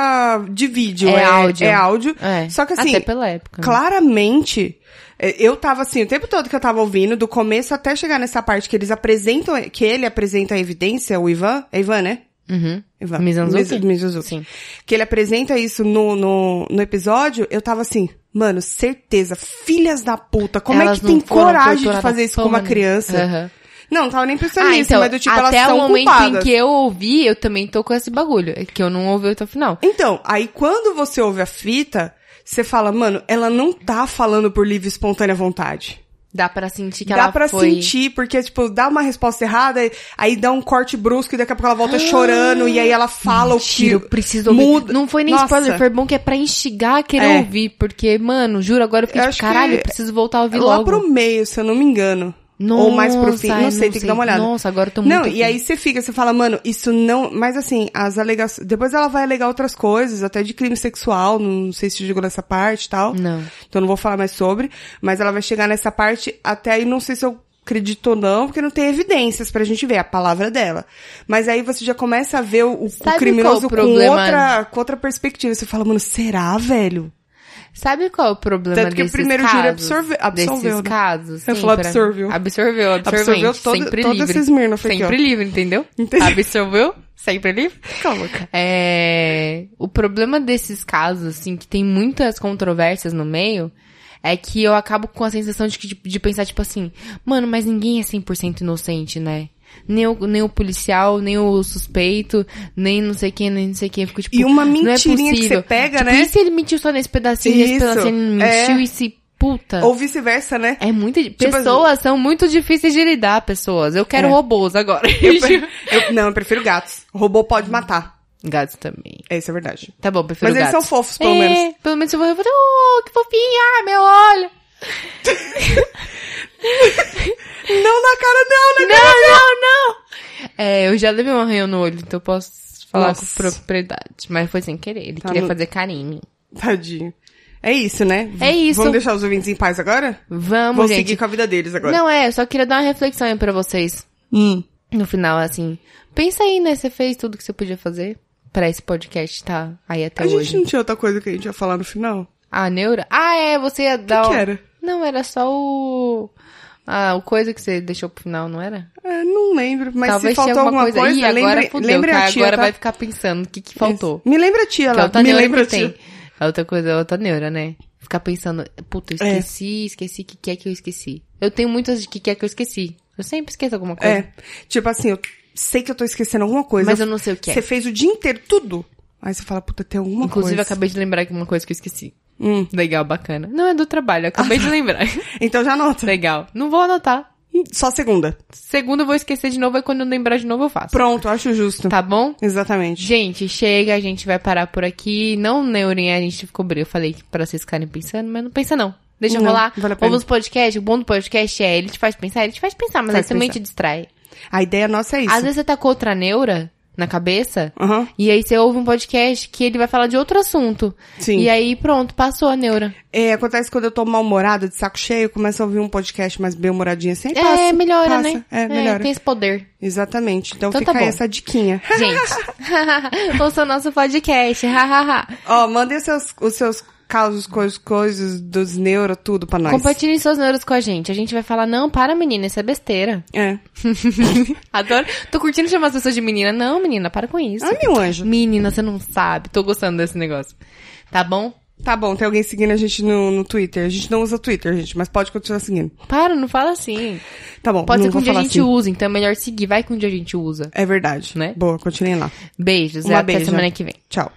Speaker 2: de vídeo, é,
Speaker 1: É áudio.
Speaker 2: É áudio.
Speaker 1: É.
Speaker 2: Só que assim,
Speaker 1: Até pela época. né?
Speaker 2: claramente, é, eu tava assim, o tempo todo que eu tava ouvindo, do começo até chegar nessa parte que eles apresentam, que ele apresenta a evidência, o Ivan. É Ivan, né?
Speaker 1: Uhum.
Speaker 2: Ivan.
Speaker 1: Mizanzuki?
Speaker 2: Miz- Mizanzuki.
Speaker 1: Sim.
Speaker 2: Que ele apresenta isso no, no, no episódio, eu tava assim, mano, certeza, filhas da puta, como
Speaker 1: Elas
Speaker 2: é que tem
Speaker 1: não foram
Speaker 2: coragem de
Speaker 1: torturadas
Speaker 2: fazer isso com
Speaker 1: porra
Speaker 2: uma
Speaker 1: nenhuma.
Speaker 2: criança?
Speaker 1: Aham.
Speaker 2: Não, não tava nem pensando
Speaker 1: Ah,
Speaker 2: nisso,
Speaker 1: então,
Speaker 2: mas do tipo,
Speaker 1: até
Speaker 2: elas
Speaker 1: o
Speaker 2: são
Speaker 1: momento
Speaker 2: culpadas.
Speaker 1: em que eu ouvi, eu também tô com esse bagulho. é Que eu não ouvi até o final.
Speaker 2: Então, aí quando você ouve a fita, você fala, mano, ela não tá falando por livre e espontânea vontade.
Speaker 1: Dá pra sentir que
Speaker 2: dá
Speaker 1: ela
Speaker 2: pra
Speaker 1: foi...
Speaker 2: sentir, porque, tipo, dá uma resposta errada, aí- aí dá um corte brusco e daqui a pouco ela volta chorando, e aí ela fala
Speaker 1: Ah, Mentira,
Speaker 2: o
Speaker 1: eu
Speaker 2: que.
Speaker 1: preciso ouvir.
Speaker 2: muda.
Speaker 1: Não foi nem
Speaker 2: Nossa.
Speaker 1: spoiler, foi bom que é pra instigar a querer
Speaker 2: É.
Speaker 1: ouvir, porque, mano, juro, agora eu fiquei tipo,
Speaker 2: Eu acho
Speaker 1: caralho,
Speaker 2: que
Speaker 1: eu preciso voltar a ouvir
Speaker 2: lá
Speaker 1: logo.
Speaker 2: pro meio, se eu não me engano. Ou mais pro fim,
Speaker 1: Nossa,
Speaker 2: não,
Speaker 1: ai,
Speaker 2: sei, tem que dar uma olhada.
Speaker 1: Nossa, agora eu tô muito assim.
Speaker 2: Não,
Speaker 1: afim.
Speaker 2: e aí você fica, você fala, mano, isso não. Mas assim, as alegações. Depois ela vai alegar outras coisas, até de crime sexual, não sei se chegou nessa parte e tal.
Speaker 1: Não.
Speaker 2: Então não vou falar mais sobre. Mas ela vai chegar nessa parte, até aí não sei se eu acredito ou não, porque não tem evidências pra gente ver, é a palavra dela. Mas aí você já começa a ver o, o
Speaker 1: Sabe
Speaker 2: criminoso
Speaker 1: qual é o
Speaker 2: com
Speaker 1: problema?
Speaker 2: outra, com outra perspectiva. Você fala, mano, será, velho?
Speaker 1: Sabe qual é o problema
Speaker 2: Tanto que o
Speaker 1: desses
Speaker 2: primeiro
Speaker 1: casos?
Speaker 2: júri absorve- absolveu,
Speaker 1: Desses
Speaker 2: né?
Speaker 1: casos.
Speaker 2: Eu
Speaker 1: sim,
Speaker 2: falo
Speaker 1: pra-
Speaker 2: absorveu.
Speaker 1: Absorveu, absorvente.
Speaker 2: Absorveu todo-
Speaker 1: sempre
Speaker 2: toda
Speaker 1: livre.
Speaker 2: essa Esmirna, foi aqui,
Speaker 1: Sempre
Speaker 2: ó.
Speaker 1: livre, entendeu?
Speaker 2: Entendi.
Speaker 1: Absorveu, sempre livre.
Speaker 2: Calma, cara.
Speaker 1: É, o problema desses casos, assim, que tem muitas controvérsias no meio, é que eu acabo com a sensação de, que- de, de pensar, tipo assim, mano, mas ninguém é 100% inocente, né? Nem o, nem o policial, nem o suspeito, nem não sei quem, nem não sei quem. Eu Fico, tipo,
Speaker 2: E uma
Speaker 1: não é
Speaker 2: mentirinha que
Speaker 1: possível.
Speaker 2: você pega,
Speaker 1: Tipo,
Speaker 2: né?
Speaker 1: E se ele mentiu só nesse pedacinho, nesse
Speaker 2: Isso, é.
Speaker 1: pedacinho ele não mentiu e se... Puta.
Speaker 2: Ou vice-versa, né?
Speaker 1: É muito... di-
Speaker 2: Tipo,
Speaker 1: pessoas são muito difíceis de lidar, pessoas. Eu quero
Speaker 2: É.
Speaker 1: robôs agora.
Speaker 2: Eu- não, eu prefiro gatos. Robô pode matar.
Speaker 1: Gatos também.
Speaker 2: É isso, é verdade.
Speaker 1: Tá bom, prefiro
Speaker 2: Mas eles
Speaker 1: gatos.
Speaker 2: são fofos, pelo
Speaker 1: É,
Speaker 2: menos.
Speaker 1: Pelo menos eu vou falar, oh, que fofinha, ah, meu olho.
Speaker 2: Não na cara, não, né?
Speaker 1: Não, não, não. É, eu já levei um arranhão no olho, então eu posso falar
Speaker 2: Nossa.
Speaker 1: com propriedade. Mas foi sem querer, ele
Speaker 2: Tá
Speaker 1: queria
Speaker 2: no-
Speaker 1: fazer carinho em mim.
Speaker 2: né? Tadinho. É isso, né? V-
Speaker 1: É isso.
Speaker 2: Vamos deixar os ouvintes em paz agora?
Speaker 1: Vamos,
Speaker 2: Vão
Speaker 1: gente.
Speaker 2: seguir com a vida deles agora.
Speaker 1: Não, é, eu só queria dar uma reflexão aí pra vocês.
Speaker 2: Hum.
Speaker 1: No final, assim, pensa aí, né, você fez tudo que você podia fazer pra esse podcast tá aí até
Speaker 2: A
Speaker 1: hoje.
Speaker 2: gente não tinha outra coisa que a gente ia falar no final?
Speaker 1: A neura? Ah, é, você ia
Speaker 2: O
Speaker 1: dar...
Speaker 2: que,
Speaker 1: o-
Speaker 2: que era?
Speaker 1: Não, era só o... Ah, o coisa que você deixou pro final, não era?
Speaker 2: É, não lembro, mas
Speaker 1: Talvez
Speaker 2: se faltou
Speaker 1: tenha
Speaker 2: alguma coisa,
Speaker 1: Ih, agora
Speaker 2: lembre,
Speaker 1: fudeu,
Speaker 2: lembre
Speaker 1: cara,
Speaker 2: a tia,
Speaker 1: agora
Speaker 2: tá?
Speaker 1: vai ficar pensando o que, que faltou.
Speaker 2: Me lembra a tia
Speaker 1: Que é
Speaker 2: lá,
Speaker 1: outra
Speaker 2: me
Speaker 1: neura
Speaker 2: lembra a
Speaker 1: que tem.
Speaker 2: tia.
Speaker 1: É outra coisa, é outra neura, né? Ficar pensando, puta, eu esqueci, esqueci o que que é que eu esqueci. Eu tenho muitas de que que é que eu esqueci. Eu sempre esqueço alguma coisa.
Speaker 2: É. Tipo assim, eu sei que eu tô esquecendo alguma coisa.
Speaker 1: Mas eu não sei o que é.
Speaker 2: Você fez o dia inteiro tudo. Aí você fala, puta, tem alguma
Speaker 1: Inclusive, eu
Speaker 2: coisa.
Speaker 1: acabei de lembrar de uma coisa que eu esqueci.
Speaker 2: Hum.
Speaker 1: Legal, bacana. Não é do trabalho, eu acabei de lembrar.
Speaker 2: Então já anota.
Speaker 1: Legal. Não vou anotar.
Speaker 2: Só segunda.
Speaker 1: Segundo, eu vou esquecer de novo, e quando eu lembrar de novo, eu faço.
Speaker 2: Pronto, acho justo.
Speaker 1: Tá bom?
Speaker 2: Exatamente.
Speaker 1: Gente, chega, a gente vai parar por aqui. Não neurem, a gente ficou brilho. Eu falei que pra vocês ficarem pensando, mas não pensa não. Deixa
Speaker 2: Não,
Speaker 1: rolar.
Speaker 2: vale a pena.
Speaker 1: Vamos pro podcast. O bom do podcast é, ele te faz pensar, ele te faz pensar, mas
Speaker 2: Faz
Speaker 1: aí também
Speaker 2: pensar.
Speaker 1: te distrai.
Speaker 2: A ideia nossa é isso.
Speaker 1: Às vezes você tá com outra neura na cabeça,
Speaker 2: Aham.
Speaker 1: e aí você ouve um podcast que ele vai falar de outro assunto.
Speaker 2: Sim.
Speaker 1: E aí, pronto, passou a neura.
Speaker 2: É, acontece quando eu tô mal-humorada, de saco cheio, começo a ouvir um podcast mais bem-humoradinho assim. aí
Speaker 1: É,
Speaker 2: passa,
Speaker 1: melhora,
Speaker 2: passa.
Speaker 1: né?
Speaker 2: É, melhora.
Speaker 1: tem esse poder.
Speaker 2: Exatamente. Então,
Speaker 1: Então
Speaker 2: fica
Speaker 1: tá
Speaker 2: aí
Speaker 1: bom.
Speaker 2: essa diquinha.
Speaker 1: Gente, ouça o nosso podcast. hahaha.
Speaker 2: Ó, mandem os seus, os seus causos, coisas, coisas dos neuro, tudo pra nós.
Speaker 1: Compartilhem suas neuras com a gente. A gente vai falar, não, para menina, isso é besteira.
Speaker 2: É.
Speaker 1: Adoro. Tô curtindo chamar as pessoas de menina. Não, menina, para com isso.
Speaker 2: Ah, meu anjo.
Speaker 1: Menina, você não sabe. Tô gostando desse negócio. Tá bom?
Speaker 2: Tá bom, tem alguém seguindo a gente no, no Twitter. A gente não usa Twitter, gente, mas pode continuar seguindo.
Speaker 1: Para, não fala assim.
Speaker 2: Tá bom,
Speaker 1: Pode
Speaker 2: não
Speaker 1: ser que
Speaker 2: vou
Speaker 1: um dia a
Speaker 2: falar
Speaker 1: gente
Speaker 2: assim.
Speaker 1: use, então é melhor seguir. Vai que um dia a gente usa.
Speaker 2: É verdade.
Speaker 1: Né?
Speaker 2: Boa, continuem lá.
Speaker 1: Beijos.
Speaker 2: Uma
Speaker 1: até
Speaker 2: beija.
Speaker 1: semana que vem.
Speaker 2: Tchau.